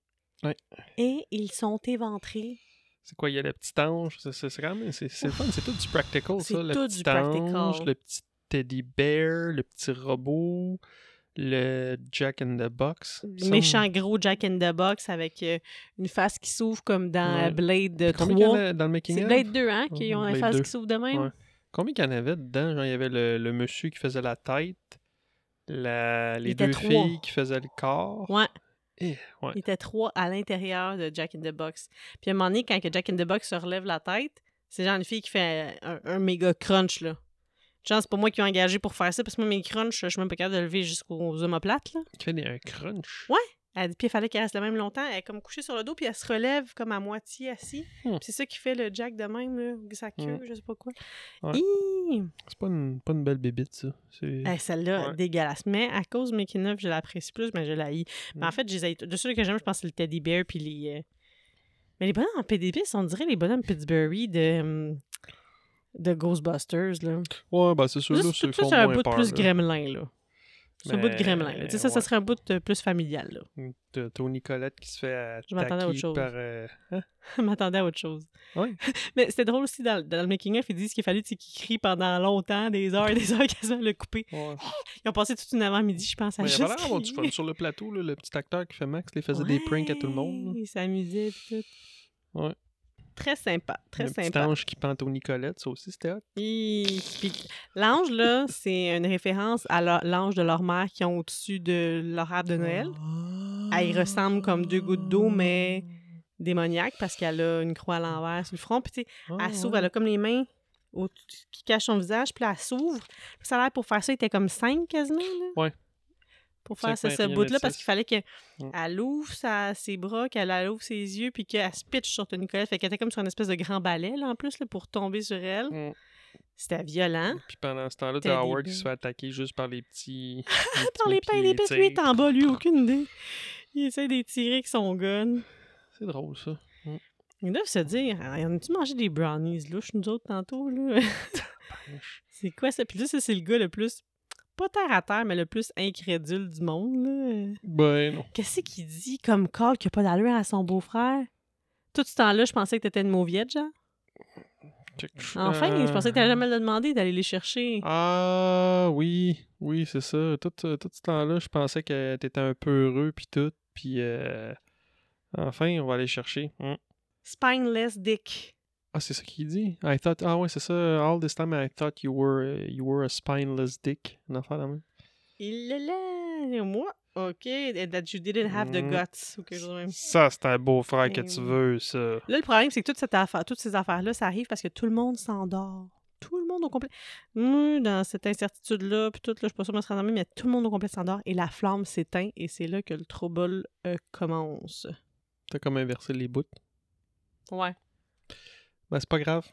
Speaker 2: Ouais.
Speaker 1: Et ils sont éventrés.
Speaker 2: C'est quoi, il y a le petit ange. C'est- C'est c'est quand même. C'est c'est le fun. C'est tout du practical,
Speaker 1: C'est
Speaker 2: ça. Le
Speaker 1: tout
Speaker 2: petit
Speaker 1: du practical.
Speaker 2: ange, le petit teddy bear, le petit robot, le Jack in the Box. Ça, on-
Speaker 1: Méchant gros Jack in the Box avec euh, une face qui s'ouvre comme dans
Speaker 2: Ouais.
Speaker 1: Blade
Speaker 2: Combien qu'il y en
Speaker 1: 3.
Speaker 2: a dans le making
Speaker 1: C'est
Speaker 2: of?
Speaker 1: Blade 2, hein, qui
Speaker 2: Ouais,
Speaker 1: ont une
Speaker 2: Blade
Speaker 1: face
Speaker 2: 2.
Speaker 1: qui s'ouvre de même.
Speaker 2: Ouais. Combien qu'il y en avait dedans? Genre, il y avait le, le monsieur qui faisait la tête, la-
Speaker 1: Il
Speaker 2: les
Speaker 1: était
Speaker 2: deux
Speaker 1: trois.
Speaker 2: filles qui faisaient le corps.
Speaker 1: Ouais.
Speaker 2: Eh, ouais.
Speaker 1: Il était trois à l'intérieur de Jack in the Box. Puis à un moment donné, quand que Jack in the Box se relève la tête, c'est genre une fille qui fait un, un méga crunch, là. Genre, c'est pas moi qui ai engagé pour faire ça, parce que moi, mes crunchs, je suis même pas capable de lever jusqu'aux omoplates, là.
Speaker 2: Qui fait des- un crunch.
Speaker 1: Elle dit, puis il fallait qu'elle reste le même longtemps. Elle est comme couchée sur le dos, puis elle se relève comme à moitié assis.
Speaker 2: Hmm.
Speaker 1: Puis c'est ça qui fait le Jack de même, là, avec sa queue, je sais pas quoi.
Speaker 2: Ouais.
Speaker 1: Hi!
Speaker 2: C'est pas une, pas une belle bébite, ça. C'est
Speaker 1: Eh, Celle-là,
Speaker 2: Ouais.
Speaker 1: dégueulasse. Mais à cause de Mickey 9, je l'apprécie plus, mais je la haïs. Mais en
Speaker 2: Mm.
Speaker 1: fait, je les haïs tous. De ceux que j'aime, je pense que c'est le Teddy Bear puis les. euh, Mais les bonhommes en PDB, on dirait les bonhommes Pittsburgh de, hum, de Ghostbusters. Là.
Speaker 2: Ouais, ben c'est sûr,
Speaker 1: Ça,
Speaker 2: là,
Speaker 1: c'est
Speaker 2: ceux
Speaker 1: tout
Speaker 2: qui
Speaker 1: ça,
Speaker 2: font
Speaker 1: c'est un
Speaker 2: moins
Speaker 1: bout de
Speaker 2: peur,
Speaker 1: plus
Speaker 2: là.
Speaker 1: gremlin. là. C'est un bout de
Speaker 2: Mais,
Speaker 1: gremlin. là. Tu sais, ça, ça
Speaker 2: ouais.
Speaker 1: serait un bout de plus familial. Là.
Speaker 2: T'as Tony Colette qui se fait
Speaker 1: Je m'attendais à autre
Speaker 2: attaquer
Speaker 1: chose.
Speaker 2: par... euh, hein?
Speaker 1: Je m'attendais à autre chose.
Speaker 2: Ouais.
Speaker 1: Mais c'était drôle aussi dans, dans le making-of, ils disent qu'il fallait tu sais, qu'ils crient pendant longtemps, des heures et des heures quasiment le couper.
Speaker 2: Ouais.
Speaker 1: Ils ont passé toute une avant-midi, je pense, à
Speaker 2: Mais il
Speaker 1: juste
Speaker 2: avait l'air d'avoir du fun.
Speaker 1: crier.
Speaker 2: Sur le plateau, là, le petit acteur qui fait Max, il faisait des pranks à tout le monde. là.
Speaker 1: Il s'amusait pis tout.
Speaker 2: Ouais.
Speaker 1: Très sympa, très
Speaker 2: le petit
Speaker 1: sympa.
Speaker 2: ange qui pend Tony Colette, ça aussi, c'était hot.
Speaker 1: Hi, pis L'ange, là, c'est une référence à leur- l'ange de leur mère qui ont au-dessus de leur arbre de Noël.
Speaker 2: Ah.
Speaker 1: Elle y ressemble comme deux gouttes d'eau, mais démoniaque parce qu'elle a une croix à l'envers sur le front. Puis, tu sais,
Speaker 2: Ah,
Speaker 1: elle s'ouvre, elle a comme les mains au- qui cachent son visage, puis là, elle s'ouvre. Puis Ça a l'air pour faire ça, il était comme cinq quasiment, là.
Speaker 2: Ouais.
Speaker 1: Pour faire
Speaker 2: Cinq
Speaker 1: ce, ce
Speaker 2: marionnettes,
Speaker 1: bout-là, parce
Speaker 2: six.
Speaker 1: qu'il fallait qu'elle
Speaker 2: Mm.
Speaker 1: ouvre sa- ses bras, qu'elle elle ouvre ses yeux, puis qu'elle se pitche sur Tony Colette. Fait qu'elle était comme sur une espèce de grand balai, là, en plus, là, pour tomber sur elle.
Speaker 2: Mm.
Speaker 1: C'était violent.
Speaker 2: Puis pendant ce temps-là,
Speaker 1: Teddy
Speaker 2: t'as Howard qui
Speaker 1: Bear.
Speaker 2: se fait attaquer juste par les petits.
Speaker 1: Dans les pains, les
Speaker 2: petits- puis,
Speaker 1: pétrés,
Speaker 2: tu sais,
Speaker 1: en bas, lui, aucune idée. Il essaie d'étirer avec son gun.
Speaker 2: C'est drôle, ça.
Speaker 1: Ils doivent se dire, Ah, on a-tu mangé des brownies louches, nous autres, tantôt, là? c'est quoi ça? Puis là, ça, c'est le gars le plus, pas terre à terre, mais le plus incrédule du monde, là.
Speaker 2: Ben non.
Speaker 1: Qu'est-ce qu'il dit comme call qu'il n'y a pas d'allure à son beau-frère? Tout ce temps-là, je pensais que t'étais une mauviette, genre. Enfin, je pensais que
Speaker 2: Euh.
Speaker 1: t'allais jamais le demander d'aller les chercher.
Speaker 2: Ah oui, oui, c'est ça. Tout, euh, tout ce temps-là, je pensais que t'étais un peu heureux, puis tout. Puis euh, enfin, on va aller chercher. Hum.
Speaker 1: Spineless dick.
Speaker 2: Ah, c'est ça qu'il dit. I thought, ah ouais, c'est ça. All this time, I thought you were, euh, you were a spineless dick. Une affaire la même.
Speaker 1: Il le lève. Moi, OK, and that you didn't have the
Speaker 2: Mm.
Speaker 1: guts. ou quelque chose de même.
Speaker 2: Ça, c'est un beau frère
Speaker 1: Ben oui.
Speaker 2: veux, ça.
Speaker 1: Là, le problème, c'est que toute cette affaire, toutes ces affaires-là, ça arrive parce que tout le monde s'endort. Tout le monde au complet. Hum, dans cette incertitude-là, puis tout, là, je suis pas sûre de me rendormir, mais tout le monde au complet s'endort et la flamme s'éteint et c'est là que le trouble euh, commence.
Speaker 2: T'as comme inversé les bouts.
Speaker 1: Ouais.
Speaker 2: Ben, c'est pas grave.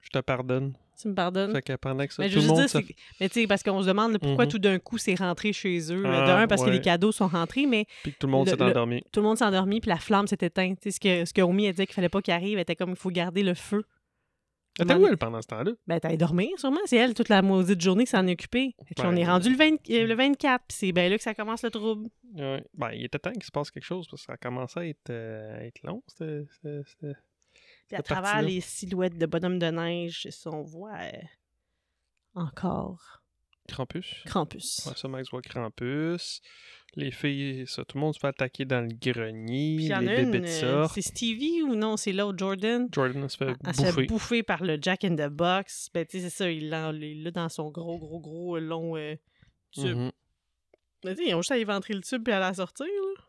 Speaker 2: Je te pardonne.
Speaker 1: Tu me pardonnes?
Speaker 2: Fait que pendant que ça,
Speaker 1: Mais je
Speaker 2: tout
Speaker 1: veux
Speaker 2: le
Speaker 1: juste
Speaker 2: monde...
Speaker 1: dire,
Speaker 2: Ça...
Speaker 1: c'est- mais tu sais, parce qu'on se demande là, pourquoi
Speaker 2: Mhm.
Speaker 1: tout d'un coup c'est rentré chez eux. là. de
Speaker 2: Ah,
Speaker 1: un, parce que
Speaker 2: ouais.
Speaker 1: les cadeaux sont rentrés, mais
Speaker 2: Puis que tout le monde
Speaker 1: le-
Speaker 2: s'est
Speaker 1: le-
Speaker 2: endormi.
Speaker 1: tout le monde s'est endormi, puis la flamme s'est éteinte. Tu sais, ce que, ce que Omi a dit qu'il fallait pas qu'il arrive, elle était comme il faut garder le feu.
Speaker 2: Elle était où, elle, pendant ce temps-là?
Speaker 1: Ben, t'allais dormir, sûrement. C'est elle, toute la maudite journée, qui s'en est occupée. Fait que là, on
Speaker 2: Ouais.
Speaker 1: est rendu le, 20 euh, le 24, puis c'est bien là que ça commence le trouble.
Speaker 2: Ouais. Ben, il était temps qu'il se passe quelque chose, parce que ça commençait à être, euh, à être long, c'était... c'était- c'était-
Speaker 1: Puis à
Speaker 2: Cette partie-là.
Speaker 1: travers les silhouettes de bonhomme de neige, c'est ça, on voit euh, encore
Speaker 2: Krampus.
Speaker 1: Krampus.
Speaker 2: Ouais, ça, Max voit Krampus. Les filles, ça, tout le monde se fait attaquer dans le grenier,
Speaker 1: Puis il y en a
Speaker 2: les
Speaker 1: une,
Speaker 2: bébés Euh,
Speaker 1: euh,
Speaker 2: sortent.
Speaker 1: c'est Ah, Stevie ou non? C'est l'autre Jordan?
Speaker 2: Jordan se fait
Speaker 1: Elle- Elle se fait
Speaker 2: bouffer.
Speaker 1: bouffer par le Jack in the Box. Ben, tu sais, c'est ça, il l'a il l'a dans son gros, gros, gros, euh, long euh, tube.
Speaker 2: Mhm.
Speaker 1: Mais tu sais, ils ont juste à éventrer le tube puis à la sortir, là.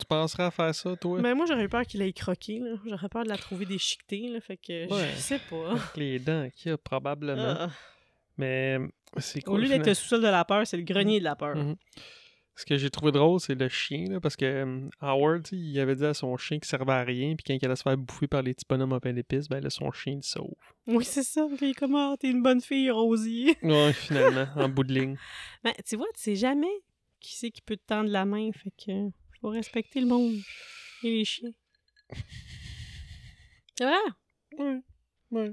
Speaker 2: Tu penserais à faire ça, toi?
Speaker 1: Mais moi, j'aurais eu peur qu'il ait croqué, là. J'aurais peur de la trouver déchiquetée, là. Fait que
Speaker 2: Ouais.
Speaker 1: je sais pas.
Speaker 2: Avec les dents qu'il y a, probablement.
Speaker 1: Ah.
Speaker 2: Mais c'est quoi?
Speaker 1: Au lieu d'être
Speaker 2: finalement?
Speaker 1: le sous-sol de la peur, c'est le grenier de la peur.
Speaker 2: Mhm. Ce que j'ai trouvé drôle, c'est le chien, là, parce que euh, Howard, tu sais, il avait dit à son chien qu'il servait à rien, puis quand il allait se faire bouffer par les petits bonhommes à pain d'épices, ben là, son chien le sauve.
Speaker 1: Oui, c'est ça. Puis il est comme, Ah, t'es une bonne fille, Rosie.
Speaker 2: Ouais, finalement, en bout de ligne.
Speaker 1: Ben, tu vois, tu sais jamais qui c'est qui peut te tendre la main. Fait que faut respecter le monde et les chiens. C'est vrai?
Speaker 2: Ouais, ouais.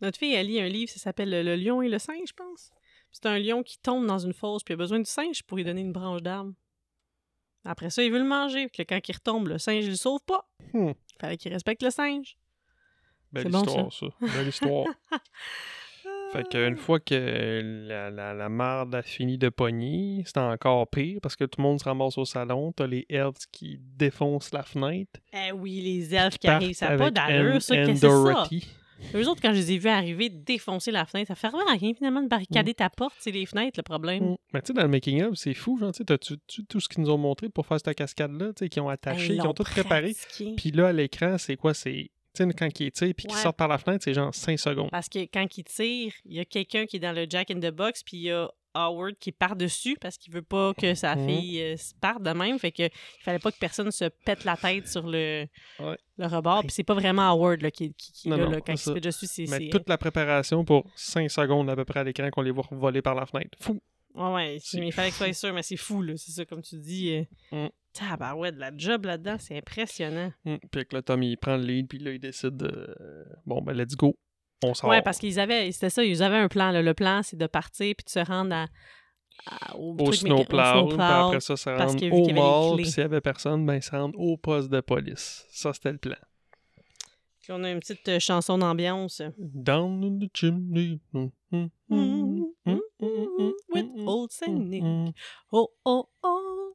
Speaker 1: Notre fille, elle lit un livre, ça s'appelle Le lion et le singe, je pense. C'est un lion qui tombe dans une fosse, puis il a besoin du singe pour lui donner une branche d'arbre. Après ça, il veut le manger. Puis quand il retombe, le singe, il le sauve pas.
Speaker 2: Hmm.
Speaker 1: Fallait qu'il respecte le singe.
Speaker 2: Belle
Speaker 1: C'est bon,
Speaker 2: histoire, ça. Belle histoire. fait qu'une fois que la, la, la marde a fini de pogner, c'est encore pire parce que tout le monde se ramasse au salon. T'as les elves qui défoncent la fenêtre.
Speaker 1: Eh oui, les elfes qui
Speaker 2: partent
Speaker 1: arrivent, ça n'a pas
Speaker 2: avec Anne-
Speaker 1: d'allure, ça.
Speaker 2: Anne
Speaker 1: Qu'est-ce que c'est ça?
Speaker 2: Dorothy.
Speaker 1: Eux autres, quand je les ai vus arriver, défoncer la fenêtre, ça fait vraiment rien finalement de barricader ta porte, c'est les fenêtres le problème.
Speaker 2: Mm. Mais tu sais, dans le making-up, c'est fou. Genre, tu sais, t'as tu- tu- tout ce qu'ils nous ont montré pour faire cette cascade-là, tu sais, qu'ils ont attaché,
Speaker 1: Ils
Speaker 2: qu'ils ont
Speaker 1: l'ont
Speaker 2: tout préparé.
Speaker 1: pratiqué.
Speaker 2: Puis là, à l'écran, c'est quoi? C'est, tu sais, quand ils tirent puis qu'ils
Speaker 1: Ouais.
Speaker 2: sortent par la fenêtre, c'est genre 5 secondes.
Speaker 1: Parce que quand ils tirent, il y a quelqu'un qui est dans le Jack in the Box, puis il y a Howard qui est par-dessus parce qu'il veut pas que sa
Speaker 2: Mhm.
Speaker 1: fille euh, se parte de même. Fait que il fallait pas que personne se pète la tête sur le,
Speaker 2: Ouais.
Speaker 1: le rebord. Puis c'est pas vraiment Howard là, qui, qui, qui est
Speaker 2: Non,
Speaker 1: là,
Speaker 2: non,
Speaker 1: là, quand il
Speaker 2: ça-
Speaker 1: se pète dessus. C'est,
Speaker 2: Mais
Speaker 1: c'est-
Speaker 2: toute la préparation pour 5 secondes à peu près à l'écran qu'on les voit voler par la fenêtre. Fou!
Speaker 1: Ouais, ouais, c'est-
Speaker 2: c'est
Speaker 1: mais il fallait que ce soit sûr, mais c'est fou, là. C'est ça, comme tu dis. Euh...
Speaker 2: Mm.
Speaker 1: Tabarouette, la job là-dedans, c'est impressionnant.
Speaker 2: Mm. Puis que là, Tom, il prend le lead, puis là, il décide de... Bon, ben, let's go. On sort.
Speaker 1: Ouais, parce qu'ils avaient, c'était ça, ils avaient un plan. là. Le plan, c'est de partir puis de se rendre à, à- au,
Speaker 2: au
Speaker 1: truc méca-
Speaker 2: snowplow, puis
Speaker 1: snowplow.
Speaker 2: après ça, ça
Speaker 1: parce
Speaker 2: rentre
Speaker 1: qu'il a vu
Speaker 2: au
Speaker 1: qu'il y avait les
Speaker 2: mall,
Speaker 1: clés.
Speaker 2: puis s'il y avait personne, ben, ça rentre au poste de police. Ça, c'était le plan.
Speaker 1: Puis on a une petite euh, chanson d'ambiance.
Speaker 2: Down in the chimney. Mm, mm, mm, mm, mm,
Speaker 1: With
Speaker 2: mm,
Speaker 1: old
Speaker 2: mm,
Speaker 1: Saint Nick.
Speaker 2: mm.
Speaker 1: Oh, oh, oh,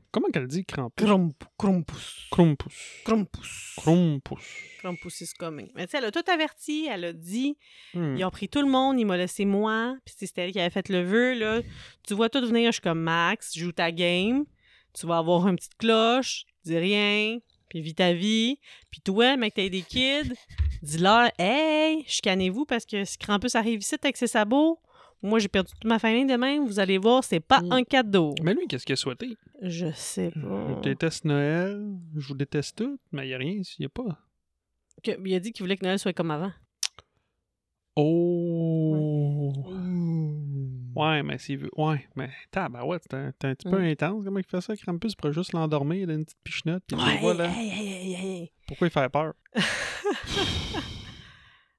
Speaker 2: Comment qu'elle dit Krampus?
Speaker 1: Crump- Crumpus.
Speaker 2: Crumpus.
Speaker 1: Crumpus.
Speaker 2: Crumpus.
Speaker 1: Crumpus is coming. Mais tu sais, elle a tout averti, elle a dit,
Speaker 2: Hmm.
Speaker 1: ils ont pris tout le monde, ils m'ont laissé moi, puis c'est- c'était elle qui avait fait le vœu, là. Tu vois tout venir, je suis comme Max, joue ta game, tu vas avoir une petite cloche, dis rien, puis vis ta vie. Puis toi, mec, t'as des kids, dis-leur, hey, chicanez-vous parce que si Krampus arrive ici avec ses sabots, moi j'ai perdu toute ma famille demain, vous allez voir, c'est pas
Speaker 2: Mm.
Speaker 1: un cadeau.
Speaker 2: Mais lui, qu'est-ce qu'il a souhaité?
Speaker 1: Je sais
Speaker 2: Je
Speaker 1: pas.
Speaker 2: déteste Noël, je vous déteste tout, mais il n'y a rien, il n'y a pas.
Speaker 1: Que- il a dit qu'il voulait que Noël soit comme avant.
Speaker 2: Oh! Ouais, mais s'il veut. Ouais, mais tabarouette, c'est un, c'est un petit peu
Speaker 1: Mm.
Speaker 2: intense. Comment il fait ça, Krampus? Il pourrait juste l'endormir, il a une petite pichenette, puis
Speaker 1: Ouais,
Speaker 2: voilà.
Speaker 1: hey, hey, hey, hey, hey.
Speaker 2: Pourquoi il fait peur?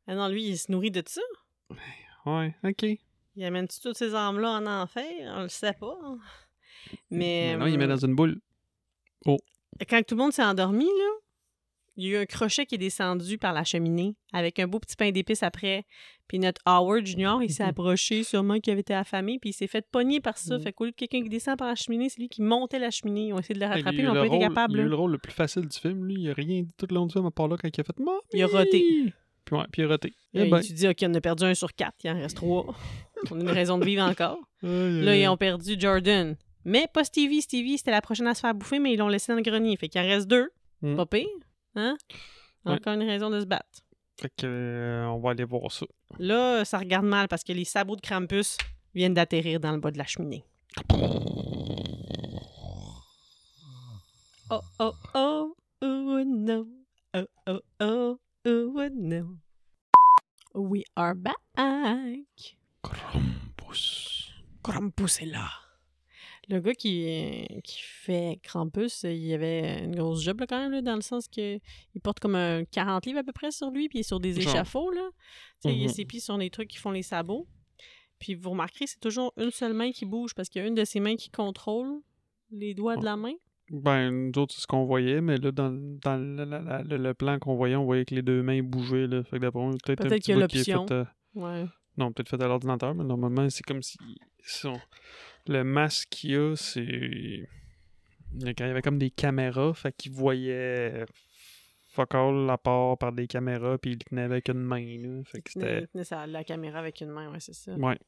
Speaker 1: Ah non, lui, il se nourrit de ça.
Speaker 2: Ouais, ok.
Speaker 1: Il amène-tu toutes ces armes-là en enfer? On le sait pas. hein. Mais
Speaker 2: Mais Ben non, il met
Speaker 1: euh,
Speaker 2: dans une boule.
Speaker 1: quand tout le monde s'est endormi, là, il y a eu un crochet qui est descendu par la cheminée avec un beau petit pain d'épices après. Puis notre Howard Junior, il s'est
Speaker 2: Mhm.
Speaker 1: approché, sûrement qu'il avait été affamé, puis il s'est fait pogner par ça.
Speaker 2: Mhm.
Speaker 1: Fait qu'au lieu de quelqu'un qui descend par la cheminée, c'est lui qui montait la cheminée. Ils ont essayé de le
Speaker 2: Ah, il a eu
Speaker 1: rattraper, mais on
Speaker 2: le
Speaker 1: n'a pas été
Speaker 2: rôle- Il a eu
Speaker 1: capable.
Speaker 2: le
Speaker 1: là.
Speaker 2: rôle le plus facile du film, lui. Il a rien dit tout le long du film à part là quand il a fait Mommy!
Speaker 1: Il a roté.
Speaker 2: Puis ouais, puis il a roté. Eh
Speaker 1: Là,
Speaker 2: ben.
Speaker 1: Tu dis, OK, on a perdu un sur quatre, il en reste trois. on a une raison de vivre encore.
Speaker 2: Aïe, aïe,
Speaker 1: Là,
Speaker 2: aïe.
Speaker 1: ils ont perdu Jordan. Mais pas Stevie. Stevie, c'était la prochaine à se faire bouffer, mais ils l'ont laissé dans le grenier. Fait qu'il en reste deux.
Speaker 2: Mm.
Speaker 1: Pas pire. Hein?
Speaker 2: Ouais.
Speaker 1: Encore une raison de se battre.
Speaker 2: Fait que, euh, on va aller voir ça.
Speaker 1: Là, ça regarde mal parce que les sabots de Krampus viennent d'atterrir dans le bas de la cheminée. Oh, oh, oh, oh, no. Oh, oh, oh, oh, no. We are back.
Speaker 3: Krampus.
Speaker 1: Krampus est là. Le gars qui, qui fait Krampus, il avait une grosse job là, quand même, là, dans le sens que il porte comme un 40 livres à peu près sur lui, puis il est sur des
Speaker 2: Genre.
Speaker 1: échafauds. Là. Tu sais, il-
Speaker 2: Mhm.
Speaker 1: Ses pieds sont des trucs qui font les sabots. Puis vous remarquerez, c'est toujours une seule main qui bouge parce qu'il y a une de ses mains qui contrôle les doigts de la main.
Speaker 2: Ben, nous autres, c'est ce qu'on voyait, mais là, dans, dans la- la- la- le, le plan qu'on voyait, on voyait que les deux mains bougeaient. Là. Fait que d'après moi, peut-être un
Speaker 1: Peut-être
Speaker 2: petit
Speaker 1: qu'il y a
Speaker 2: bout qui est
Speaker 1: l'option.
Speaker 2: fait, euh,
Speaker 1: Ouais.
Speaker 2: non, peut-être fait à l'ordinateur, mais normalement, c'est comme si son- le masque qu'il a, c'est. Quand il y avait comme des caméras, fait qu'il voyait fuck all à part par des caméras, puis il le tenait avec une main. Là. Fait que
Speaker 1: Il
Speaker 2: c'était.
Speaker 1: tenait sa- la caméra avec une main, ouais, c'est ça.
Speaker 2: Ouais.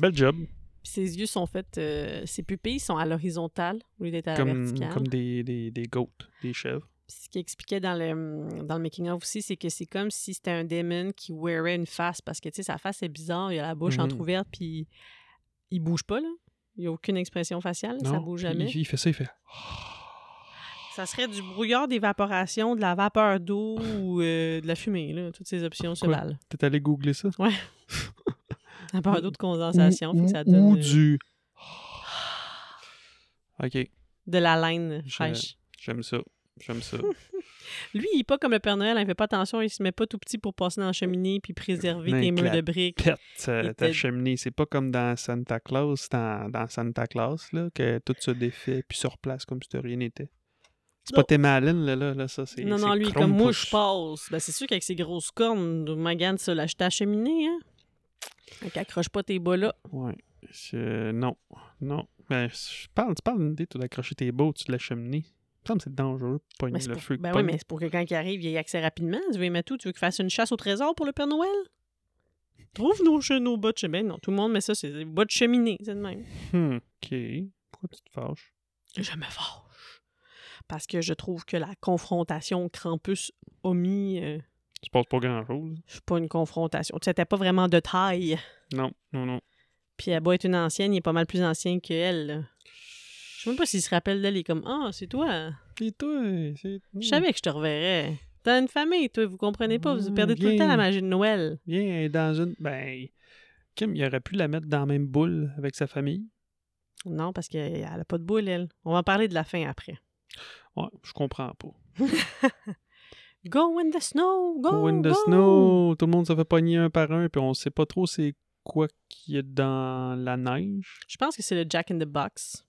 Speaker 2: Bel job.
Speaker 1: Puis ses yeux sont faits, euh, ses pupilles sont à l'horizontale au lieu d'être à la
Speaker 2: Comme,
Speaker 1: verticale.
Speaker 2: comme des, des, des goats, des chèvres.
Speaker 1: Puis ce qu'il expliquait dans le, mm, dans le making-of aussi, c'est que c'est comme si c'était un démon qui wearait une face parce que, tu sais, sa face est bizarre, il a la bouche
Speaker 2: Mhm.
Speaker 1: entrouverte, puis il bouge pas, là. Il n'y a aucune expression faciale, ça
Speaker 2: Non,
Speaker 1: bouge
Speaker 2: puis
Speaker 1: jamais.
Speaker 2: Il, il fait ça, il fait.
Speaker 1: Ça serait du brouillard d'évaporation, de la vapeur d'eau ou euh, de la fumée, là. Toutes ces options se
Speaker 2: Quoi?
Speaker 1: valent.
Speaker 2: T'es allé googler ça?
Speaker 1: Ah, La vapeur d'eau de condensation, fait que ça
Speaker 2: ou
Speaker 1: donne euh,
Speaker 2: du. Ok,
Speaker 1: de la laine
Speaker 2: Je-
Speaker 1: fraîche.
Speaker 2: j'aime ça. J'aime ça.
Speaker 1: Lui, il est pas comme le Père Noël, il fait pas attention, il se met pas tout petit pour passer dans la cheminée puis préserver
Speaker 2: Mais
Speaker 1: tes murs
Speaker 2: clap.
Speaker 1: de briques.
Speaker 2: Pète euh,
Speaker 1: Et
Speaker 2: ta
Speaker 1: t'as-
Speaker 2: cheminée. C'est pas comme dans Santa Claus, dans, dans Santa Claus, là, que tout se défait puis se replace comme si de rien n'était. C'est pas
Speaker 1: Non.
Speaker 2: tes malines, là, là, là, ça. c'est-
Speaker 1: Non, non,
Speaker 2: c'est
Speaker 1: lui, comme moi, je
Speaker 2: Krampus.
Speaker 1: passe. Ben, c'est sûr qu'avec ses grosses cornes, Magan se lâche ta cheminée, hein. Fait qu'accroche pas tes bas là.
Speaker 2: Ouais. Je- Non. Non. Mais je parle, tu parles d'une idée, tu d'accrocher tes beaux au-dessus de la cheminée. Ça me semble que c'est dangereux. Pogner
Speaker 1: Mais c'est
Speaker 2: le
Speaker 1: pour...
Speaker 2: feu.
Speaker 1: ben oui,
Speaker 2: pogne.
Speaker 1: mais c'est pour que quand il arrive, il y ait accès rapidement. Tu veux y mettre tout? Tu veux qu'il fasse une chasse au trésor pour le Père Noël? Trouve nos, che- nos bas de cheminée. Non, tout le monde met ça, c'est des bas de cheminée, c'est de même.
Speaker 2: Hmm, Ok. Pourquoi tu te fâches?
Speaker 1: Je me fâche. Parce que je trouve que la confrontation Krampus omis, euh,
Speaker 2: Tu passes pas grand-chose.
Speaker 1: c'est pas une confrontation. Tu sais, t'as pas vraiment de taille.
Speaker 2: Non, non, non.
Speaker 1: Puis elle est une ancienne, il est pas mal plus ancien qu'elle. là. Je sais même pas s'il se rappelle d'elle, il est comme Ah, c'est toi.
Speaker 2: Et toi, c'est. hmm,
Speaker 1: Je savais que je te reverrais. T'as une famille, toi, vous comprenez pas, vous
Speaker 2: Ouais,
Speaker 1: perdez tout le
Speaker 2: bien.
Speaker 1: temps la magie de Noël.
Speaker 2: Bien, elle est dans une. Ben. Kim, il aurait pu la mettre dans la même boule avec sa famille.
Speaker 1: Non, parce qu'elle a pas de boule, elle. On va en parler de la fin après.
Speaker 2: Ouais, je comprends pas.
Speaker 1: Go in the snow, go,
Speaker 2: Go in the
Speaker 1: go.
Speaker 2: snow, tout le monde se fait pogner un par un, puis on sait pas trop c'est quoi qu'il y a dans la neige.
Speaker 1: Je pense que c'est le Jack in the Box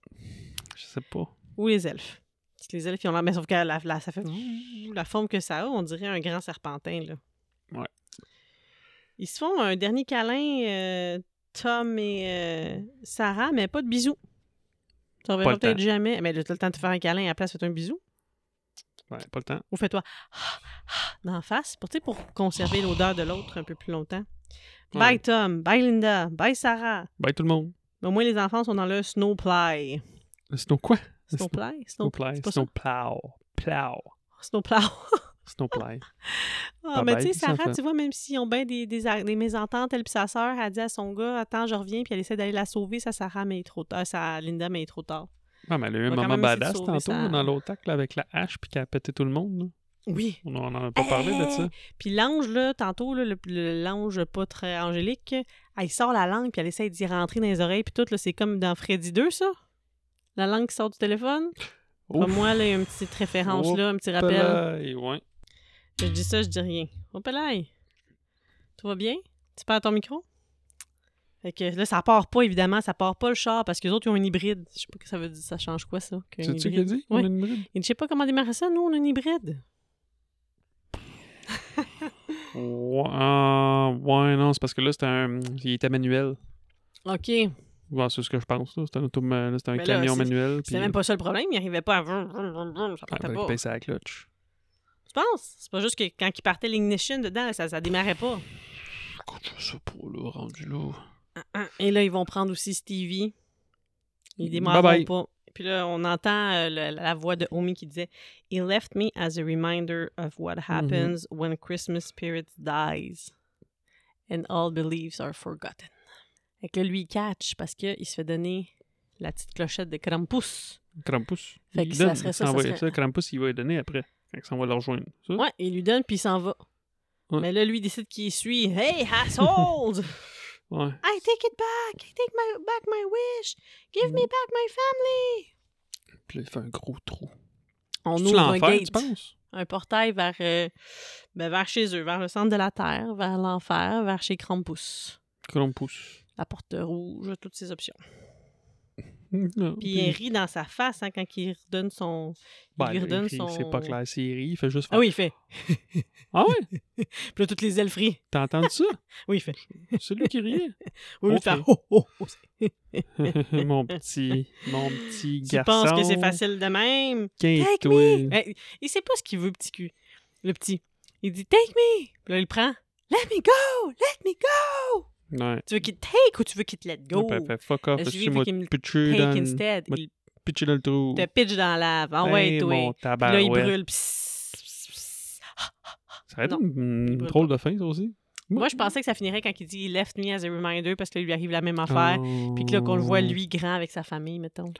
Speaker 2: Je sais pas.
Speaker 1: ou les elfes. Parce que les elfes, ils ont l'air, mais sauf que la, la- ça fait la forme que ça a, on dirait un grand serpentin, là.
Speaker 2: Ouais.
Speaker 1: Ils se font un dernier câlin, euh, Tom et euh, Sarah, mais pas de bisous. Tu
Speaker 2: Pas
Speaker 1: reverras
Speaker 2: le
Speaker 1: peut-être
Speaker 2: temps.
Speaker 1: jamais. Mais le, le temps de te faire un câlin, à la place, fais un bisou.
Speaker 2: Ouais, pas le temps.
Speaker 1: Ou fais-toi d'en face pour, tu sais, pour conserver l'odeur de l'autre un peu plus longtemps. Bye
Speaker 2: Ouais.
Speaker 1: Tom, bye Linda, bye Sarah.
Speaker 2: Bye tout le monde.
Speaker 1: Mais au moins, les enfants sont dans le snowplay.
Speaker 2: Sinon quoi?
Speaker 1: Snowplay? Snow...
Speaker 2: Snowplay.
Speaker 1: c'est pas ça?
Speaker 2: Snowplow. Plow.
Speaker 1: Snowplow.
Speaker 2: Snowplay.
Speaker 1: Ah,
Speaker 2: Bye
Speaker 1: mais
Speaker 2: bye,
Speaker 1: tu sais,
Speaker 2: les
Speaker 1: Sarah,
Speaker 2: enfants.
Speaker 1: tu vois, même s'ils ont bien des, des, ar- des mésententes, elle puis sa sœur, elle dit à son gars, attends, je reviens, puis elle essaie d'aller la sauver, ça, Sarah, mais il est trop tard. Ça, Linda, mais il est trop tard.
Speaker 2: Ah, mais elle a eu un
Speaker 1: On va quand
Speaker 2: moment
Speaker 1: même essayer de
Speaker 2: badass
Speaker 1: sauver
Speaker 2: tantôt
Speaker 1: ça.
Speaker 2: dans l'autre acte là, avec la hache puis qui a pété tout le monde. là.
Speaker 1: Oui.
Speaker 2: On en on en a pas parlé de ça.
Speaker 1: Eh! Puis l'ange, là, tantôt, là, le- le- l'ange pas très angélique, elle sort la langue, puis elle essaie d'y rentrer dans les oreilles, puis tout, là, c'est comme dans Freddy 2, ça? La langue qui sort du téléphone?
Speaker 2: Ouf.
Speaker 1: Comme moi, là, il y a une petite référence,
Speaker 2: Oups,
Speaker 1: là, un petit rappel.
Speaker 2: Pelaille, ouais.
Speaker 1: Je dis ça, je dis rien. Oh, Pelaï! Tout va bien? Tu parles à ton micro? Fait que là, ça part pas, évidemment, ça part pas le char, parce que les autres, ils ont une hybride. Je sais pas que ça veut dire, ça change quoi, ça? qu'un
Speaker 2: C'est-tu
Speaker 1: hybride?
Speaker 2: qu'il a dit?
Speaker 1: Ouais.
Speaker 2: On a une bride?
Speaker 1: Et je sais pas comment démarrer ça, nous, on a une hybride.
Speaker 2: Ouais, ah, ouais, non, c'est parce que là, c'était un. Il était manuel.
Speaker 1: OK.
Speaker 2: Ouais, c'est ce que je pense. là. C'était un, auto- là, c'était un
Speaker 1: Mais là,
Speaker 2: camion
Speaker 1: c'est-
Speaker 2: manuel.
Speaker 1: C'était même pas ça le problème, il arrivait pas à... vroom, vroom, vroom, vroom, Ça partait pas.
Speaker 2: Il payait la clutch.
Speaker 1: Tu penses? C'est pas juste que quand il partait l'ignition dedans, ça, ça démarrait pas.
Speaker 2: Écoute, je sais pas, là, rendu là.
Speaker 1: Ah, Et là, ils vont prendre aussi Stevie. Ils
Speaker 2: Bye
Speaker 1: démarreront
Speaker 2: bye.
Speaker 1: pas. Puis là, on entend euh, le- la voix de Omi qui disait He left me as a reminder of what happens when Christmas spirit dies and all beliefs are forgotten. Fait que là, lui, il catch parce qu'il se fait donner la petite clochette de Krampus.
Speaker 2: Krampus.
Speaker 1: Fait
Speaker 2: il
Speaker 1: que
Speaker 2: lui
Speaker 1: ça
Speaker 2: donne,
Speaker 1: serait
Speaker 2: il
Speaker 1: ça,
Speaker 2: s'en
Speaker 1: ça
Speaker 2: va-
Speaker 1: serait-
Speaker 2: ça, Krampus, il va lui donner après. Quand ça, on va le rejoindre. Ça?
Speaker 1: Ouais, il lui donne, puis il s'en va.
Speaker 2: Ouais.
Speaker 1: Mais là, lui, il décide qu'il suit. Hey, household!
Speaker 2: Ouais.
Speaker 1: I take it back! I take my, back my wish! Give me back my family!
Speaker 2: Puis là, il fait un gros trou.
Speaker 1: On
Speaker 2: C'est-tu
Speaker 1: ouvre un
Speaker 2: l'enfer,
Speaker 1: gate.
Speaker 2: tu penses?
Speaker 1: un portail vers, euh, ben, vers chez eux, vers le centre de la Terre, vers l'enfer, vers chez Krampus.
Speaker 2: Krampus.
Speaker 1: La porte rouge, toutes ces options.
Speaker 2: Non,
Speaker 1: Puis il rit dans sa face hein, quand il redonne son. Il
Speaker 2: ben,
Speaker 1: lui
Speaker 2: il
Speaker 1: redonne
Speaker 2: rit,
Speaker 1: son.
Speaker 2: C'est pas clair, c'est il rit, il fait juste...
Speaker 1: Ah
Speaker 2: faire-
Speaker 1: oui, il fait.
Speaker 2: Ah ouais?
Speaker 1: Puis là, toutes les elfes rient.
Speaker 2: T'as entendu ça?
Speaker 1: Oui, il fait.
Speaker 2: C'est lui qui riait.
Speaker 1: Oui, il
Speaker 2: Ok.
Speaker 1: fait. Oh, oh, oh.
Speaker 2: mon petit, mon petit
Speaker 1: Tu
Speaker 2: garçon.
Speaker 1: penses que c'est facile de même? Take
Speaker 2: Quitte-toi.
Speaker 1: Ouais, il sait pas ce qu'il veut, petit cul. Le petit. Il dit Take me! Puis là, il le prend. Let me go! Let me go!
Speaker 2: Ouais.
Speaker 1: Tu veux qu'il te take ou tu veux qu'il te let go?
Speaker 2: Ouais, fait fuck off,
Speaker 1: Parce que
Speaker 2: parce que
Speaker 1: lui,
Speaker 2: tu
Speaker 1: vu
Speaker 2: m'as
Speaker 1: qu'il me
Speaker 2: pitché
Speaker 1: Take
Speaker 2: dans,
Speaker 1: instead.
Speaker 2: moi,
Speaker 1: Il
Speaker 2: pitché dans le trou.
Speaker 1: te pitch dans la lave. Envoie
Speaker 2: Hey,
Speaker 1: Ah toi.
Speaker 2: mon
Speaker 1: Puis là,
Speaker 2: tabarouette.
Speaker 1: il brûle. Psss, psss, pss.
Speaker 2: Ça aurait été
Speaker 1: Non,
Speaker 2: une, une
Speaker 1: brûle
Speaker 2: drôle de fin, ça aussi.
Speaker 1: Moi, je pensais que ça finirait quand il dit « left me as a reminder » parce que là, il lui arrive la même affaire. Puis que là, qu'on le voit, lui, grand avec sa famille, mettons.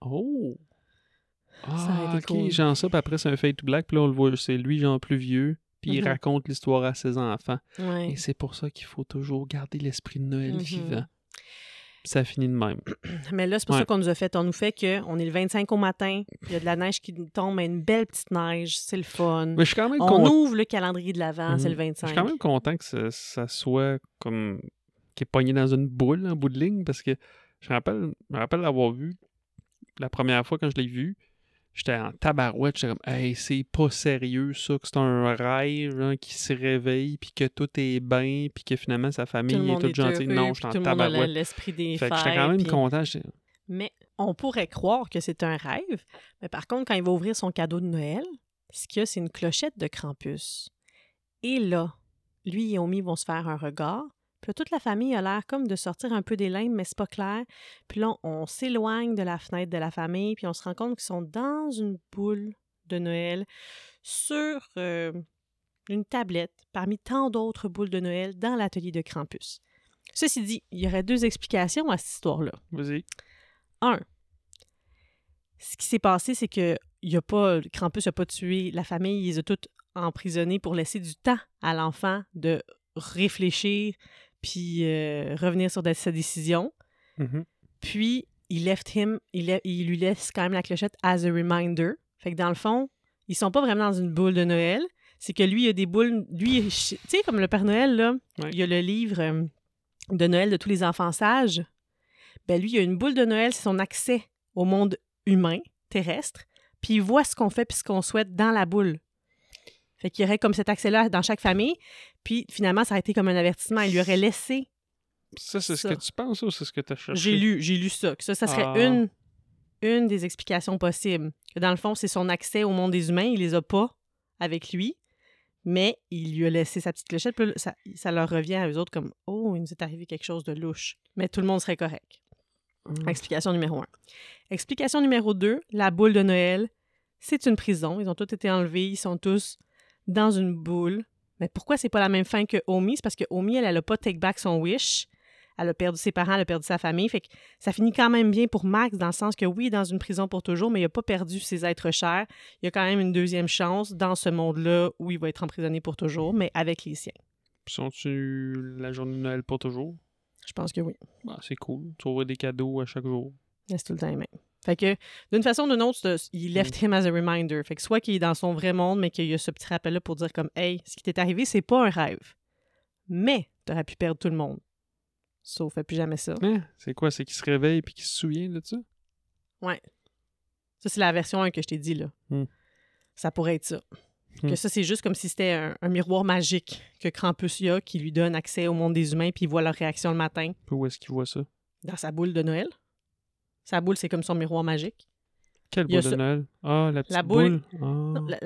Speaker 2: Oh!
Speaker 1: aurait
Speaker 2: Ah,
Speaker 1: été
Speaker 2: ok,
Speaker 1: cool.
Speaker 2: genre ça, puis après, c'est un fade to black, puis là, on le voit, c'est lui, genre plus vieux, puis il
Speaker 1: Mhm.
Speaker 2: raconte l'histoire à ses enfants.
Speaker 1: Ouais.
Speaker 2: Et c'est pour ça qu'il faut toujours garder l'esprit de Noël
Speaker 1: Mhm.
Speaker 2: vivant. Puis ça finit de même.
Speaker 1: Mm. Mais là, c'est pas
Speaker 2: Ouais.
Speaker 1: ça qu'on nous a fait. On nous fait que on est le 25 au matin, il y a de la neige qui nous tombe, mais une belle petite neige, c'est le fun.
Speaker 2: Mais je suis quand même
Speaker 1: on
Speaker 2: content.
Speaker 1: ouvre le calendrier de l'Avent,
Speaker 2: Mhm.
Speaker 1: c'est le
Speaker 2: Je
Speaker 1: 25.
Speaker 2: suis quand même content que ça, ça soit comme qu'il est pogné dans une boule en bout de ligne parce que je me rappelle, je me rappelle l'avoir vu la première fois quand je l'ai vu. J'étais en tabarouette, j'étais comme Hey, c'est pas sérieux ça, que c'est un rêve hein, qui se réveille, puis que tout est bien, puis que finalement sa
Speaker 1: Tout le
Speaker 2: famille est
Speaker 1: monde
Speaker 2: toute
Speaker 1: est
Speaker 2: gentille.
Speaker 1: heureux,
Speaker 2: Non,
Speaker 1: puis
Speaker 2: j'étais
Speaker 1: tout
Speaker 2: en
Speaker 1: le monde a la-
Speaker 2: tabarouette.
Speaker 1: l'esprit des
Speaker 2: Fait
Speaker 1: fêtes.
Speaker 2: que j'étais quand même
Speaker 1: puis-
Speaker 2: content. j'étais-
Speaker 1: Mais on pourrait croire que c'est un rêve. Mais par contre, quand il va ouvrir son cadeau de Noël, ce qu'il y a, c'est une clochette de Krampus. Et là, lui et Omi vont se faire un regard. Puis là, toute la famille a l'air comme de sortir un peu des limbes, mais c'est pas clair. Puis là, on s'éloigne de la fenêtre de la famille, puis on se rend compte qu'ils sont dans une boule de Noël sur euh, une tablette parmi tant d'autres boules de Noël dans l'atelier de Krampus. Ceci dit, il y aurait deux explications à cette histoire-là.
Speaker 2: Vas-y.
Speaker 1: Un, ce qui s'est passé, c'est que il y a pas, Krampus n'a pas tué la famille, ils ont tous emprisonnés pour laisser du temps à l'enfant de réfléchir puis euh, revenir sur de- sa décision.
Speaker 2: Mhm.
Speaker 1: Puis, il left him, il, la- il lui laisse quand même la clochette as a reminder. Fait que dans le fond, ils sont pas vraiment dans une boule de Noël. C'est que lui, il a des boules. Lui, il- tu sais, comme le Père Noël, là,
Speaker 2: Ouais.
Speaker 1: il y a le livre euh, de Noël de tous les enfants sages. Ben lui, il a une boule de Noël, c'est son accès au monde humain, terrestre. Puis il voit ce qu'on fait puis ce qu'on souhaite dans la boule. Fait qu'il y aurait comme cet accès-là dans chaque famille. Puis finalement, ça aurait été comme un avertissement. Il lui aurait laissé
Speaker 2: Ça, c'est ce
Speaker 1: Ça.
Speaker 2: que tu penses ou c'est ce que tu as cherché?
Speaker 1: j'ai lu, j'ai lu ça. Que ça, ça serait
Speaker 2: Ah.
Speaker 1: une, une des explications possibles. Que dans le fond, c'est son accès au monde des humains. Il les a pas avec lui, mais il lui a laissé sa petite clochette. Puis là, ça, ça leur revient à eux autres comme Oh, il nous est arrivé quelque chose de louche. Mais tout le monde serait correct.
Speaker 2: Mm.
Speaker 1: Explication numéro un. Explication numéro deux la boule de Noël, c'est une prison. Ils ont tous été enlevés. Ils sont tous dans une boule. Mais pourquoi c'est pas la même fin que Omi? C'est parce que Omi, elle, elle a pas take back son wish. Elle a perdu ses parents, elle a perdu sa famille. Fait que ça finit quand même bien pour Max, dans le sens que oui, il est dans une prison pour toujours, mais il n'a pas perdu ses êtres chers. Il a quand même une deuxième chance dans ce monde-là où il va être emprisonné pour toujours, mais avec les siens.
Speaker 2: Sont-tu la journée de Noël pour toujours?
Speaker 1: Je pense que oui.
Speaker 2: Ben, c'est cool. Tu auras des cadeaux à chaque jour.
Speaker 1: Mais C'est tout le temps les mêmes. Fait que, d'une façon ou d'une autre, c'est- il left him as a reminder. Fait que soit qu'il est dans son vrai monde, mais qu'il y a ce petit rappel-là pour dire comme, hey, ce qui t'est arrivé, c'est pas un rêve. Mais t'aurais pu perdre tout le monde. Sauf, fais plus jamais ça.
Speaker 2: Hein? C'est quoi? C'est qu'il se réveille puis qu'il se souvient de ça?
Speaker 1: Ça, c'est la version 1 que je t'ai dit, là.
Speaker 2: Hmm.
Speaker 1: Ça pourrait être ça.
Speaker 2: Hmm.
Speaker 1: Que ça, c'est juste comme si c'était un, un miroir magique que Krampus y a qui lui donne accès au monde des humains, puis il voit leur réaction le matin
Speaker 2: Puis Où est-ce qu'il voit ça?
Speaker 1: dans sa boule de Noël. Sa boule, c'est comme son miroir magique.
Speaker 2: Quelle
Speaker 1: Il y a
Speaker 2: boule
Speaker 1: ça.
Speaker 2: de Noël? Ah, la petite
Speaker 1: boule-
Speaker 2: boule. Ah.
Speaker 1: Non, la,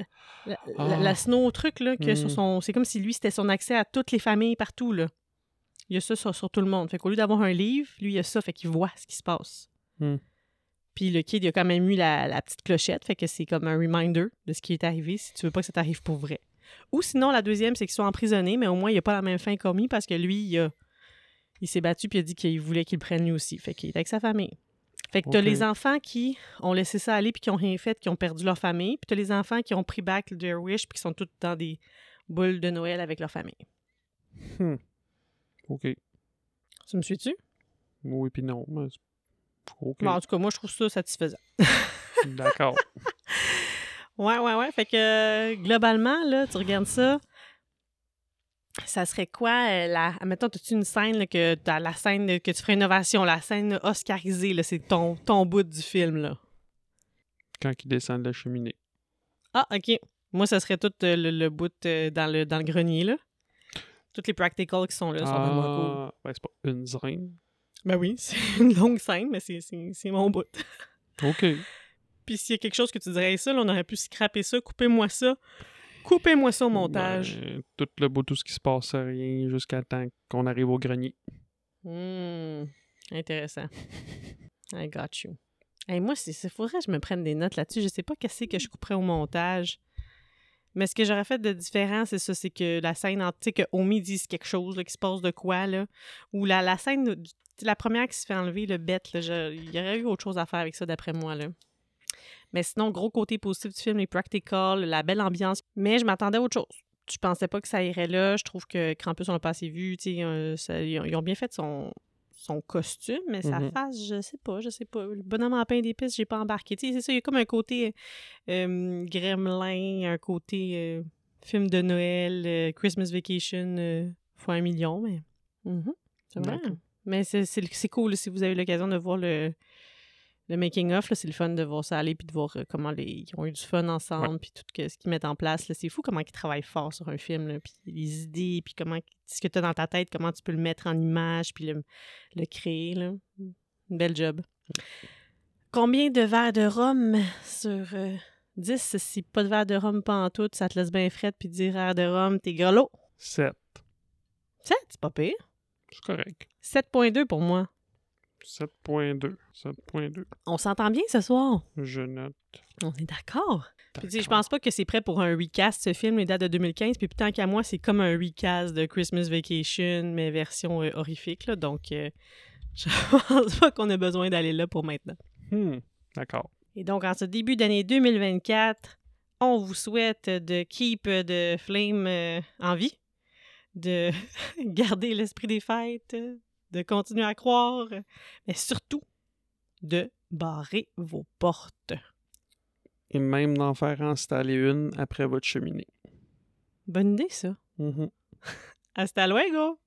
Speaker 1: la-
Speaker 2: Ah.
Speaker 1: la- la snow truc, là, que
Speaker 2: Hmm.
Speaker 1: sur son. C'est comme si lui, c'était son accès à toutes les familles partout, là. Il y a ça sur, sur tout le monde. Fait qu'au lieu d'avoir un livre, lui, il y a ça, fait qu'il voit ce qui se passe.
Speaker 2: Hmm.
Speaker 1: Puis le kid, il a quand même eu la, la petite clochette, fait que c'est comme un reminder de ce qui est arrivé si tu veux pas que ça t'arrive pour vrai. Ou sinon, la deuxième, c'est qu'il soit emprisonné, mais au moins, il a pas la même fin commis parce que lui, il, a- il s'est battu puis il a dit qu'il voulait qu'il le prenne lui aussi. Fait qu'il est avec sa famille. Fait que t'as
Speaker 2: Ok.
Speaker 1: les enfants qui ont laissé ça aller puis qui ont rien fait, qui ont perdu leur famille. Puis t'as les enfants qui ont pris back their wish puis qui sont tous dans des boules de Noël avec leur famille.
Speaker 2: OK.
Speaker 1: Tu me suis-tu?
Speaker 2: Oui, puis non. mais c'est- OK.
Speaker 1: Bon, en tout cas, moi, je trouve ça satisfaisant.
Speaker 2: D'accord.
Speaker 1: Ouais, ouais, ouais. Fait que euh, globalement, là, tu regardes ça. Ça serait quoi euh, la. Mettons, as-tu une scène là, que t'as la scène de- que tu ferais innovation, la scène oscarisée, là, c'est ton, ton bout du film là.
Speaker 2: Quand il descend de la cheminée.
Speaker 1: Ah, ok. Moi, ça serait tout euh, le, le bout euh, dans, le, dans le grenier, là. Toutes les practicals qui sont là sont vraiment cool.
Speaker 2: Ah, ben, c'est pas une scène.
Speaker 1: Ben oui, c'est une longue scène, mais c'est- c'est c'est mon bout.
Speaker 2: OK.
Speaker 1: Puis s'il y a quelque chose que tu dirais, ça, là, on aurait pu scraper ça, coupez-moi ça. Coupez-moi ça au montage.
Speaker 2: Ben, tout le bout, tout ce qui se passe, rien, jusqu'à temps qu'on arrive au grenier.
Speaker 1: Hmm, intéressant. I got you. Hey, moi, c'est c'est- faudrait que je me prenne des notes là-dessus. Je sais pas qu'est-ce que je couperais au montage. Mais ce que j'aurais fait de différent, c'est ça, c'est que la scène antique, Omi dise quelque chose, là, qu'il se passe de quoi, là. Ou la, la scène, de- du- la première qui se fait enlever, le bête, là, je- il y aurait eu autre chose à faire avec ça, d'après moi, là. Mais sinon, gros côté positif du film, les practicals, la belle ambiance. Mais je m'attendais à autre chose je pensais pas que ça irait là. Je trouve que Krampus, on l'a pas assez vu. tu sais, euh, ça- ils, ont, ils ont bien fait son, son costume, mais sa
Speaker 2: Mhm.
Speaker 1: face, je sais pas, je sais pas. Le bonhomme en pain d'épices, j'ai pas embarqué. Tu sais, c'est ça, il y a comme un côté euh, gremlin, un côté euh, film de Noël, euh, Christmas Vacation euh, fois un million, mais... Mhm. C'est vrai.
Speaker 2: D'accord.
Speaker 1: Mais c'est- c'est c'est cool si vous avez l'occasion de voir le, le making-of. là, C'est le fun de voir ça aller puis de voir euh, comment les, ils ont eu du fun ensemble puis tout que- ce qu'ils mettent en place. là. C'est fou comment ils travaillent fort sur un film. là, puis les idées, puis comment ce que tu as dans ta tête, comment tu peux le mettre en image puis le, le créer. Là. Une belle job. Combien de verres de rhum sur euh, 10? Si pas de verre de rhum, pas en tout, ça te laisse bien frette puis 10 verres de rhum, t'es grelot.
Speaker 2: 7.
Speaker 1: 7, c'est pas pire.
Speaker 2: C'est correct.
Speaker 1: 7.2 pour moi.
Speaker 2: 7.2. 7.2.
Speaker 1: On s'entend bien ce soir.
Speaker 2: Je note.
Speaker 1: On est d'accord. Puis tu sais, je
Speaker 2: D'accord.
Speaker 1: pense pas que c'est prêt pour un recast, ce film, les dates de 2015. Puis tant qu'à moi, c'est comme un recast de Christmas Vacation, mais version euh, horrifique. Là. Donc, euh, je pense pas qu'on a besoin d'aller là pour maintenant.
Speaker 2: Hmm. D'accord.
Speaker 1: Et donc, en ce début d'année 2024, on vous souhaite de keep de flame euh, en vie, de garder l'esprit des fêtes, de continuer à croire, mais surtout de barrer vos portes.
Speaker 2: Et même d'en faire installer une après votre cheminée.
Speaker 1: Bonne idée, ça.
Speaker 2: Mhm.
Speaker 1: Hasta luego!